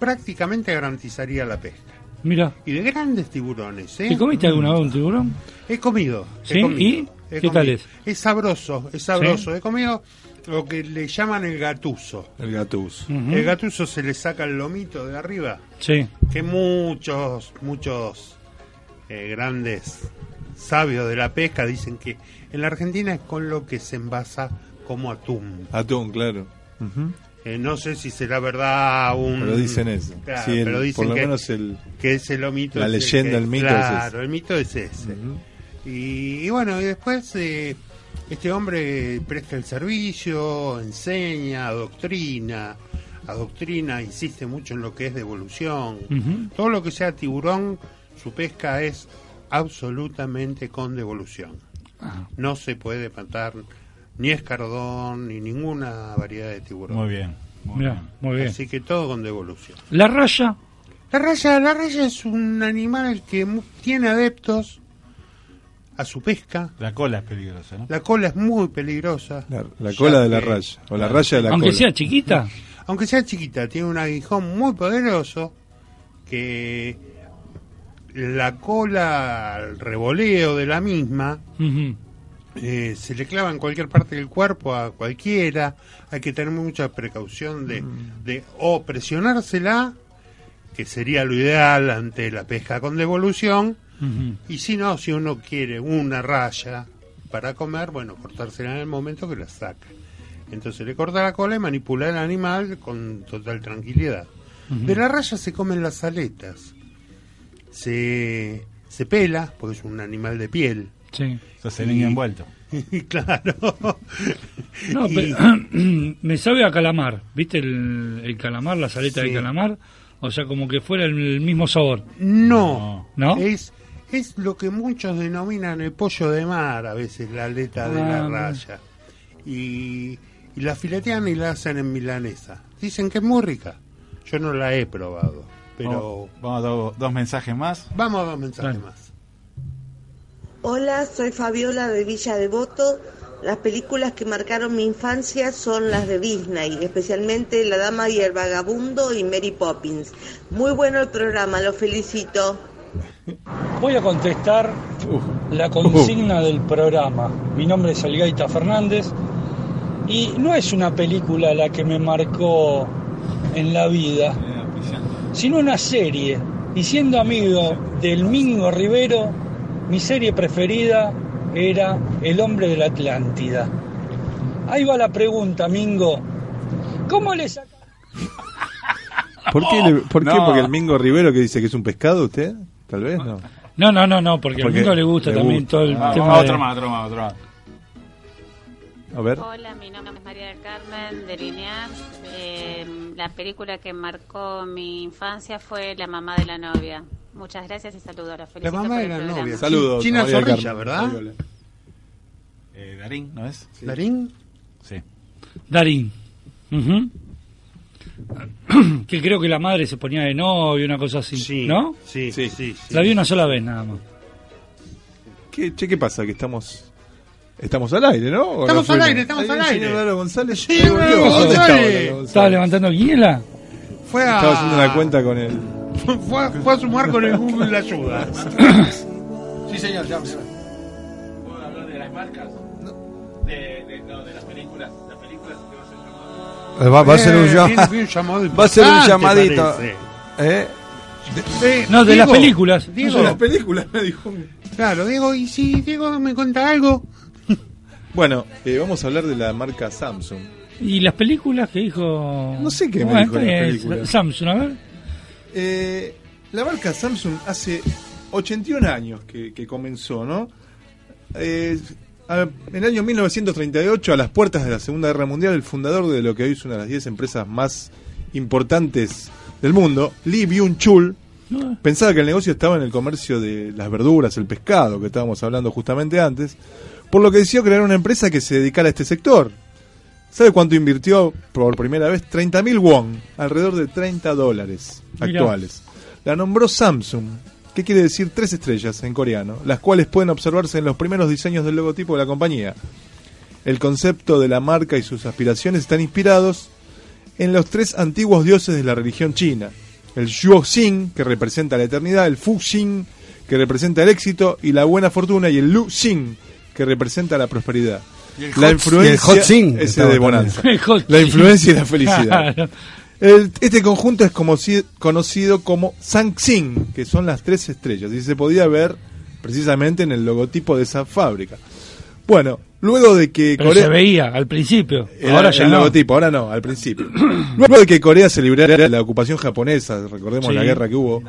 S11: prácticamente garantizaría la pesca.
S8: Mira,
S11: Y de grandes tiburones, ¿eh?
S8: ¿te comiste alguna vez un tiburón?
S11: He comido. he
S8: ¿Sí?
S11: comido,
S8: ¿Y?
S11: he
S8: ¿Qué
S11: comido.
S8: tal es?
S11: Es sabroso, es sabroso. He comido lo que le llaman el gatuso.
S10: El gatús.
S11: El gatuso se le saca el lomito de arriba,
S8: Sí.
S11: que muchos, muchos eh, grandes sabios de la pesca dicen que en la Argentina es con lo que se envasa como atún.
S10: Atún, claro.
S11: Eh, no sé si será verdad un...
S10: Pero dicen eso.
S11: Claro,
S10: Sí, el-
S11: pero dicen
S10: por lo
S11: que,
S10: menos el-
S11: que ese lomito...
S10: la
S11: es
S10: leyenda,
S11: que-
S10: el mito es
S11: Claro,
S10: ese.
S11: el mito es ese. y, y bueno, y después eh, este hombre presta el servicio, enseña, adoctrina, adoctrina, insiste mucho en lo que es devolución.
S8: Ujú.
S11: Todo lo que sea tiburón, su pesca es absolutamente con devolución. No se puede matar ni escardón ni ninguna variedad de tiburón.
S5: Muy bien,
S8: muy Mirá, bien. muy bien.
S11: Así que todo con devolución.
S8: La raya,
S11: La raya, la raya es un animal que mu- tiene adeptos a su pesca.
S5: La cola es peligrosa, ¿no?
S11: La cola es muy peligrosa.
S10: La, la cola de la raya. O la raya de la cola.
S8: chiquita.
S11: Aunque sea chiquita, tiene un aguijón muy poderoso que la cola, el revoleo de la misma, eh, se le clava en cualquier parte del cuerpo a cualquiera. Hay que tener mucha precaución de, de o presionársela, que sería lo ideal ante la pesca con devolución, y si no, si uno quiere una raya para comer, bueno, cortársela en el momento que la saca. Entonces le corta la cola y manipula el animal con total tranquilidad. De la raya se comen las aletas. Se, se pela, porque es un animal de piel.
S8: Sí.
S5: Entonces, niño envuelto.
S11: claro.
S8: No,
S11: Y-
S8: pe- me sabe a calamar. ¿Viste el, el calamar, la saleta de
S11: Sí.
S8: calamar? O sea, como que fuera el, el mismo sabor.
S11: No,
S8: ¿No?
S11: Es, es lo que muchos denominan el pollo de mar, a veces la aleta de
S8: Ah,
S11: la
S8: mira.
S11: raya. Y, y la filetean y la hacen en milanesa. Dicen que es muy rica. Yo no la he probado, pero...
S5: Vamos, vamos a dos, dos mensajes más.
S11: Vamos a dos mensajes más.
S13: Hola, soy Fabiola de Villa Devoto. Las películas que marcaron mi infancia son las de Disney, especialmente La Dama y el Vagabundo y Mary Poppins. Muy bueno el programa, lo felicito.
S15: Voy a contestar la consigna del programa. Mi nombre es Elgaita Fernández y no es una película la que me marcó en la vida, sino una serie. Y siendo amigo del Mingo Rivero, mi serie preferida era El hombre de la Atlántida. Ahí va la pregunta, Mingo. ¿Cómo le saca?
S10: ¿Por qué? le- por qué?
S15: No.
S10: Porque el Mingo Rivero que dice que es un pescado, usted, tal vez no.
S8: No, no, no, no, porque,
S5: Porque
S8: al mundo le gusta
S5: le
S8: también
S5: gusta.
S8: todo el
S5: Ah,
S8: tema.
S5: vamos,
S8: de-
S5: otra más, otra más, otra más.
S10: A ver.
S16: Hola, mi nombre es María del Carmen de Liniers. Eh, la película que marcó mi infancia fue La mamá de la novia. Muchas gracias y saludos. La,
S11: La
S16: felicito
S11: mamá
S16: por
S11: de
S16: el
S11: la
S16: programa.
S11: novia.
S5: Saludos,
S11: China
S5: María del
S11: Zorrilla,
S5: Carmen.
S11: ¿verdad?
S5: Eh, Darín, ¿no es?
S11: ¿Darín?
S5: Sí.
S8: Darín. Ujú. que creo que la madre se ponía de novio, una cosa así. ¿No?
S11: Sí, sí, sí.
S8: La vi una sola vez nada más.
S10: ¿Qué, che, ¿qué pasa? Que estamos. Estamos al aire, ¿no? ¿O
S11: Estamos
S10: no
S11: al
S10: fuimos?
S11: aire, estamos al
S10: Ahí el señor
S11: aire.
S10: Lalo González.
S11: Sí,
S10: se volvió.
S11: Lalo
S10: ¿Dónde estaba
S11: González.
S10: Lalo González?
S8: ¿Estaba levantando guiela?
S11: Fue
S10: Estaba haciendo
S11: a,
S10: una cuenta con él.
S11: fue, a, fue a sumar con el Google Ayuda.
S9: Sí, señor, ya.
S24: ¿Puedo hablar de las marcas? De, de, no, de las películas. Las películas que vas a llamar.
S9: Va, va a ser un,
S11: Eh,
S9: llama-
S11: viene- viene un llamado
S9: va a ser um un
S10: Ah,
S11: importante,
S9: llamadito.
S11: parece.
S9: ¿Eh?
S11: Eh,
S9: No, de las
S8: películas.
S9: No,
S11: Diego,
S9: de las
S10: películas, me dijo.
S11: Claro, Diego, y si Diego me cuenta algo.
S10: Bueno, eh, vamos a hablar de la marca Samsung.
S8: ¿Y las películas que dijo.?
S10: No sé qué me dijo
S8: está
S10: las
S8: bien,
S10: películas.
S8: Samsung, a ver.
S10: Eh, la marca Samsung hace 81 años que, que comenzó, ¿no? Eh, a- en el año 1938, a las puertas de la Segunda Guerra Mundial, el fundador de lo que hoy es una de las 10 empresas más importantes del mundo, Lee Byung-chul, pensaba que el negocio estaba en el comercio de las verduras, el pescado, que estábamos hablando justamente antes, por lo que decidió crear una empresa que se dedicara a este sector. ¿Sabe cuánto invirtió por primera vez? 30.000 won, alrededor de 30 dólares
S24: Mirá.
S10: actuales. La nombró Samsung, que quiere decir tres estrellas en coreano, las cuales pueden observarse en los primeros diseños del logotipo de la compañía. El concepto de la marca y sus aspiraciones están inspirados en los tres antiguos dioses de la religión china. El Yuoxin, que representa la eternidad, el Fuxin, que representa el éxito y la buena fortuna, y el Lu Xin, que representa la prosperidad.
S5: Y el
S10: La
S5: Hot-
S10: influencia
S5: y el Hot Xin, que
S10: ese
S5: estaba
S10: de
S5: también.
S10: Bonanza.
S5: El Hot
S10: La
S5: Xin.
S10: influencia y la felicidad.
S5: Claro.
S10: El- este conjunto es como si- conocido como Sanxin, que son las tres estrellas, y se podía ver precisamente en el logotipo de esa fábrica. Bueno, luego de que
S8: Pero
S10: Corea-
S8: se veía al principio.
S10: era
S8: ahora
S10: el
S8: ya no.
S10: logotipo, ahora no, al principio. Luego de que Corea se librara de la ocupación japonesa, recordemos
S24: Sí.
S10: la guerra que hubo,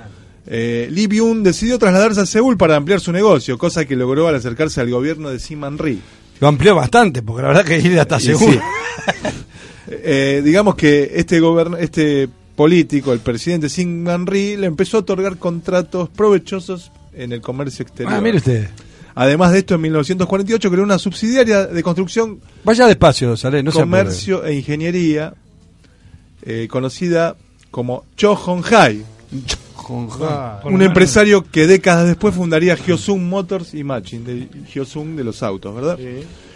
S10: eh, Lee Byung decidió trasladarse a Seúl para ampliar su negocio, cosa que logró al acercarse al gobierno de Siman Ri.
S9: Lo amplió bastante, porque la verdad que ir hasta
S10: Y
S9: seguro.
S10: sí. Eh, digamos que este gobern- este político, el presidente Syngman Rhee, le empezó a otorgar contratos provechosos en el comercio exterior.
S9: Ah, mire usted.
S10: Además de esto, en 1948 creó una subsidiaria de construcción,
S9: Vaya despacio, Sale, no se apure.
S10: comercio e ingeniería, eh, conocida como Cho Hong Hai. Un empresario que décadas después fundaría Hyosung Motors y Machin, de Hyosung de los autos, ¿verdad?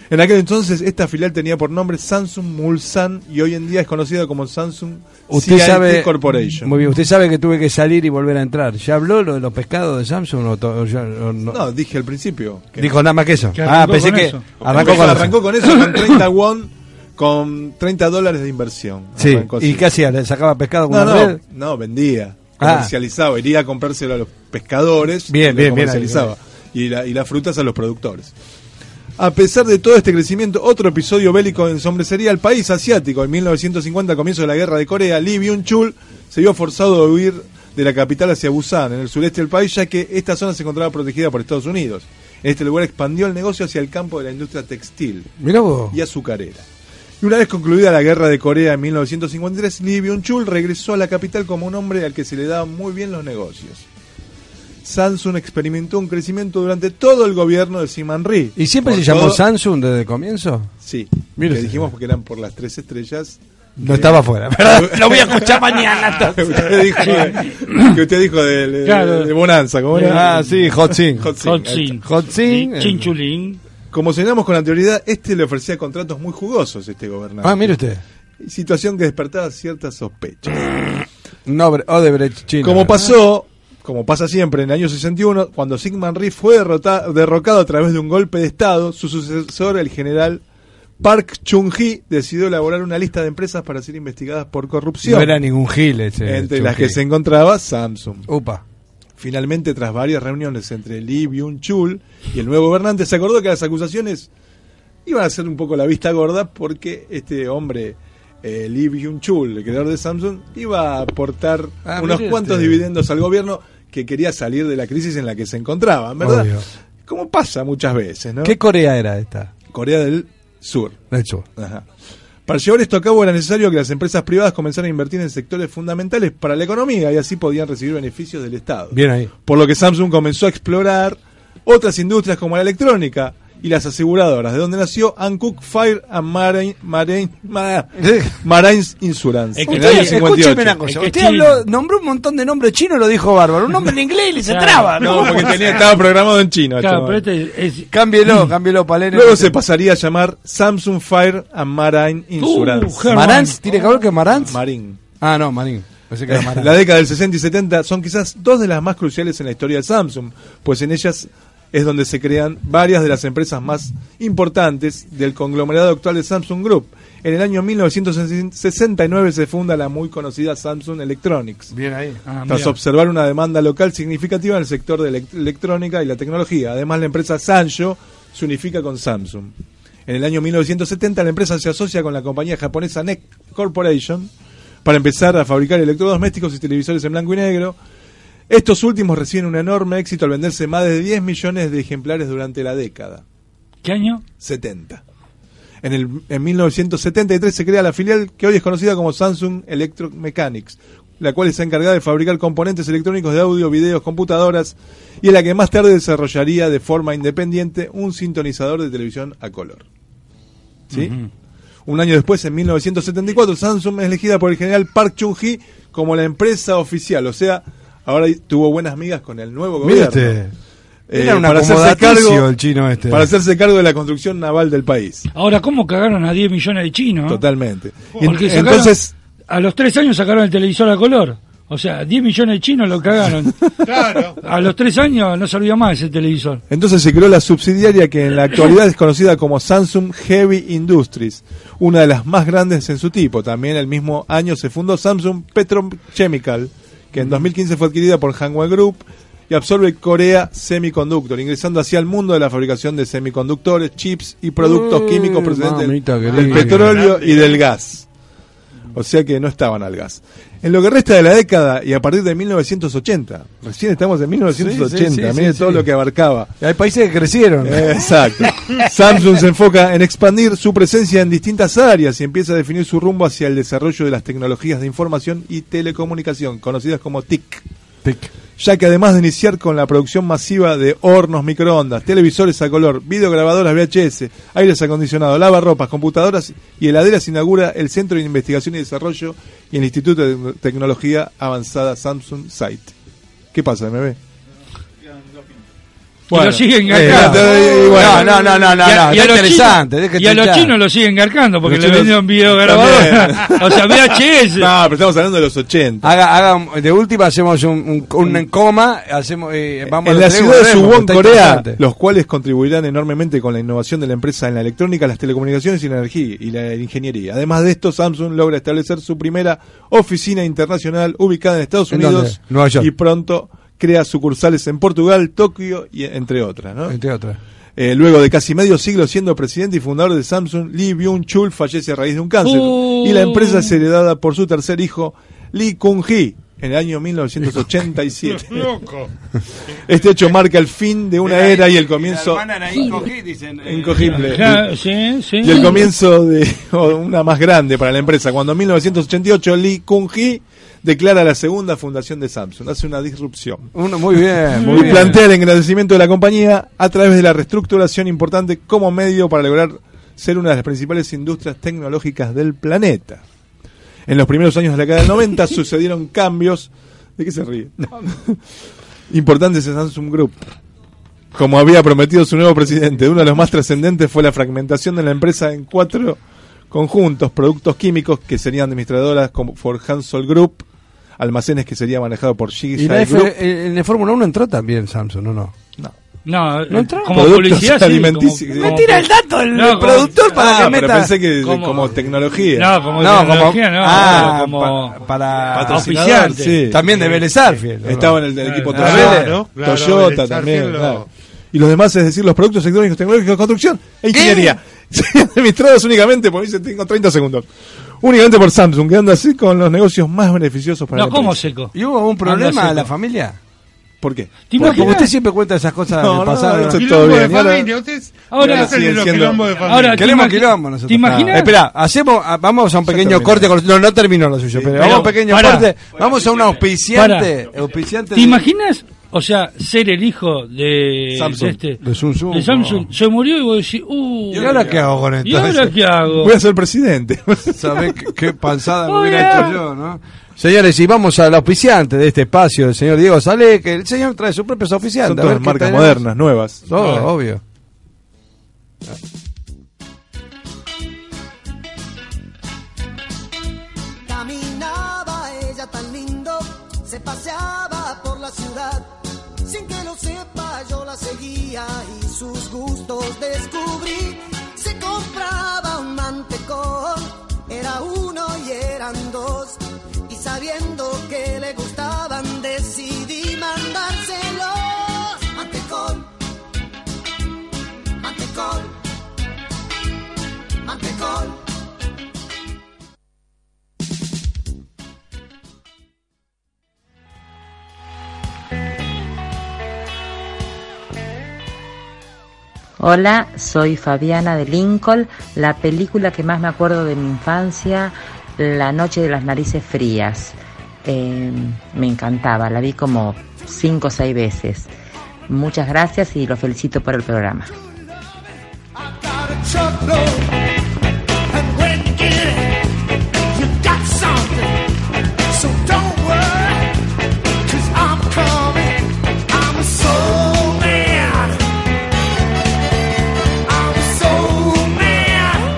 S10: En aquel entonces esta filial tenía por nombre Samsung Mulsan y hoy en día es conocida como Samsung
S9: Usted
S10: CIT
S9: sabe,
S10: Corporation.
S9: Muy bien, usted sabe que tuve que salir y volver a entrar. ¿Ya habló lo de los pescados de Samsung o, to- o ya- o no?
S10: No, dije al principio. que-
S9: Dijo nada más que eso.
S10: Que
S9: ah,
S10: arrancó
S9: pensé
S10: con
S9: que
S10: eso.
S9: arrancó con eso.
S10: Arrancó con eso con 30 won, con 30 dólares de inversión.
S9: Sí,
S10: Arrancó
S9: ¿y
S10: así.
S9: qué hacía? ¿Le sacaba pescado con
S10: No,
S9: una
S10: no,
S9: red?
S10: no, vendía.
S9: Ah.
S10: Comercializaba, iría a comprárselo a los pescadores.
S9: Bien,
S10: y lo
S9: bien, bien,
S10: comercializaba. Y, la- y las frutas a los productores. A pesar de todo este crecimiento, otro episodio bélico ensombrecería al país asiático. En 1950, al comienzo de la guerra de Corea, Lee Byung-chul se vio forzado a huir de la capital hacia Busan, en el sureste del país, ya que esta zona se encontraba protegida por Estados Unidos. En este lugar expandió el negocio hacia el campo de la industria textil
S9: Mirá vos.
S10: y azucarera. Y una vez concluida la guerra de Corea en 1953, Lee Byung-chul regresó a la capital como un hombre al que se le daban muy bien los negocios. Samsung experimentó un crecimiento durante todo el gobierno de Syman Rhee.
S9: ¿Y siempre
S10: Por
S9: se llamó
S10: todo-
S9: Samsung desde el comienzo?
S10: Sí,
S9: Mire
S10: que
S9: usted.
S10: dijimos porque eran por las tres estrellas.
S9: No estaba afuera, pero lo voy a escuchar mañana,
S10: Que
S9: entonces.
S10: usted dijo de, que usted dijo de, de-
S9: Claro.
S10: de Bonanza, ¿cómo era?
S9: Ah, sí, Hot Sing.
S10: Hot Sing.
S9: Hot Sing. Hot Sing. eh. Sí,
S8: Chinchulín.
S10: Como señalamos con anterioridad, este le ofrecía contratos muy jugosos, este gobernante.
S9: Ah, mire usted.
S10: Situación que despertaba ciertas sospechas.
S9: No, Bre- Odebrecht, China.
S10: Como pasó, como pasa siempre en el año 61, cuando Sigmund Rhee fue derrota- derrocado a través de un golpe de Estado, su sucesor, el general Park Chung-hee, decidió elaborar una lista de empresas para ser investigadas por corrupción.
S9: No era ningún gil ese.
S10: Entre las que
S9: Chunji.
S10: se encontraba Samsung.
S9: Upa.
S10: Finalmente, tras varias reuniones entre Lee Byung-chul y el nuevo gobernante, se acordó que las acusaciones iban a ser un poco la vista gorda porque este hombre, eh, Lee Byung-chul, el creador de Samsung, iba a aportar
S9: Ah,
S10: unos
S9: mire
S10: cuantos
S9: usted.
S10: dividendos al gobierno que quería salir de la crisis en la que se encontraba, ¿verdad?
S9: Obvio.
S10: Como pasa muchas veces, ¿no?
S9: ¿Qué Corea era esta?
S10: Corea del Sur.
S9: Del Sur.
S10: Ajá. Para llevar esto a cabo era necesario que las empresas privadas comenzaran a invertir en sectores fundamentales para la economía y así podían recibir beneficios del Estado.
S9: Bien ahí.
S10: Por lo que Samsung comenzó a explorar otras industrias como la electrónica y las aseguradoras, de donde nació Hankook Fire and Marine, Marine, Ma- Marines Insurance. en el año 58.
S9: escúcheme una cosa. Usted habló, nombró un montón de nombres chinos, lo dijo bárbaro. Un nombre en inglés y se
S10: Claro.
S9: traba.
S10: No, porque
S9: ¿Cómo?
S10: tenía- estaba programado en chino.
S9: Claro,
S10: chaval.
S9: pero Cámbielo, cámbielo, Palena.
S10: Luego se pasaría a llamar Samsung Fire and Marine Insurance.
S9: ¿Marantz? ¿Tiene que ver que Marantz?
S10: Marín. Eh,
S9: Ah, no, Marín. Pensé que era Marantz.
S10: La década del 60 y 70 son quizás dos de las más cruciales en la historia de Samsung, pues en ellas es donde se crean varias de las empresas más importantes del conglomerado actual de Samsung Group. En el año 1969 se funda la muy conocida Samsung Electronics.
S9: Bien ahí. Ah,
S10: Tras
S9: mira.
S10: observar una demanda local significativa en el sector de elect- electrónica y la tecnología. Además, la empresa Sanyo se unifica con Samsung. En el año 1970 la empresa se asocia con la compañía japonesa NEC Corporation para empezar a fabricar electrodomésticos y televisores en blanco y negro. Estos últimos reciben un enorme éxito al venderse más de 10 millones de ejemplares durante la década.
S8: ¿Qué año?
S10: 70. En, el, en 1973 se crea la filial que hoy es conocida como Samsung Electromechanics, la cual está encargada de fabricar componentes electrónicos de audio, videos, computadoras y es la que más tarde desarrollaría de forma independiente un sintonizador de televisión a color. ¿Sí?
S2: Ujú.
S10: Un año después, en 1974, Samsung es elegida por el general Park Chung-hee como la empresa oficial, o sea, ahora tuvo buenas migas con el nuevo
S9: Mire
S10: gobierno.
S9: usted.
S10: Eh,
S9: Era un
S10: para hacerse
S9: acomodaticio
S10: cargo
S9: el chino este.
S10: para hacerse cargo de la construcción naval del país.
S8: Ahora, ¿cómo cagaron a 10 millones de chinos?
S10: Totalmente. Y en-
S8: Porque sacaron-
S10: entonces,
S8: A los 3 años sacaron el televisor a color. O sea, 10 millones de chinos lo cagaron. claro. A los 3 años no servía más ese televisor.
S10: entonces se creó la subsidiaria que en la actualidad es conocida como Samsung Heavy Industries, una de las más grandes en su tipo. También el mismo año se fundó Samsung Petrochemical, que
S9: Mm.
S10: en 2015 fue adquirida por Hanwha Group y absorbe Corea Semiconductor, ingresando así al mundo de la fabricación de semiconductores, chips y productos
S9: Mm,
S10: químicos procedentes del-
S9: mamita
S10: del,
S9: querida.
S10: petróleo y del gas. O sea que no estaban al gas. En lo que resta de la década y a partir de 1980, recién estamos en 1980,
S9: Sí, sí, sí,
S10: mire
S9: sí,
S10: todo
S9: sí.
S10: lo que abarcaba.
S9: Hay países que crecieron.
S10: Eh, Exacto. Samsung se enfoca en expandir su presencia en distintas áreas y empieza a definir su rumbo hacia el desarrollo de las tecnologías de información y telecomunicación, conocidas como TIC. Ya que además de iniciar con la producción masiva de hornos, microondas, televisores a color, videograbadoras VHS, aires acondicionados, lavarropas, computadoras y heladeras, inaugura el Centro de Investigación y Desarrollo y el Instituto de Tecnología Avanzada Samsung Site. ¿Qué pasa, MB?
S8: Y lo siguen garcando.
S10: eh, y bueno.
S9: No, no, no, no,
S8: Y a-
S9: no,
S8: y a
S9: está
S8: los
S9: interesante,
S8: chinos-
S9: déjate
S8: Y a los
S9: hinchar.
S8: chinos lo siguen garcando porque
S10: Los
S8: le
S10: chinos-
S8: vendieron videograbadora.
S10: También.
S8: o sea, VHS.
S10: No, pero estamos hablando de los 80.
S9: Haga, haga, un- de última hacemos un, un- un coma, hacemos, eh, vamos
S10: en
S9: a
S10: la
S9: los tres,
S10: ciudad de
S9: volvemos,
S10: Suwon,
S9: está
S10: Corea,
S9: interesante.
S10: los cuales contribuirán enormemente con la innovación de la empresa en la electrónica, las telecomunicaciones y la energía y la ingeniería. Además de esto, Samsung logra establecer su primera oficina internacional ubicada en Estados
S9: ¿En
S10: Unidos
S9: dónde? Nueva York.
S10: y pronto crea sucursales en Portugal, Tokio y entre otras, ¿no?
S9: Entre otras.
S10: Eh, luego de casi medio siglo siendo presidente y fundador de Samsung, Lee Byung-chul fallece a raíz de un cáncer
S9: Oh.
S10: y la empresa es heredada por su tercer hijo, Lee Kun-hee, en el año 1987.
S24: Loco.
S10: Este hecho marca el fin de una era y el comienzo
S5: dicen.
S10: incogible.
S8: Claro, sí, sí.
S10: Y el comienzo de o una más grande para la empresa, cuando en 1988 Lee Kun-hee declara la segunda fundación de Samsung, hace una disrupción.
S9: Uno- muy bien, muy
S10: y
S9: bien.
S10: plantea el engrandecimiento de la compañía a través de la reestructuración importante como medio para lograr ser una de las principales industrias tecnológicas del planeta. En los primeros años de la década del 90 sucedieron cambios. ¿De qué se ríe? importantes en Samsung Group. Como había prometido su nuevo presidente, uno de los más trascendentes fue la fragmentación de la empresa en cuatro conjuntos, productos químicos que serían administradoras como por Hansol Group, almacenes que sería manejado por
S9: Y
S10: Shigisai
S9: la F- eh,
S10: Group,
S9: en en el Fórmula 1 entró también Samsung, ¿no? No.
S8: No, eh,
S9: ¿No entró?
S8: como
S10: Productos
S8: publicidad. sí,
S10: alimenticios.
S8: como- como-
S10: Me tira el dato
S9: el
S10: Ah, pero pensé que como, tecnología.
S8: No, como tecnología, no,
S9: ah,
S8: como-
S9: pa- para
S10: Patrocinador,
S9: oficiante.
S10: sí.
S9: También de Vélez Sarsfield, ¿no?
S10: Estaba en el del equipo
S9: Claro,
S10: Toyota,
S9: claro,
S10: Toyota
S9: claro, Vélez
S10: también.
S9: Sarsfield lo-
S10: claro. Y los demás, es decir, los productos electrónicos, tecnológicos de construcción e ingeniería. Serían administrados únicamente, por dice, tengo 30 segundos. Únicamente por Samsung, quedando así con los negocios más beneficiosos para
S8: No,
S10: la
S8: ¿cómo
S10: empresa.
S8: seco?
S9: ¿Y hubo un
S10: Anda
S9: problema
S10: seco.
S9: en la familia?
S10: ¿Por qué?
S9: ¿Te Porque imaginas? usted siempre cuenta esas cosas del pasado.
S10: esto es
S9: Quilombo
S10: todo
S9: de
S10: bien.
S9: familia,
S10: Ahora-
S11: ustedes-
S10: ahora
S11: ahora
S10: siguen
S11: hacen los
S10: siendo- Ah,
S11: quilombos de familia. Ahora, ¿te
S9: Queremos
S11: imagi-
S9: quilombo nosotros.
S11: ¿te imaginas?
S9: Ah, Esperá, hacemos, ah, vamos a un pequeño
S11: terminé.
S9: corte. con- no, no terminó lo suyo, pero,
S8: pero-
S9: vamos a un pequeño
S8: Pará.
S9: corte. Vamos a un auspiciante.
S8: Pará.
S9: auspiciante
S8: ¿Te
S9: de-
S8: imaginas? O sea, ser el hijo de
S9: Samsung.
S8: de este-
S9: De Sun Tzu.
S8: de Samsung. Se murió y vos decís, uh,
S9: ¿Y ahora qué hago con esto?
S8: ¿Y ahora qué hago?
S10: Voy a ser presidente.
S9: ¿Sabés qué, qué panzada me
S8: Voy
S9: hubiera
S8: a-
S9: hecho yo, no? Señores, y vamos al auspiciante de este espacio, el señor Diego Sale, que el señor trae sus propios auspiciantes.
S10: Son
S9: a
S10: todas
S9: ver qué Oh,
S10: marcas
S9: tenemos.
S10: modernas, nuevas.
S9: Todo,
S10: Ah.
S9: obvio.
S3: Caminaba ella tan lindo, se paseaba por la ciudad. Sin que lo sepa yo la seguía y sus gustos descubrí. Se compraba un mantecón, era uno y eran dos. Y sabiendo que le gustaban decidí mandárselos. Mantecón, mantecón, mantecón.
S25: Hola, soy Fabiana de Lincoln. La película que más me acuerdo de mi infancia, La Noche de las Narices Frías. Eh, me encantaba, la vi como cinco o seis veces. Muchas gracias y los felicito por el programa.
S3: got a truckload. And when you get it, you got something. So don't worry, cause I'm coming. I'm a soul man. I'm a soul man.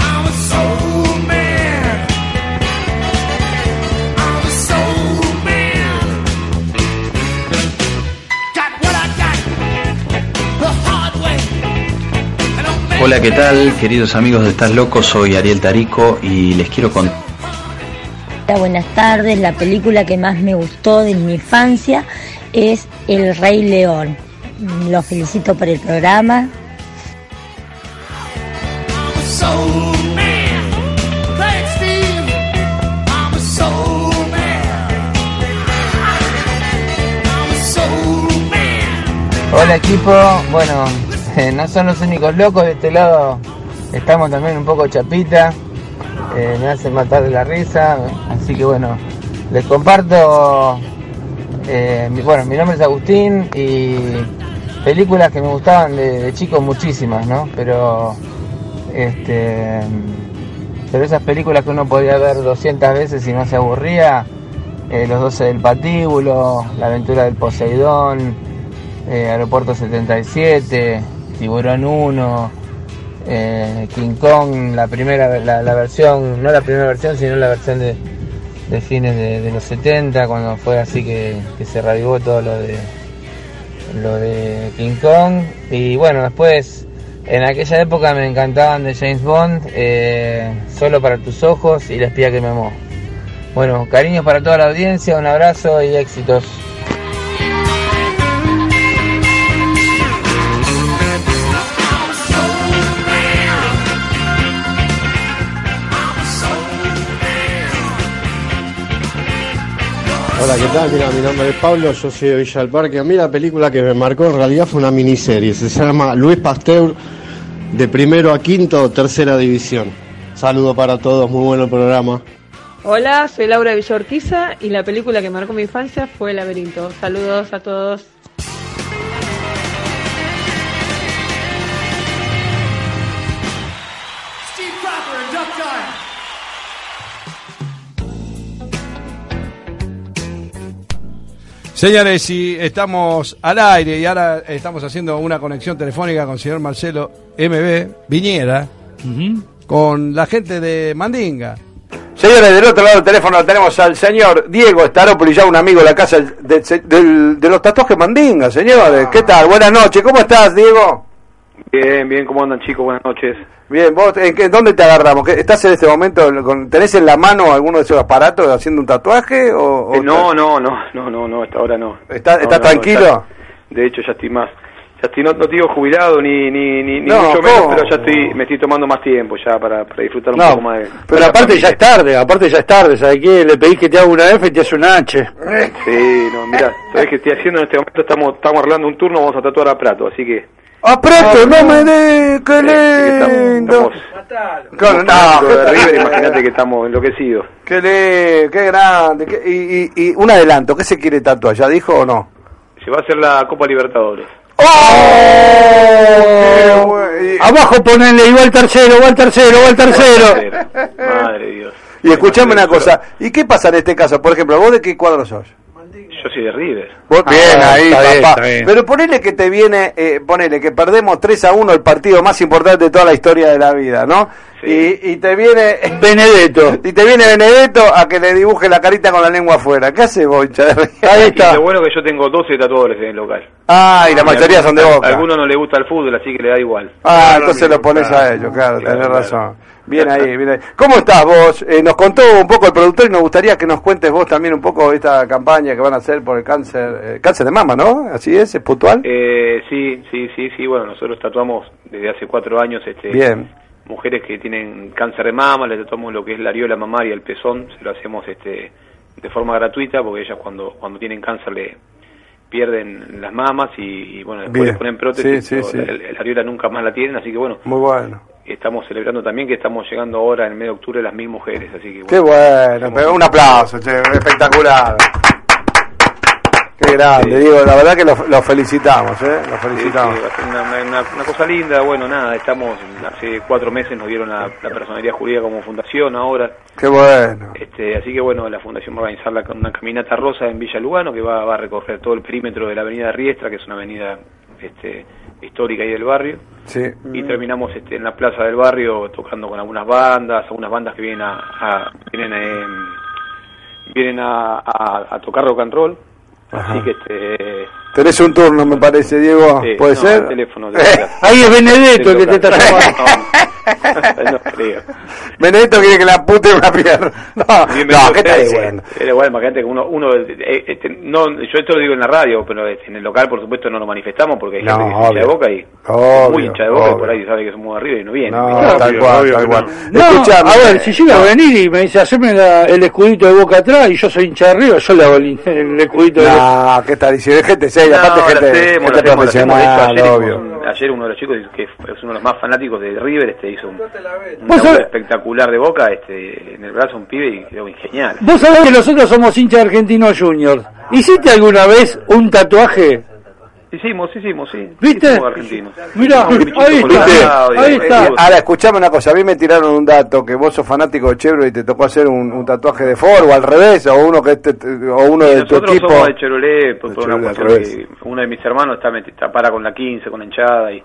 S3: I'm a soul man. I'm a soul man. Got what I got the hard way.
S13: Hola, ¿qué tal? Queridos amigos de Estás Loco, soy Ariel Tarico y les quiero contar.
S26: Hola, buenas tardes. La película que más me gustó de mi infancia es El Rey León. Mm, Los felicito por el programa.
S3: I'm a soul man. Thanks, Steve. I'm a soul man. I'm a soul man.
S26: Hola equipo, bueno, eh, no son los únicos locos de este lado, estamos también un poco chapita, eh, me hacen matar de la risa, así que bueno, les comparto, eh, mi- bueno, mi nombre es Agustín y películas que me gustaban de, de chico muchísimas, ¿no? Pero, este, pero esas películas que uno podía ver 200 veces y no se aburría, eh, Los 12 del Patíbulo, La aventura del Poseidón, eh, Aeropuerto 77, Tiburón 1, eh, King Kong, la primera la, la versión, no la primera versión, sino la versión de, de fines de, de los 70, cuando fue así que, que se radicó todo lo de lo de King Kong. Y bueno, después, en aquella época me encantaban de James Bond, eh, Solo para tus ojos y La espía que me amó. Bueno, cariños para toda la audiencia, un abrazo y éxitos.
S15: Hola, ¿qué tal? Mira, mi nombre es Pablo, yo soy de Villa del Parque. A mí la película que me marcó en realidad fue una miniserie, se llama Luis Pasteur, de primero a quinto, tercera división. Saludo para todos, muy bueno el programa.
S6: Hola, soy Laura Villorquiza y la película que marcó mi infancia fue El laberinto. Saludos a todos.
S3: Steve Cropper and Duck Dyer.
S9: Señores, y estamos al aire y ahora estamos haciendo una conexión telefónica con el señor Marcelo MB Viñera, con la gente de Mandinga.
S18: Señores, del otro lado del teléfono tenemos al señor Diego Staropoli, ya un amigo de la casa de, del- de los tatuajes mandinga, señores. ¿Qué tal? Buenas noches, ¿cómo estás, Diego?
S27: Bien, bien, ¿cómo andan chicos? Buenas noches.
S18: Bien, ¿vos en qué- dónde te agarramos? ¿Qué- ¿Estás en este momento, con- tenés en la mano alguno de esos aparatos haciendo un tatuaje? O, o
S27: Eh, no, no, no, no, no, no, hasta ahora no.
S18: ¿Está-
S27: No,
S18: está
S27: no, no,
S18: tranquilo?
S27: de hecho, ya estoy más Ya estoy, no, no te digo jubilado ni, ni, ni, ni
S9: No,
S27: mucho menos,
S9: ¿cómo?
S27: pero ya estoy, me estoy tomando más tiempo ya para, para disfrutar un
S9: No,
S27: poco más de...
S9: Pero aparte ya es tarde, aparte ya es tarde, ¿sabes qué? Le pedís que te haga una F y te hace una H.
S27: Sí, no, mira, sabes que estoy haciendo en este momento, estamos, estamos arreglando un turno, vamos a tatuar a Prato, así que...
S9: ¡Aprete, no me dé! ¡Qué lindo! Claro,
S27: Claro,
S9: no,
S27: de
S9: qué
S27: River,
S9: tal.
S27: imagínate que estamos enloquecidos.
S9: ¡Qué, le- qué grande! qué- y, y- y un adelanto, ¿qué se quiere tatuar? ¿Ya dijo o no?
S27: Se va a hacer la Copa Libertadores.
S9: Oh. Abajo ponenle, igual tercero, igual tercero, igual tercero.
S27: Madre de Dios.
S9: Y escuchame una cosa, ¿y qué pasa en este caso? Por ejemplo, ¿vos de qué cuadro sos?
S27: Yo soy de River.
S9: Vos- bien
S27: Ah,
S9: ahí,
S27: está bien,
S9: papá.
S27: está bien.
S9: Pero ponele que te viene, eh, ponele que perdemos 3 a 1 el partido más importante de toda la historia de la vida, ¿no? Y, y te viene Benedetto. Y te viene Benedetto a que le dibuje la carita con la lengua afuera. ¿Qué hace vos, hincha de River? Ahí
S27: Y
S9: está.
S27: lo bueno es que yo tengo 12 tatuadores en el local.
S9: Ah, y la mayoría son de
S27: Algunos-
S9: Boca.
S27: Algunos no les gusta el fútbol, así que le da igual.
S9: Ah, entonces lo pones a ellos, claro, tenés razón. Bien ahí, bien ahí. ¿Cómo estás vos? Eh, nos contó un poco el productor y nos gustaría que nos cuentes vos también un poco esta campaña que van a hacer por el cáncer, eh, cáncer de mama, ¿no? Así es, es puntual.
S27: Eh, sí, sí, sí, sí. Bueno, nosotros tatuamos desde hace cuatro años este,
S9: Bien.
S27: mujeres que tienen cáncer de mama, le tatuamos lo que es la areola mamaria, el pezón, se lo hacemos este, de forma gratuita porque ellas cuando, cuando tienen cáncer le pierden las mamas y, y, bueno, después
S9: Bien.
S27: les ponen prótesis,
S9: Sí, sí,
S27: pero
S9: sí.
S27: la- la- la areola nunca más la tienen, así que bueno,
S9: Muy bueno.
S27: estamos celebrando también que estamos llegando ahora en el mes de octubre las mil mujeres, así que bueno.
S9: Qué bueno, pero un aplauso, che, espectacular. Qué grande, digo, la verdad que los los felicitamos, ¿eh? Los
S27: Sí,
S9: felicitamos.
S27: sí, va a ser una, una- una cosa linda, bueno, nada, estamos, hace cuatro meses nos dieron la, la personalidad jurídica como fundación ahora,
S9: Qué bueno.
S27: este, así que bueno, la fundación va a organizar la- una caminata rosa en Villa Lugano que va, va a recorrer todo el perímetro de la avenida Riestra, que es una avenida este, histórica ahí del barrio,
S9: Sí.
S27: y terminamos este, en la plaza del barrio tocando con algunas bandas, algunas bandas que vienen a, a- vienen, eh, vienen a, a- a tocar rock and roll, así que este,
S9: Tenés un turno, me parece, Diego.
S27: Sí,
S9: Ah, ¿Puede
S27: no,
S9: ser? Eh,
S27: el teléfono de-
S9: ahí es Benedetto el que te está llamando.
S27: no, creo.
S9: Benedetto quiere que la pute una pierna. No,
S27: Bienvenido
S9: no, ¿qué está
S27: sea,
S28: diciendo?
S27: igual,
S9: diciendo?
S27: eh, Era igual, imagínate que uno, uno eh, este, no, yo esto lo digo en la radio, pero este, en el local, por supuesto, no lo manifestamos porque hay
S9: No,
S27: gente que es hincha de
S9: obvio.
S27: boca y
S9: Obvio,
S27: muy hincha de boca
S9: obvio.
S27: y por ahí sabe que somos de arriba y no viene.
S9: No,
S27: ¿viste?
S9: tal cual, tal cual. No,
S27: Escuchame,
S9: a ver,
S27: eh,
S9: si llega a venir y me dice, haceme la- el escudito de boca atrás y yo soy hincha de River, yo le hago el, el escudito de boca. ¿qué está diciendo? Gente seria,
S27: No,
S9: aparte
S27: lo
S9: gente,
S27: hacemos, lo
S9: gente
S27: hacemos, lo hacemos. De hecho,
S9: profesional,
S27: ayer,
S9: obvio.
S27: un- ayer uno de los chicos que es uno de los más fanáticos de River este hizo un, un
S9: Vos
S27: laburo
S9: sabés-
S27: espectacular de boca este, en el brazo un pibe y quedó genial.
S9: Vos sabés que nosotros somos hinchas de Argentinos Juniors. ¿Hiciste alguna vez un tatuaje?
S27: Hicimos, hicimos, sí.
S9: ¿Viste?
S27: Hicimos argentinos.
S9: Mirá,
S27: Hicimos un bichito
S9: ahí está,
S27: colorado y-
S9: ahí está.
S27: y-
S9: Ahora, escuchame una cosa. A mí me tiraron un dato que vos sos fanático de Chevrolet y te tocó hacer un, un tatuaje de Ford o al revés, o uno, que te- te- o uno de tu
S27: Nosotros
S9: equipo.
S27: somos de Chevrolet, por, por una
S9: Chevrolet, al
S27: cuestión que uno de mis hermanos está, meti- está para con la 15, con la hinchada, y,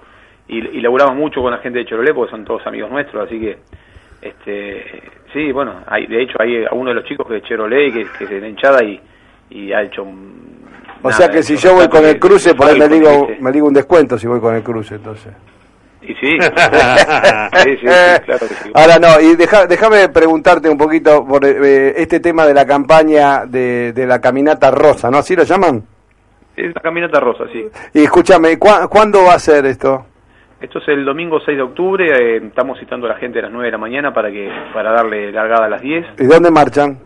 S27: y, y laburamos mucho con la gente de Chevrolet porque son todos amigos nuestros, así que, este sí, bueno, hay, de hecho hay uno de los chicos que es de Chevrolet, y que, que es de la hinchada y, y ha hecho un...
S9: O
S27: nada,
S9: sea que
S27: ha
S9: si
S27: hecho
S9: yo voy
S27: bastante
S9: con el
S27: de-
S9: cruce, por ahí me
S27: algo,
S9: digo,
S27: ¿viste?
S9: me digo un descuento si voy con el cruce, entonces.
S27: Y sí, sí, sí, sí, claro que sí.
S9: Ahora no, y deja- déjame preguntarte un poquito por eh, este tema de la campaña de, de la caminata rosa, ¿no? ¿Así lo llaman?
S27: Es la caminata rosa, sí.
S9: Y escúchame, ¿cuá- ¿cuándo va a ser esto?
S27: Esto es el domingo 6 de octubre, eh, estamos citando a la gente a las 9 de la mañana para que para darle largada a las 10.
S9: ¿Y dónde marchan?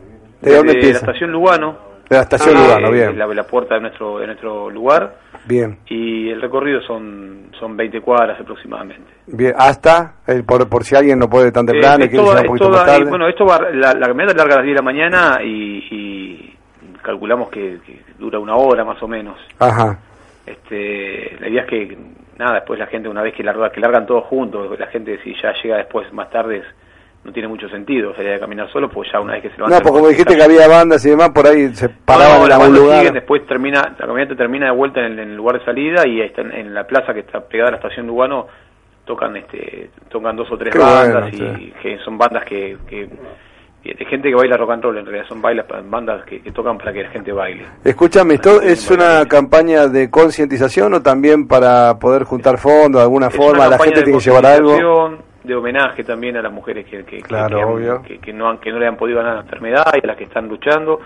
S9: ¿De
S27: Desde
S9: dónde
S27: Eh, la
S9: empieza?
S27: estación Lugano,
S9: De la estación
S27: eh,
S9: Lugano, bien,
S27: La, la puerta de nuestro, de nuestro lugar
S9: bien,
S27: y el recorrido son, son 20 cuadras aproximadamente.
S9: bien. Hasta, el, por, por si alguien no puede tan
S27: Eh,
S9: temprano y
S27: es
S9: quiere
S27: toda-
S9: llegar un
S27: es
S9: poquito
S27: toda-
S9: más tarde.
S27: y bueno, esto va, la, la caminata larga a las 10 de la mañana y, y calculamos que, que dura una hora más o menos.
S9: Ajá,
S27: Este, la idea es que, nada, después la gente, una vez que, larga, que largan todos juntos, la gente si ya llega después más tarde no tiene mucho sentido salir a caminar solo, pues ya una vez que se
S9: no,
S27: levanta...
S9: porque como dijiste que había bandas y demás, por ahí se
S27: No,
S9: paraban en
S27: las
S9: algún
S27: bandas
S9: lugar.
S27: siguen, después termina, la camioneta termina de vuelta en el, en el lugar de salida y ahí está en, en la plaza que está pegada a la estación Lugano tocan este tocan dos o tres
S9: Qué
S27: bandas
S9: bueno,
S27: y que son bandas que, que- que- de gente que baila rock and roll en realidad son bailas bandas que, que tocan para que la gente baile
S9: Escúchame, ¿esto es una campaña de concientización o también para poder juntar fondos de alguna
S27: Es
S9: forma?
S27: una
S9: ¿La
S27: campaña
S9: gente
S27: de
S9: tiene que llevar algo?
S27: concientización, de homenaje también a las mujeres que, que- que-
S9: Claro,
S27: que han-
S9: obvio.
S27: que- que no han, que no le han podido ganar la enfermedad y a las que están luchando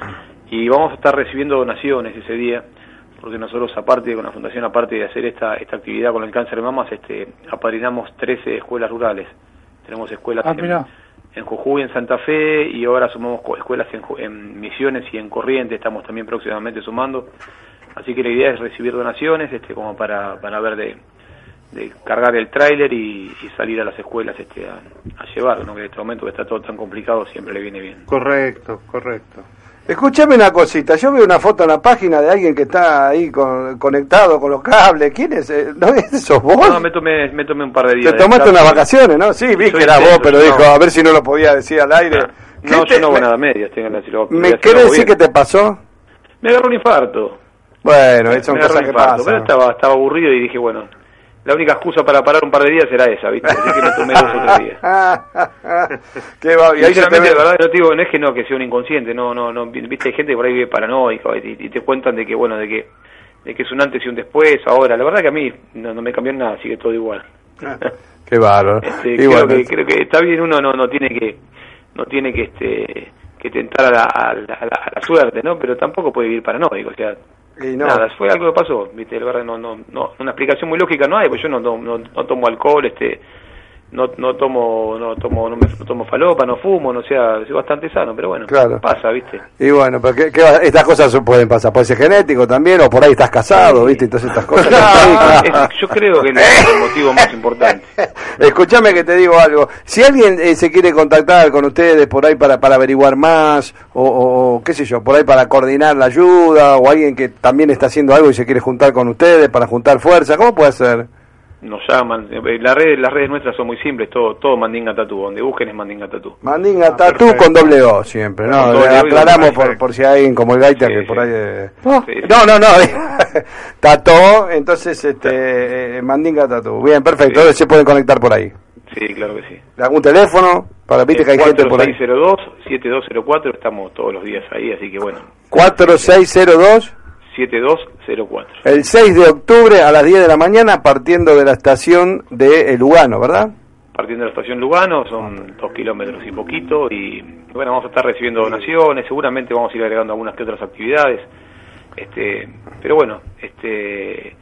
S27: y vamos a estar recibiendo donaciones ese día porque nosotros aparte con la fundación aparte de hacer esta esta actividad con el cáncer de mamas, este apadrinamos 13 escuelas rurales. Tenemos escuelas
S9: Ah,
S27: en-
S9: mirá.
S27: en Jujuy, en Santa Fe y ahora sumamos co- escuelas en, Ju- en Misiones y en Corrientes, estamos también próximamente sumando. Así que la idea es recibir donaciones este, como para, para ver de, de cargar el tráiler y, y salir a las escuelas este, a, a llevar, ¿no? que en este momento que está todo tan complicado siempre le viene bien.
S9: Correcto, correcto. Escúchame una cosita, yo veo una foto en la página de alguien que está ahí con- conectado con los cables. ¿Quién es? eh? ¿No es sos vos?
S27: No, me tomé, me tomé un par de días.
S9: Te
S27: de
S9: tomaste
S27: descanso.
S9: unas vacaciones, ¿no? Sí, vi
S27: Soy
S9: que era vos,
S27: intenso,
S9: pero
S27: yo
S9: dijo,
S27: no. Ah,
S9: a ver si no lo podía decir al aire. ¿Qué
S27: No,
S9: te-
S27: yo no hago
S9: me-
S27: nada medias, tengo que decirlo.
S9: ¿Me querés decir que te pasó?
S27: Me agarró un infarto.
S9: Bueno, ahí son
S27: Me agarró
S9: cosas
S27: un
S9: que
S27: infarto, Pero
S9: pasan.
S27: estaba, estaba aburrido y dije, bueno, la única excusa para parar un par de días era esa, ¿viste? Así que me tomé dos o tres días.
S9: Qué va- y ahí se te
S27: Sinceramente,
S9: ve-
S27: la verdad, no, te digo, no es que no, que sea un inconsciente, no, no, no, viste, hay gente que por ahí vive paranoica y, y te cuentan de que, bueno, de que, de que es un antes y un después, ahora, la verdad que a mí no, no me cambió nada, sigue todo igual.
S9: Qué bárbaro.
S27: Este,
S9: Y
S27: creo,
S9: bueno,
S27: que, creo que está bien, uno no, no tiene que, no tiene que, este, que tentar a la, a la- a la- a la suerte, ¿no? Pero tampoco puede vivir paranoico, o sea,
S9: y no.
S27: Nada, fue algo que pasó, viste, la verdad no, no, no, una explicación muy lógica no hay, pues yo no, no, no- no tomo alcohol, este, no, no tomo, no tomo, no me no tomo falopa, no fumo, no sea, soy bastante sano, pero bueno,
S9: Claro.
S27: pasa, viste.
S9: Y bueno, pero qué- qué va- estas cosas son- pueden pasar. Puede ser genético también, o por ahí estás casado, ¿viste? Entonces estas cosas.
S27: Es- yo creo que el, el motivo más importante.
S9: Escúchame que te digo algo. Si alguien eh, se quiere contactar con ustedes por ahí para, para averiguar más, o, o- o qué sé yo, por ahí para coordinar la ayuda, o alguien que también está haciendo algo y se quiere juntar con ustedes para juntar fuerza, ¿cómo puede ser?
S27: Nos llaman, eh, la red, las redes nuestras son muy simples, todo, todo Mandinga Tatú, donde busquen es Mandinga Tatú.
S9: Mandinga Tatú con doble O siempre, ¿no?
S27: Ah, Con doble O
S9: Le
S27: y doble
S9: aclaramos
S27: O,
S9: por, por si hay alguien como el Gaita que por ahí. eh,
S27: Sí, sí.
S9: No, no, no. Tató, entonces este, eh, Mandinga Tatú. Bien, perfecto. Ahora se pueden conectar por ahí.
S27: Sí, claro que sí.
S9: ¿Algún teléfono? Para viste que
S27: Eh,
S9: hay gente por ahí.
S27: 4602-7204, estamos todos los días ahí, así que bueno, eh,
S9: 4602.
S27: 7204.
S9: El 6 de octubre a las 10 de la mañana partiendo de la estación de eh, Lugano, ¿verdad?
S27: partiendo de la estación Lugano, son dos kilómetros y poquito, y bueno, vamos a estar recibiendo donaciones, seguramente vamos a ir agregando algunas que otras actividades, este, pero bueno, este,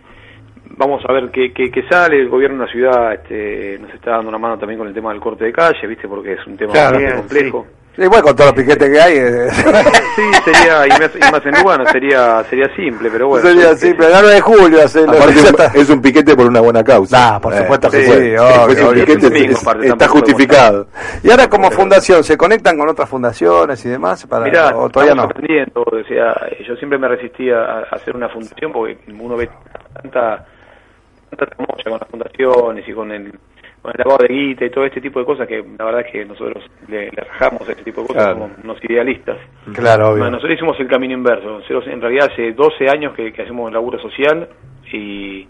S27: vamos a ver qué, qué- qué sale, el gobierno de la ciudad este, nos está dando una mano también con el tema del corte de calle, viste, porque es un tema
S9: Claro.
S27: bastante
S9: Bien,
S27: complejo.
S9: Igual con todos los piquetes que hay. eh,
S27: Sí, sería, y más, y más en Lugano, sería, sería simple, pero bueno. Este,
S9: sería así, pero el 9 de julio. hace lo-
S10: Aparte, es un- es un piquete por una buena causa.
S9: por
S10: Eh,
S9: supuesto que sí,
S10: si
S9: obvio,
S10: fuese un
S9: obvio.
S10: piquete,
S9: Sí,
S10: es-
S9: compadre,
S10: está
S9: tampoco podemos
S10: justificado.
S9: Y ahora como fundación, ¿se conectan con otras fundaciones y demás? Para,
S27: Mirá,
S9: ¿O todavía no?
S27: estamos aprendiendo, o sea, eh, yo siempre me resistía a a hacer una fundación porque uno ve tanta tanta tramoya con las fundaciones y con el con el lavado de guita y todo este tipo de cosas que la verdad es que nosotros le, le rajamos a este tipo de cosas,
S9: Claro.
S27: somos unos idealistas.
S9: Claro, obvio.
S27: Bueno, nosotros hicimos el camino inverso, nosotros en realidad hace 12 años que, que hacemos laburo social y,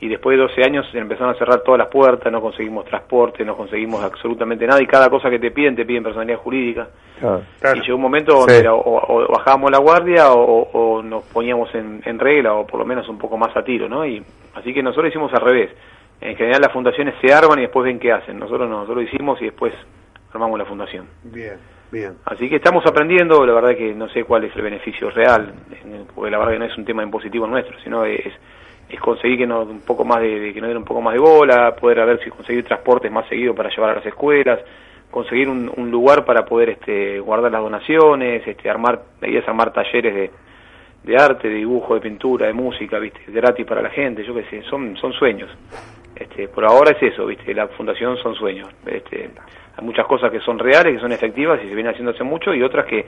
S27: y después de 12 años empezaron a cerrar todas las puertas, no conseguimos transporte, no conseguimos absolutamente nada y cada cosa que te piden te piden personalidad jurídica. Y llegó un momento donde
S9: Sí.
S27: era o, o bajábamos la guardia o, o nos poníamos en, en regla o por lo menos un poco más a tiro, ¿no? Y así que nosotros hicimos al revés. En general las fundaciones se arman y después ven qué hacen. Nosotros no, nosotros hicimos y después armamos la fundación.
S14: Bien, bien.
S27: Así que estamos aprendiendo, la verdad que no sé cuál es el beneficio real, eh, porque la verdad que no es un tema impositivo nuestro, sino es, es conseguir que nos un poco más de, de- que nos den un poco más de bola, poder a ver si conseguir transportes más seguido para llevar a las escuelas, conseguir un, un lugar para poder este, guardar las donaciones, este, armar, la idea es armar talleres de, de arte, de dibujo, de pintura, de música, viste, gratis para la gente, yo qué sé, son, son sueños. Este, por ahora es eso, viste, la fundación son sueños. Este, hay muchas cosas que son reales, que son efectivas y se vienen haciendo hace mucho y otras que,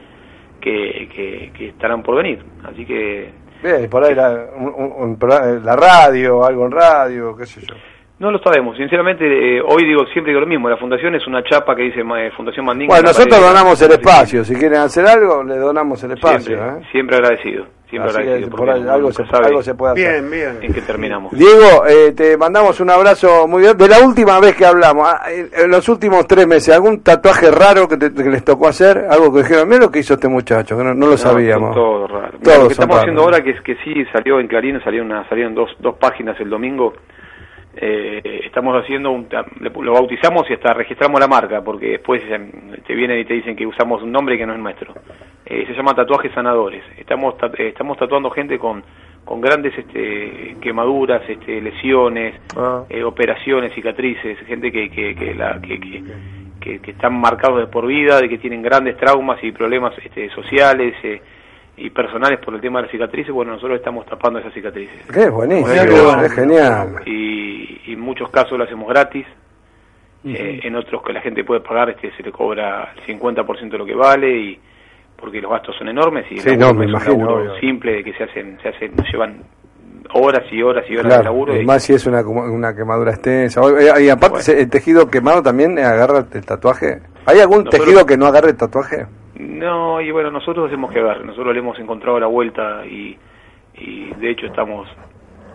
S27: que, que- que estarán por venir. Así que
S9: Bien, Eh, por ahí la, un- un- un pro- eh, la radio, algo en radio, qué sé yo.
S27: no lo sabemos, sinceramente eh, hoy digo siempre digo lo mismo, la fundación es una chapa que dice ma- eh, Fundación Mandinga. en
S9: Bueno,
S27: la
S9: nosotros
S27: pared.
S9: donamos el espacio. Si quieren hacer algo, le donamos el espacio.
S27: Siempre,
S9: ¿eh?
S27: siempre agradecido, siempre
S9: Así que
S27: agradecido.
S9: por
S27: porque
S9: ahí
S27: uno
S9: algo
S27: nunca
S9: se-
S27: sabe
S9: algo se puede hacer.
S27: Bien, bien. ¿En qué terminamos?
S9: Diego, eh, te mandamos un abrazo muy grande. De la última vez que hablamos, ah, en en los últimos tres meses, ¿algún tatuaje raro que, te- que les tocó hacer? Algo que dijeron, mira lo que hizo este muchacho, que no, no lo sabíamos.
S27: Todo raro. Mira, lo
S9: Todos
S27: que
S9: son
S29: raros.
S9: raros.
S27: estamos haciendo ahora que es que sí salió en Clarín, salió una, salieron dos, dos páginas el domingo. Eh, estamos haciendo un, le- lo bautizamos y hasta registramos la marca porque después eh, te vienen y te dicen que usamos un nombre que no es nuestro. Eh, se llama tatuajes sanadores. Estamos ta- eh, estamos tatuando gente con con grandes este, quemaduras, este, lesiones, eh, operaciones, cicatrices, gente que, que, que, la- que- que- que- que están marcados de por vida, de que tienen grandes traumas y problemas este, sociales eh, y personales por el tema de las cicatrices. Bueno, nosotros estamos tapando esas cicatrices.
S9: Qué buenísimo,
S27: Bueno,
S9: qué
S27: yo-
S9: bueno, es genial.
S27: Y, y en muchos casos lo hacemos gratis.
S9: Ujú.
S27: Eh, en otros que la gente puede pagar, este se le cobra el 50% de lo que vale y porque los gastos son enormes y el
S9: Sí,
S27: laburo
S9: no, me
S27: es un
S9: imagino,
S27: laburo
S9: obvio.
S27: simple de que se hacen se hacen llevan horas y horas y horas de
S9: Claro,
S27: laburo
S9: y
S27: y-
S9: más si es una, como- una quemadura extensa. O- eh, Y aparte,
S27: Bueno.
S9: se- ¿el tejido quemado también eh, agarra el tatuaje? ¿Hay algún
S27: Nosotros-
S9: tejido que no agarre el tatuaje?
S27: No, y bueno, nosotros hacemos que ver, nosotros le hemos encontrado la vuelta y, y de hecho estamos,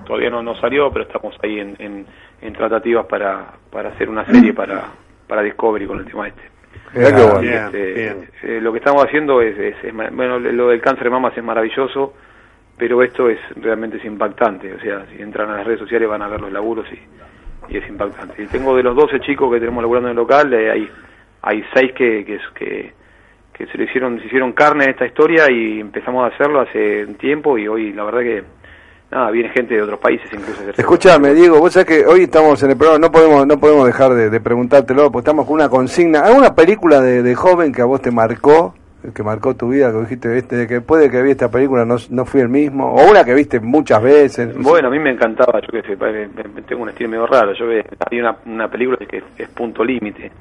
S27: todavía no nos salió, pero estamos ahí en, en, en tratativas para, para hacer una serie para, para Discovery con el tema este.
S9: Mirá qué bueno.
S27: Bien, Este, eh, lo que estamos haciendo es, es- es ma- bueno, lo del cáncer de mamas es maravilloso, pero esto es realmente es impactante, o sea, si entran a las redes sociales van a ver los laburos y, y es impactante. Y tengo de los 12 chicos que tenemos laburando en el local, eh, hay hay seis que, que, que, que se le hicieron, se hicieron carne a esta historia y empezamos a hacerlo hace un tiempo y hoy la verdad que nada, viene gente de otros países incluso a hacer-
S9: Escúchame, Diego, vos sabés que hoy estamos en el programa, no podemos no podemos dejar de, de preguntártelo, porque estamos con una consigna. ¿Alguna película de, de joven que a vos te marcó, que marcó tu vida, que dijiste, este, que después de que vi esta película no, no fui el mismo? ¿O una que viste muchas veces?
S27: Bueno, a mí me encantaba, yo que sé, pa- eh, me- me- tengo un estilo medio raro, yo ve- había una, una película que es, es Punto Límite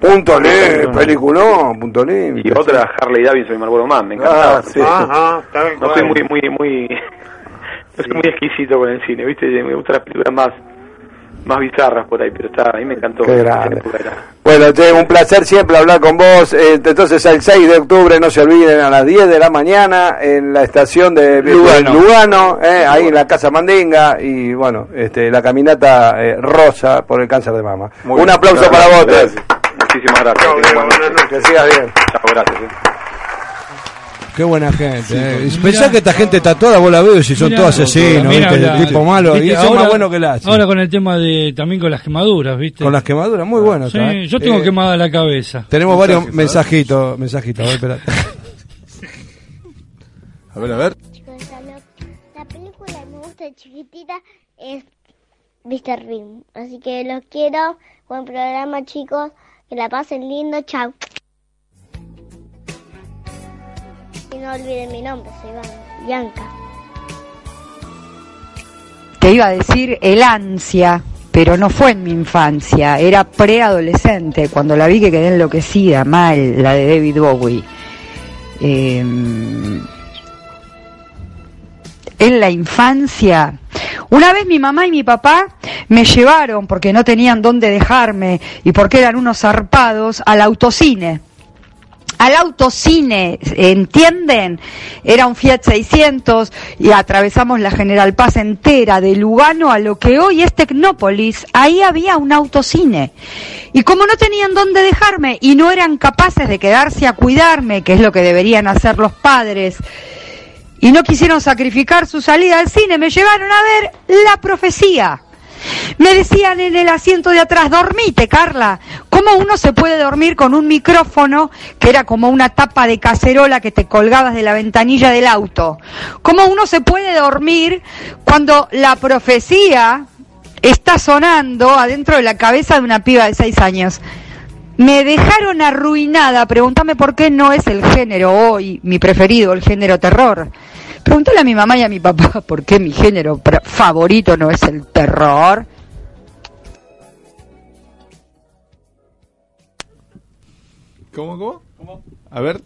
S9: Punto Lé, peliculón, Punto
S27: y
S9: Límite.
S27: otra Harley Davidson y Marlboro Man, me encantaba.
S9: Ah, sí.
S27: Ajá,
S9: tal
S27: no soy muy,
S9: cual.
S27: muy, muy, no soy muy exquisito con el cine, viste, me gustan las películas más, más bizarras por ahí, pero está, a mí me encantó.
S9: Qué grande.
S27: Esa época era-
S9: Bueno, che, un placer siempre hablar con vos. Eh, Entonces, el 6 de octubre, no se olviden, a las 10 de la mañana, en la estación de de
S15: Lugano.
S9: Lugano, eh, ahí en la Casa Mandinga, y bueno, este, la caminata eh, rosa por el cáncer de mama.
S27: Muy
S9: un
S27: bien.
S9: aplauso
S27: Gracias.
S9: para vos, tres.
S27: Muchísimas gracias. Que tengan buenas noches.
S9: Que sigas bien.
S27: Chao, gracias. eh.
S15: Qué buena gente. eh.
S8: porque-
S15: Y Pensá que esta gente tatuada, vos la ves y son
S8: Mirá,
S15: todos asesinos,
S8: mirá,
S15: ¿viste?
S8: habla-
S15: tipo malo.
S8: viste,
S15: y eso es más bueno que la hace.
S8: Ahora con el tema de también con las quemaduras, ¿viste?
S15: Con las quemaduras, muy bueno.
S8: Sí,
S15: está, eh.
S8: yo tengo
S15: Eh,
S8: quemada la cabeza.
S15: Tenemos varios mensajitos, mensajitos, a ver, espera. A ver, a ver.
S30: La película que me gusta de chiquitita es Mr. Rim. Así que los quiero. Buen programa, chicos. Que la pasen lindo. Chao. Y no olviden mi nombre, soy Iván- Bianca.
S4: Te iba a decir el ansia, pero no fue en mi infancia, era preadolescente, cuando la vi que quedé enloquecida, mal, la de David Bowie. Eh, en la infancia, una vez mi mamá y mi papá me llevaron, porque no tenían dónde dejarme y porque eran unos zarpados, al autocine al autocine, ¿entienden? Era un Fiat 600 y atravesamos la General Paz entera, de Lugano a lo que hoy es Tecnópolis, ahí había un autocine. Y como no tenían dónde dejarme y no eran capaces de quedarse a cuidarme, que es lo que deberían hacer los padres, y no quisieron sacrificar su salida al cine, me llevaron a ver La Profecía. Me decían en el asiento de atrás, dormite, Carla. ¿Cómo uno se puede dormir con un micrófono que era como una tapa de cacerola que te colgabas de la ventanilla del auto? ¿Cómo uno se puede dormir cuando la profecía está sonando adentro de la cabeza de una piba de seis años? Me dejaron arruinada. Pregúntame por qué no es el género hoy mi preferido, el género terror. Pregúntale a mi mamá y a mi papá por qué mi género pra- favorito no es el terror.
S10: ¿Cómo, cómo? A ver.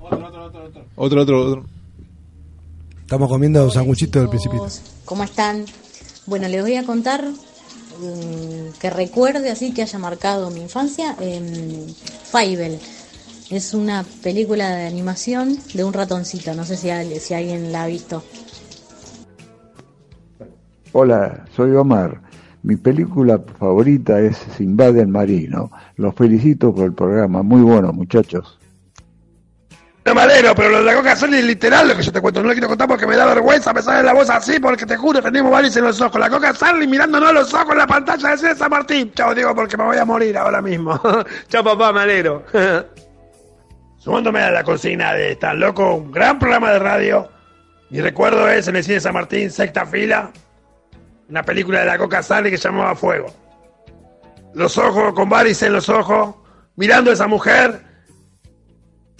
S10: otro, otro, otro, otro. Otro, otro, otro.
S15: Estamos comiendo sanguchitos del principito.
S5: ¿Cómo están? Bueno, les voy a contar mm, que recuerde así que haya marcado mi infancia. em, Fievel es una película de animación de un ratoncito. No sé si, al- si alguien la ha visto.
S31: Hola, soy Omar. Mi película favorita es Sinbad el Marino. Los felicito por el programa. Muy bueno, muchachos.
S32: No madero, pero lo de la Coca-Cola es literal lo que yo te cuento. No lo quiero contar porque me da vergüenza me sale la voz así, porque te juro, tenemos varios en los ojos. La Coca-Cola y mirándonos a los ojos en la pantalla de César Martín. Chao, digo, porque me voy a morir ahora mismo. Chao, papá, me alegro. Sumándome a la consigna de Tan Loco, un gran programa de radio
S18: Mi recuerdo es en el cine San Martín, sexta fila, una película de la Coca Sale que llamaba Fuego. Los ojos, con varis en los ojos, mirando a esa mujer.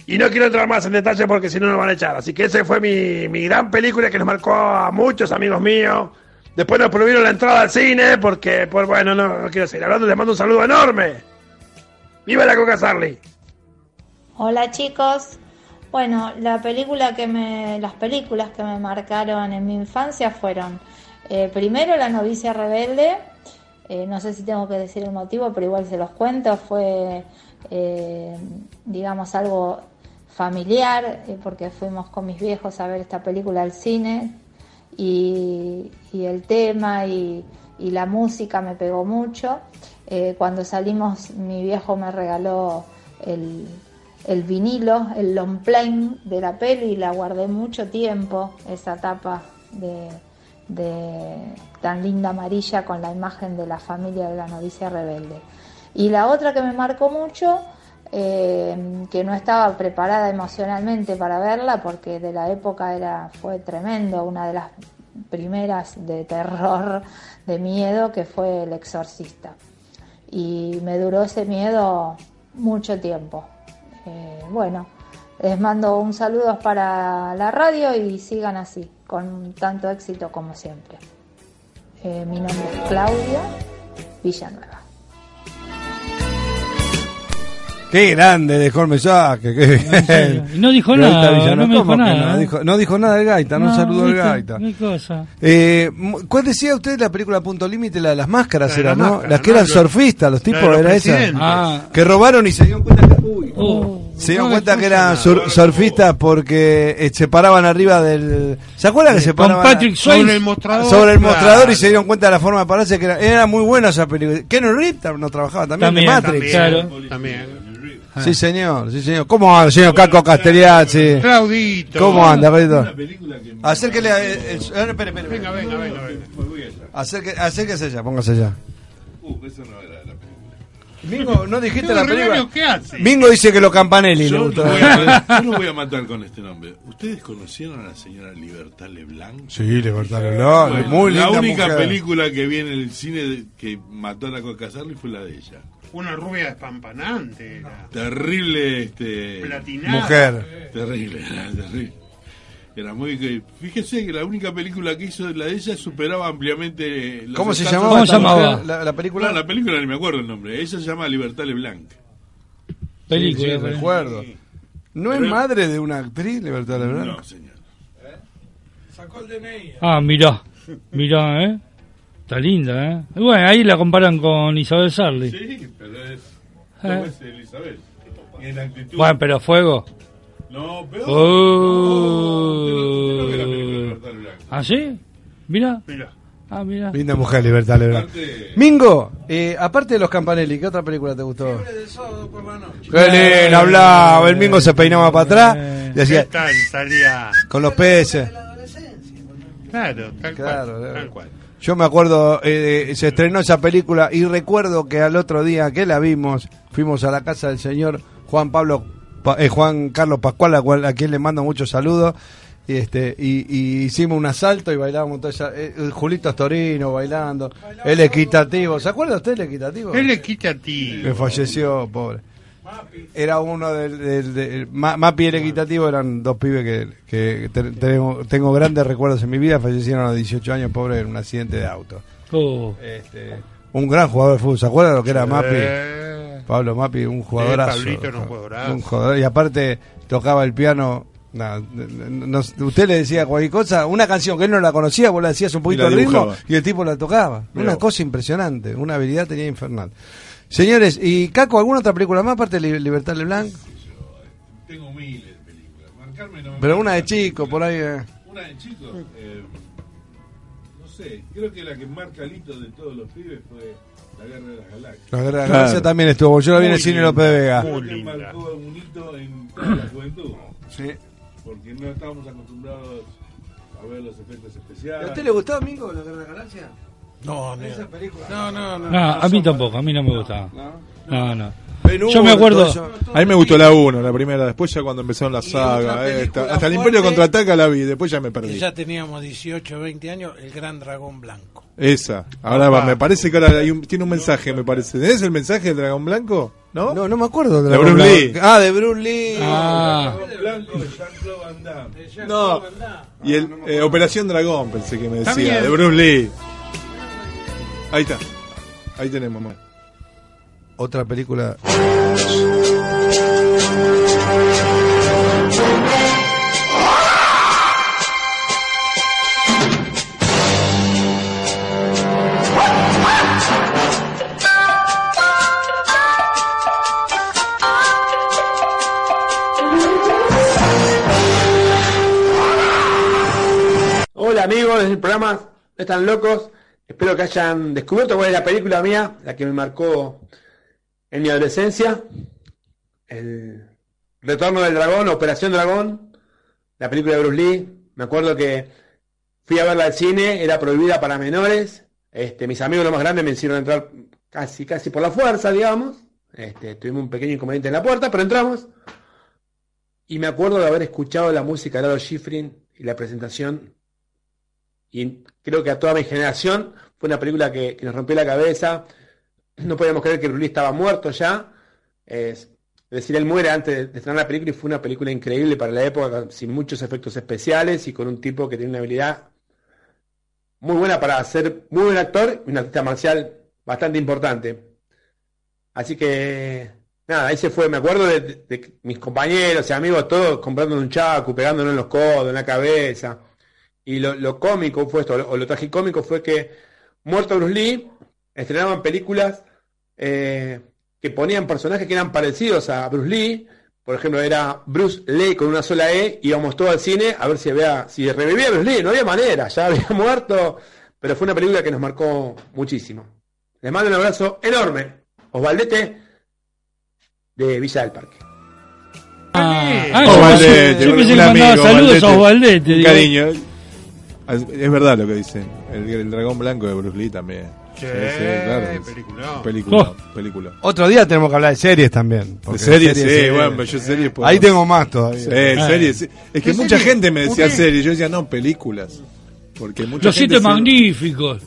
S18: Y no quiero entrar más en detalle porque si no nos van a echar. Así que esa fue mi, mi gran película que nos marcó a muchos amigos míos. Después nos prohibieron la entrada al cine porque, por bueno, no, no quiero seguir hablando. Les mando un saludo enorme. ¡Viva la Coca Sarli!
S6: Hola chicos. Bueno, la película que me, las películas que me marcaron en mi infancia fueron eh, primero La novicia rebelde. eh, no sé si tengo que decir el motivo, pero igual se los cuento. Fue, eh, digamos, algo familiar eh, porque fuimos con mis viejos a ver esta película al cine y, y el tema y, y la música me pegó mucho. Eh, cuando salimos, mi viejo me regaló el, el vinilo, el long plane de la peli y la guardé mucho tiempo, esa tapa de, de tan linda amarilla con la imagen de la familia de la novicia rebelde. Y la otra que me marcó mucho, eh, que no estaba preparada emocionalmente para verla, porque de la época era, fue tremendo, una de las primeras de terror, de miedo, que fue El Exorcista. Y me duró ese miedo mucho tiempo. Eh, bueno, les mando un saludo para la radio y sigan así, con tanto éxito como siempre. Eh, mi nombre es Claudia Villanueva.
S9: Qué grande dejó el mensaje. qué bien.
S8: Y no dijo
S9: Gaita
S8: nada,
S9: Villano,
S8: no me
S9: ¿cómo
S8: dijo
S9: que
S8: nada. ¿eh?
S9: No dijo, no dijo nada el gaita, no, saludó al
S8: ¿viste?
S9: gaita.
S8: ¿Qué cosa?
S9: Eh, mu- ¿Cuál decía usted de la película Punto Límite? La de las máscaras
S8: de
S9: era,
S8: las
S9: ¿no?
S8: máscaras,
S9: las que
S8: ¿no?
S9: eran
S8: Lo-
S9: surfistas, los
S8: la de
S9: tipos,
S8: los
S9: era esa.
S8: presidentes. Ah.
S9: Que robaron y se dieron cuenta que, uy,
S8: Oh.
S9: se dieron cuenta que eran sur- surfistas porque eh, se paraban arriba del. ¿Se acuerdan que se
S11: con
S9: paraban?
S11: Patrick Swayze. Sobre el mostrador,
S9: Sobre el
S11: claro.
S9: mostrador y se dieron cuenta de la forma de pararse que era, era muy buena esa película. Keanu Reeves no trabajaba también, Ah. de Matrix.
S11: También, también.
S9: Sí, señor, sí, señor. ¿Cómo anda, señor Caco Castellazzi?
S11: Claudito.
S9: ¿Cómo anda, Pedro?
S11: Una
S9: Acérquele a. eh, el- eh, espere, espere.
S11: Venga, venga, venga. venga.
S9: Acérque- acérquese ya, póngase ya.
S24: Uh, eso no era la película.
S9: Mingo, no dijiste la película.
S24: ¿qué hace?
S9: Mingo dice que lo campanelli le
S24: Yo
S9: gustó.
S24: lo voy a- yo lo voy a matar con este nombre. ¿Ustedes conocieron a la señora Libertad Leblanc?
S9: Sí, Libertad Leblanc,
S24: Bueno,
S9: muy
S24: la
S9: linda
S24: única
S9: mujer.
S24: película que vi en el cine de- que mató a la Coca Sarli fue la de ella.
S11: Una rubia despampanante. era.
S24: Terrible, este.
S11: Platinada.
S9: Mujer.
S24: Terrible, era terrible. Era muy. que- Fíjese que la única película que hizo la de ella superaba ampliamente. los
S9: ¿Cómo se
S24: escasos-
S9: llamaba? ¿Cómo se llamaba? ¿La- la película?
S24: No, la película ni me acuerdo el nombre. Ella se llama Libertad Leblanc.
S9: Película,
S24: Sí, sí,
S9: película. recuerdo. ¿No es
S24: Pero-
S9: madre de una actriz, Libertad Leblanc?
S24: No, señor. Sacó el DNI.
S8: Ah, mirá, mirá, ¿eh? Está linda, ¿eh? Y Bueno, ahí la comparan con Isabel Sarli.
S24: Sí, pero
S8: Eh.
S24: es. ¿Cómo es Elizabeth? En actitud.
S8: Bueno, pero fuego.
S24: No, pero.
S8: Oh.
S24: No, creo que la película de Bertal Blanco.
S8: ¿Ah, sí? Mirá.
S24: Mirá.
S8: Ah, mirá.
S9: Linda mujer, Libertad Leblanc.
S24: Aparte-
S9: Mingo, eh, aparte de los campanelli, ¿qué otra película te gustó?
S11: Eh.
S9: Qué lindo, hablaba. El Mingo se peinaba para atrás y
S11: ¿Qué
S9: hacía
S11: tal salía?
S9: con los peces.
S11: Claro, tal cual. Tal cual.
S9: Yo me acuerdo, eh, se estrenó esa película y recuerdo que al otro día que la vimos, fuimos a la casa del señor Juan Pablo, Pa- eh, Juan Carlos Pascual, a, cual- a quien le mando muchos saludos. Y, este, y, y hicimos un asalto y bailábamos toda esa- eh, el Julito Astorino bailando, el equitativo. ¿Se acuerda usted del equitativo?
S11: Él le quita a ti.
S9: Que falleció, pobre. Era uno del, del- del- Ma- Mapi y el Equitativo eran dos pibes que, que te- tengo, tengo grandes recuerdos en mi vida. Fallecieron a los 18 años, pobre, en un accidente de auto.
S8: Oh.
S9: Este, Un gran jugador de fútbol, ¿se acuerdan lo que era
S11: Sí.
S9: Mapi? Pablo Mapi, un jugadorazo.
S11: Pablito era un jugadorazo.
S9: Un jugador- y aparte tocaba el piano. nah, no- no- usted le decía cualquier cosa, una canción que él no la conocía, vos la decías un poquito
S10: la
S9: al ritmo
S10: dibujaba.
S9: y el tipo la tocaba.
S10: Mirá
S9: Una
S10: vos.
S9: cosa impresionante, una habilidad tenía infernal. Señores, ¿y Caco, alguna otra película más aparte de Li- Libertad Leblanc?
S24: Tengo miles de películas. Marcarme no me
S9: Pero una de chico, por ahí. eh.
S24: Una de chicos. eh, no sé, creo que la que marca el hito de todos los pibes fue La Guerra de las Galaxias.
S9: La Guerra de las Galaxias también estuvo, yo la vi en el
S24: Muy
S9: cine
S24: linda,
S9: López de Vega.
S24: creo
S9: Muy
S24: que
S9: linda.
S24: marcó un hito en toda la juventud. Porque no estábamos acostumbrados a ver los efectos especiales.
S9: ¿A usted le gustó, amigo, La Guerra de las Galaxias?
S24: No, no.
S9: Esa película.
S24: Oh, No, no,
S8: No, a mí tampoco, a mí no me gustaba.
S9: ¿no?
S8: No, no. Yo me acuerdo.
S10: A mí me gustó la 1, la primera. Después ya cuando empezaron la saga. esta. hasta el Imperio
S5: fuerte-
S10: Contraataca la vi. Después ya me
S5: Que
S10: perdí.
S5: ya teníamos 18, 20 años, el gran dragón blanco.
S10: Esa. Ahora va, me parece que ahora hay un- tiene un mensaje, me parece. ¿Tenés el mensaje del Dragón Blanco? ¿No?
S9: No, no me acuerdo.
S10: De
S9: Dragón
S10: Bruce
S9: Blanco.
S10: Lee.
S9: Ah, de Bruce Lee.
S10: Ah.
S24: Blanco de Jean-Claude Van Damme.
S10: No. Y
S9: Ah,
S10: el eh, Operación Dragón, pensé que me
S24: Está
S10: decía,
S24: bien.
S10: de Bruce Lee. Ahí está. Ahí tenemos, mamá. Oh,
S9: Otra película.
S8: Ah,
S18: Hola amigos del programa, no están locos. Espero que hayan descubierto cuál es la película mía, la que me marcó en mi adolescencia. El Retorno del Dragón, Operación Dragón, la película de Bruce Lee. Me acuerdo que fui a verla al cine, era prohibida para menores. Este, mis amigos los más grandes me hicieron entrar casi, casi por la fuerza, digamos. Este, tuvimos un pequeño inconveniente en la puerta, pero entramos. Y me acuerdo de haber escuchado la música de Lalo Schifrin y la presentación y creo que a toda mi generación fue una película que, que nos rompió la cabeza. No podíamos creer que Bruce Lee estaba muerto ya. Es es decir, él muere antes de, de estrenar la película y fue una película increíble para la época, con- sin muchos efectos especiales y con un tipo que tiene una habilidad muy buena para ser muy buen actor y un artista marcial bastante importante. Así que, nada, ahí se fue. Me acuerdo de, de- de mis compañeros y amigos, todos comprando un chaco, pegándonos en los codos, en la cabeza. Y lo, lo cómico fue esto, o lo, o lo tragicómico fue que muerto Bruce Lee, estrenaban películas eh, que ponían personajes que eran parecidos a Bruce Lee. Por ejemplo, era Bruce Lee con una sola E, íbamos todos al cine a ver si había, si revivía Bruce Lee, no había manera, ya había muerto, pero fue una película que nos marcó muchísimo. Les mando un abrazo enorme, Osvaldete, de Villa del Parque.
S8: Ah, yo pensé- yo pensé que mandaba saludos a Osvaldete,
S10: Un
S8: digo.
S10: Cariño. Es es verdad lo que dicen. El, el Dragón Blanco de Bruce Lee también.
S11: Sí, peliculón.
S10: Película.
S9: Oh. Otro día tenemos que hablar de series también.
S10: De
S9: porque
S10: series, sí, bueno, pero yo series puedo-
S9: Ahí tengo más todavía. Eh.
S10: Sí,
S8: Ah.
S10: series, sí. Es que mucha gente me decía
S8: ¿Por qué?
S10: series, yo decía no, películas. Porque mucha
S8: Los
S10: gente
S8: siete
S10: se-
S8: magníficos.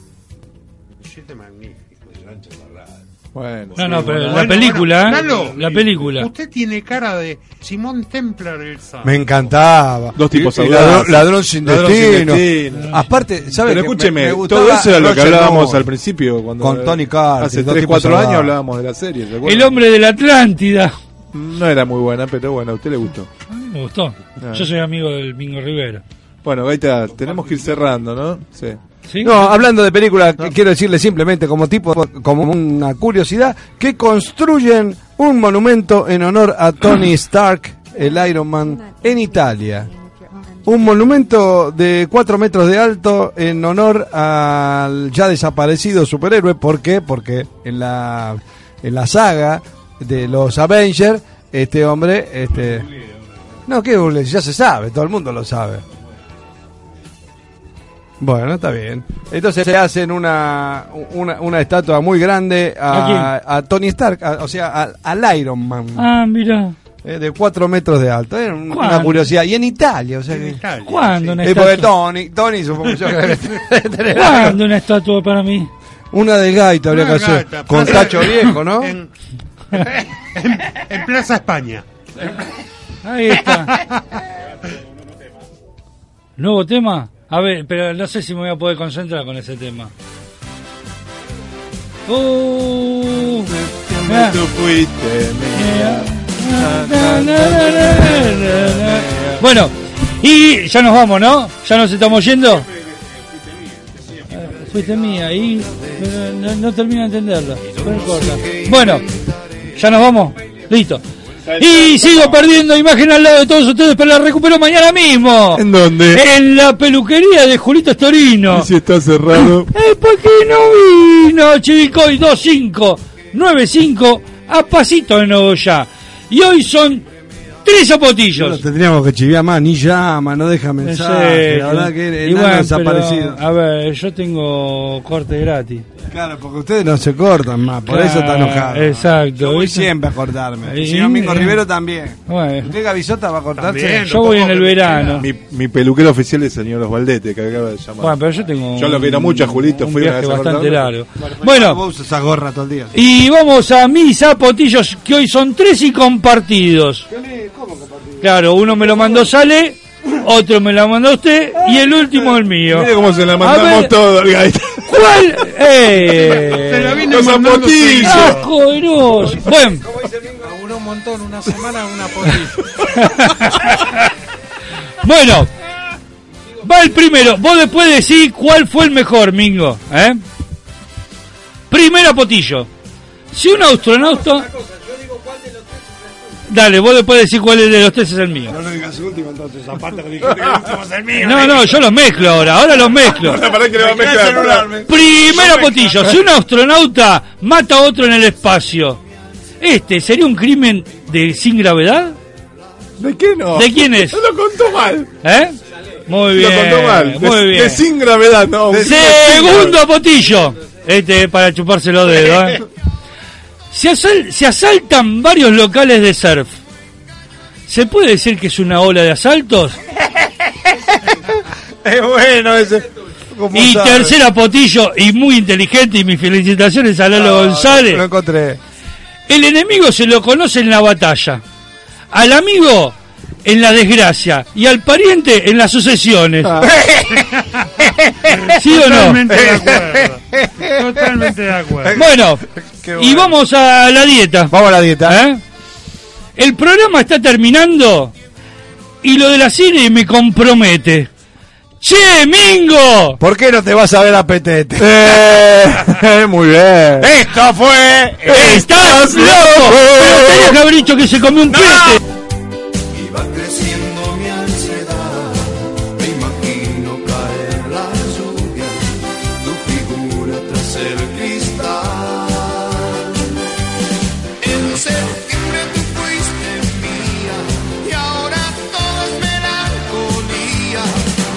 S10: Bueno,
S8: No, no,
S10: sí,
S8: pero
S10: bueno.
S8: la película. ¿eh?
S11: Lalo,
S8: la película.
S11: Usted tiene cara de Simón Templar del Sá.
S9: Me encantaba.
S10: Dos tipos
S9: Y- y
S10: audaces.
S9: ladrón, ladrón sin
S10: Ladrón
S9: destino.
S10: sin destino.
S9: Aparte, ¿sabes
S10: Pero
S9: qué?
S10: escúcheme,
S9: Me- me gustaba
S10: Eh, todo eso era lo que
S9: Roger
S10: hablábamos
S9: Moore.
S10: al principio. Cuando
S9: Con Tony Carter.
S10: Hace
S9: dos
S10: 3,
S9: tipos
S10: 4 años
S9: audaces.
S10: hablábamos de la serie. ¿se acuerdan?
S8: El hombre de la Atlántida.
S10: No era muy buena, pero bueno, a usted le gustó.
S8: Me gustó.
S10: Ah.
S8: Yo soy amigo del Mingo Rivera.
S10: Bueno, Gaita, tenemos que ir cerrando, ¿no? Sí.
S9: No, hablando de películas, que quiero decirle simplemente como tipo, como una curiosidad, que construyen un monumento en honor a Tony Stark, el Iron Man, en Italia. Un monumento de 4 metros de alto en honor al ya desaparecido superhéroe. ¿Por qué? Porque en la, en la saga de los Avengers, este hombre... Este, no, que google, ya se sabe, todo el mundo lo sabe. Bueno, está bien. Entonces le hacen una, una, una estatua muy grande a,
S8: ¿A
S9: a Tony Stark, a- o sea, al- al Iron Man,
S8: Ah, mira.
S9: eh, de 4 metros de alto. Era un- Mm. una
S8: ¿Cuándo?
S9: curiosidad. Y en Italia, o sea que...
S8: ¿Cuándo una
S9: Eh, porque
S8: estatua?
S9: Tony, Tony supongo yo que debe tener
S8: ¿Cuándo una estatua para mí?
S9: Una de gaita habría
S11: Una
S9: que hacer.
S11: gaita,
S9: Con
S11: plaza-
S9: tacho viejo, ¿no?
S11: En, en- en Plaza España.
S8: Ahí está. ¿Nuevo tema? A ver, pero no sé si me voy a poder concentrar con ese tema. Uh, mirá.
S10: Tú fuiste mía.
S8: Na,
S3: ναι,
S8: na, na, na, na, na. Bueno, y ya nos vamos, ¿no? ¿Ya nos estamos yendo? Eh, Fuiste mía y pero no, no termino de entenderlo. No importa. Bueno, ya nos vamos. Listo.
S3: ναι.
S8: Y sigo perdiendo imagen al lado de todos ustedes, pero la recupero mañana mismo.
S10: ¿En dónde?
S8: En la peluquería de Julito Storino.
S10: ¿Y si está cerrado?
S8: Eh, ¿Por qué no vino, chico? Y 2595 a pasito de nuevo ya. Y hoy son tres zapotillos.
S9: No lo tendríamos que chiviar más, ni llama, no deja
S8: En
S9: mensaje.
S8: serio.
S9: La verdad que
S8: Y
S9: el nano
S8: bueno,
S9: desaparecido.
S8: pero, a ver, yo tengo corte gratis.
S9: Claro, porque ustedes no se cortan más, por eso está
S8: Claro,
S9: enojado.
S8: Exacto.
S9: Yo voy
S8: ¿viste?
S9: siempre a cortarme.
S8: Y- eh,
S9: El señor Mingo Rivero también.
S8: Bueno.
S9: Usted, Gavisota, va a cortarse.
S8: yo voy en el verano.
S10: Mi, mi peluquero oficial es el señor Osvaldete, que acaba de llamar.
S8: Bueno, pero yo tengo.
S10: Yo lo quiero mucho a Julito,
S8: un
S10: fui una
S8: viaje
S10: vez a
S8: bastante
S10: cortarme.
S8: largo.
S9: Bueno, vos usas esa gorra todo el día.
S8: Y vamos a mis zapotillos, que hoy son tres y compartidos. Claro, uno me lo mandó Sale, otro me lo mandó usted y el último el mío.
S10: Mire cómo se la mandamos todo el gaita.
S8: ¿Cuál? ¡Eh!
S10: Se la viene Los mandando zapotillos. seguido.
S8: ¡Ascoeros! Bueno,
S5: Laburó un montón, una semana, una potilla.
S8: bueno, va el primero. Vos después decís cuál fue el mejor, Mingo. ¿eh? Primero potillo. Si un astronauta. Dale, vos después decís cuál es de los tres es el mío.
S9: No lo digas último entonces, aparte que dijiste que el último es el mío.
S8: No, no, yo los mezclo ahora, ahora los mezclo.
S10: Pará que le va a mezclar, pará.
S8: Primero potillo, si un astronauta mata a otro en el espacio, ¿este sería un crimen de sin gravedad?
S10: ¿De qué no?
S8: ¿De quién es?
S10: Lo contó mal.
S8: ¿Eh? Muy bien.
S10: Lo contó mal.
S8: Muy
S10: de,
S8: bien.
S10: de sin gravedad, no.
S8: Segundo potillo. Este es para chuparse los dedos. ¿eh? Se, asal- se asaltan varios locales de surf. ¿Se puede decir que es una ola de asaltos?
S9: Es bueno ese. ¿Cómo
S8: Y
S9: sabe?
S8: tercera potillo, y muy inteligente, y mis felicitaciones a Lalo González.
S9: Lo encontré.
S8: El enemigo se lo conoce en la batalla, al amigo en la desgracia y al pariente en las sucesiones.
S9: Ah,
S8: ¿Sí o no?
S11: Totalmente de acuerdo. Totalmente de acuerdo.
S8: Bueno, y vamos a la dieta. ¿Eh?
S9: Vamos a la dieta.
S8: El programa está terminando y lo de la serie me compromete. ¡Che, Mingo!
S9: ¿Por qué no te vas a ver Eh, a Petete? muy bien.
S8: ¡Esto fue! ¡Estás loco! Pero tenías que haber dicho que se comió un pete.
S2: Va creciendo mi ansiedad, me imagino caer la lluvia, tu figura tras el cristal. En septiembre tú fuiste mía y ahora todo es melancolía.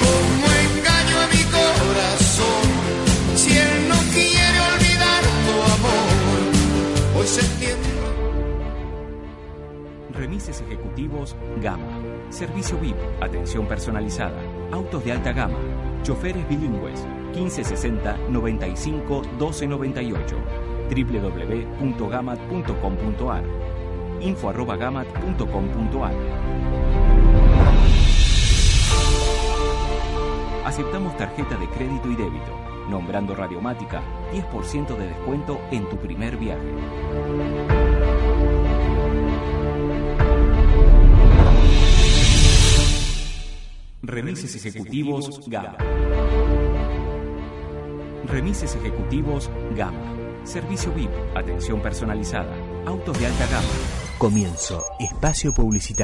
S2: Como engaño a mi corazón, si él no quiere olvidar tu amor, hoy septiembre.
S12: Remises ejecutivos Gama. Servicio VIP, atención personalizada, autos de alta gama, choferes bilingües, 1560 95 1298, www.gamat.com.ar, info arroba gamat.com.ar. Aceptamos tarjeta de crédito y débito. Nombrando Radiomática, 10% de descuento en tu primer viaje. Remises Ejecutivos Gama. Remises Ejecutivos Gama. Servicio VIP, atención personalizada, autos de alta gama.
S13: Comienzo. Espacio publicitario.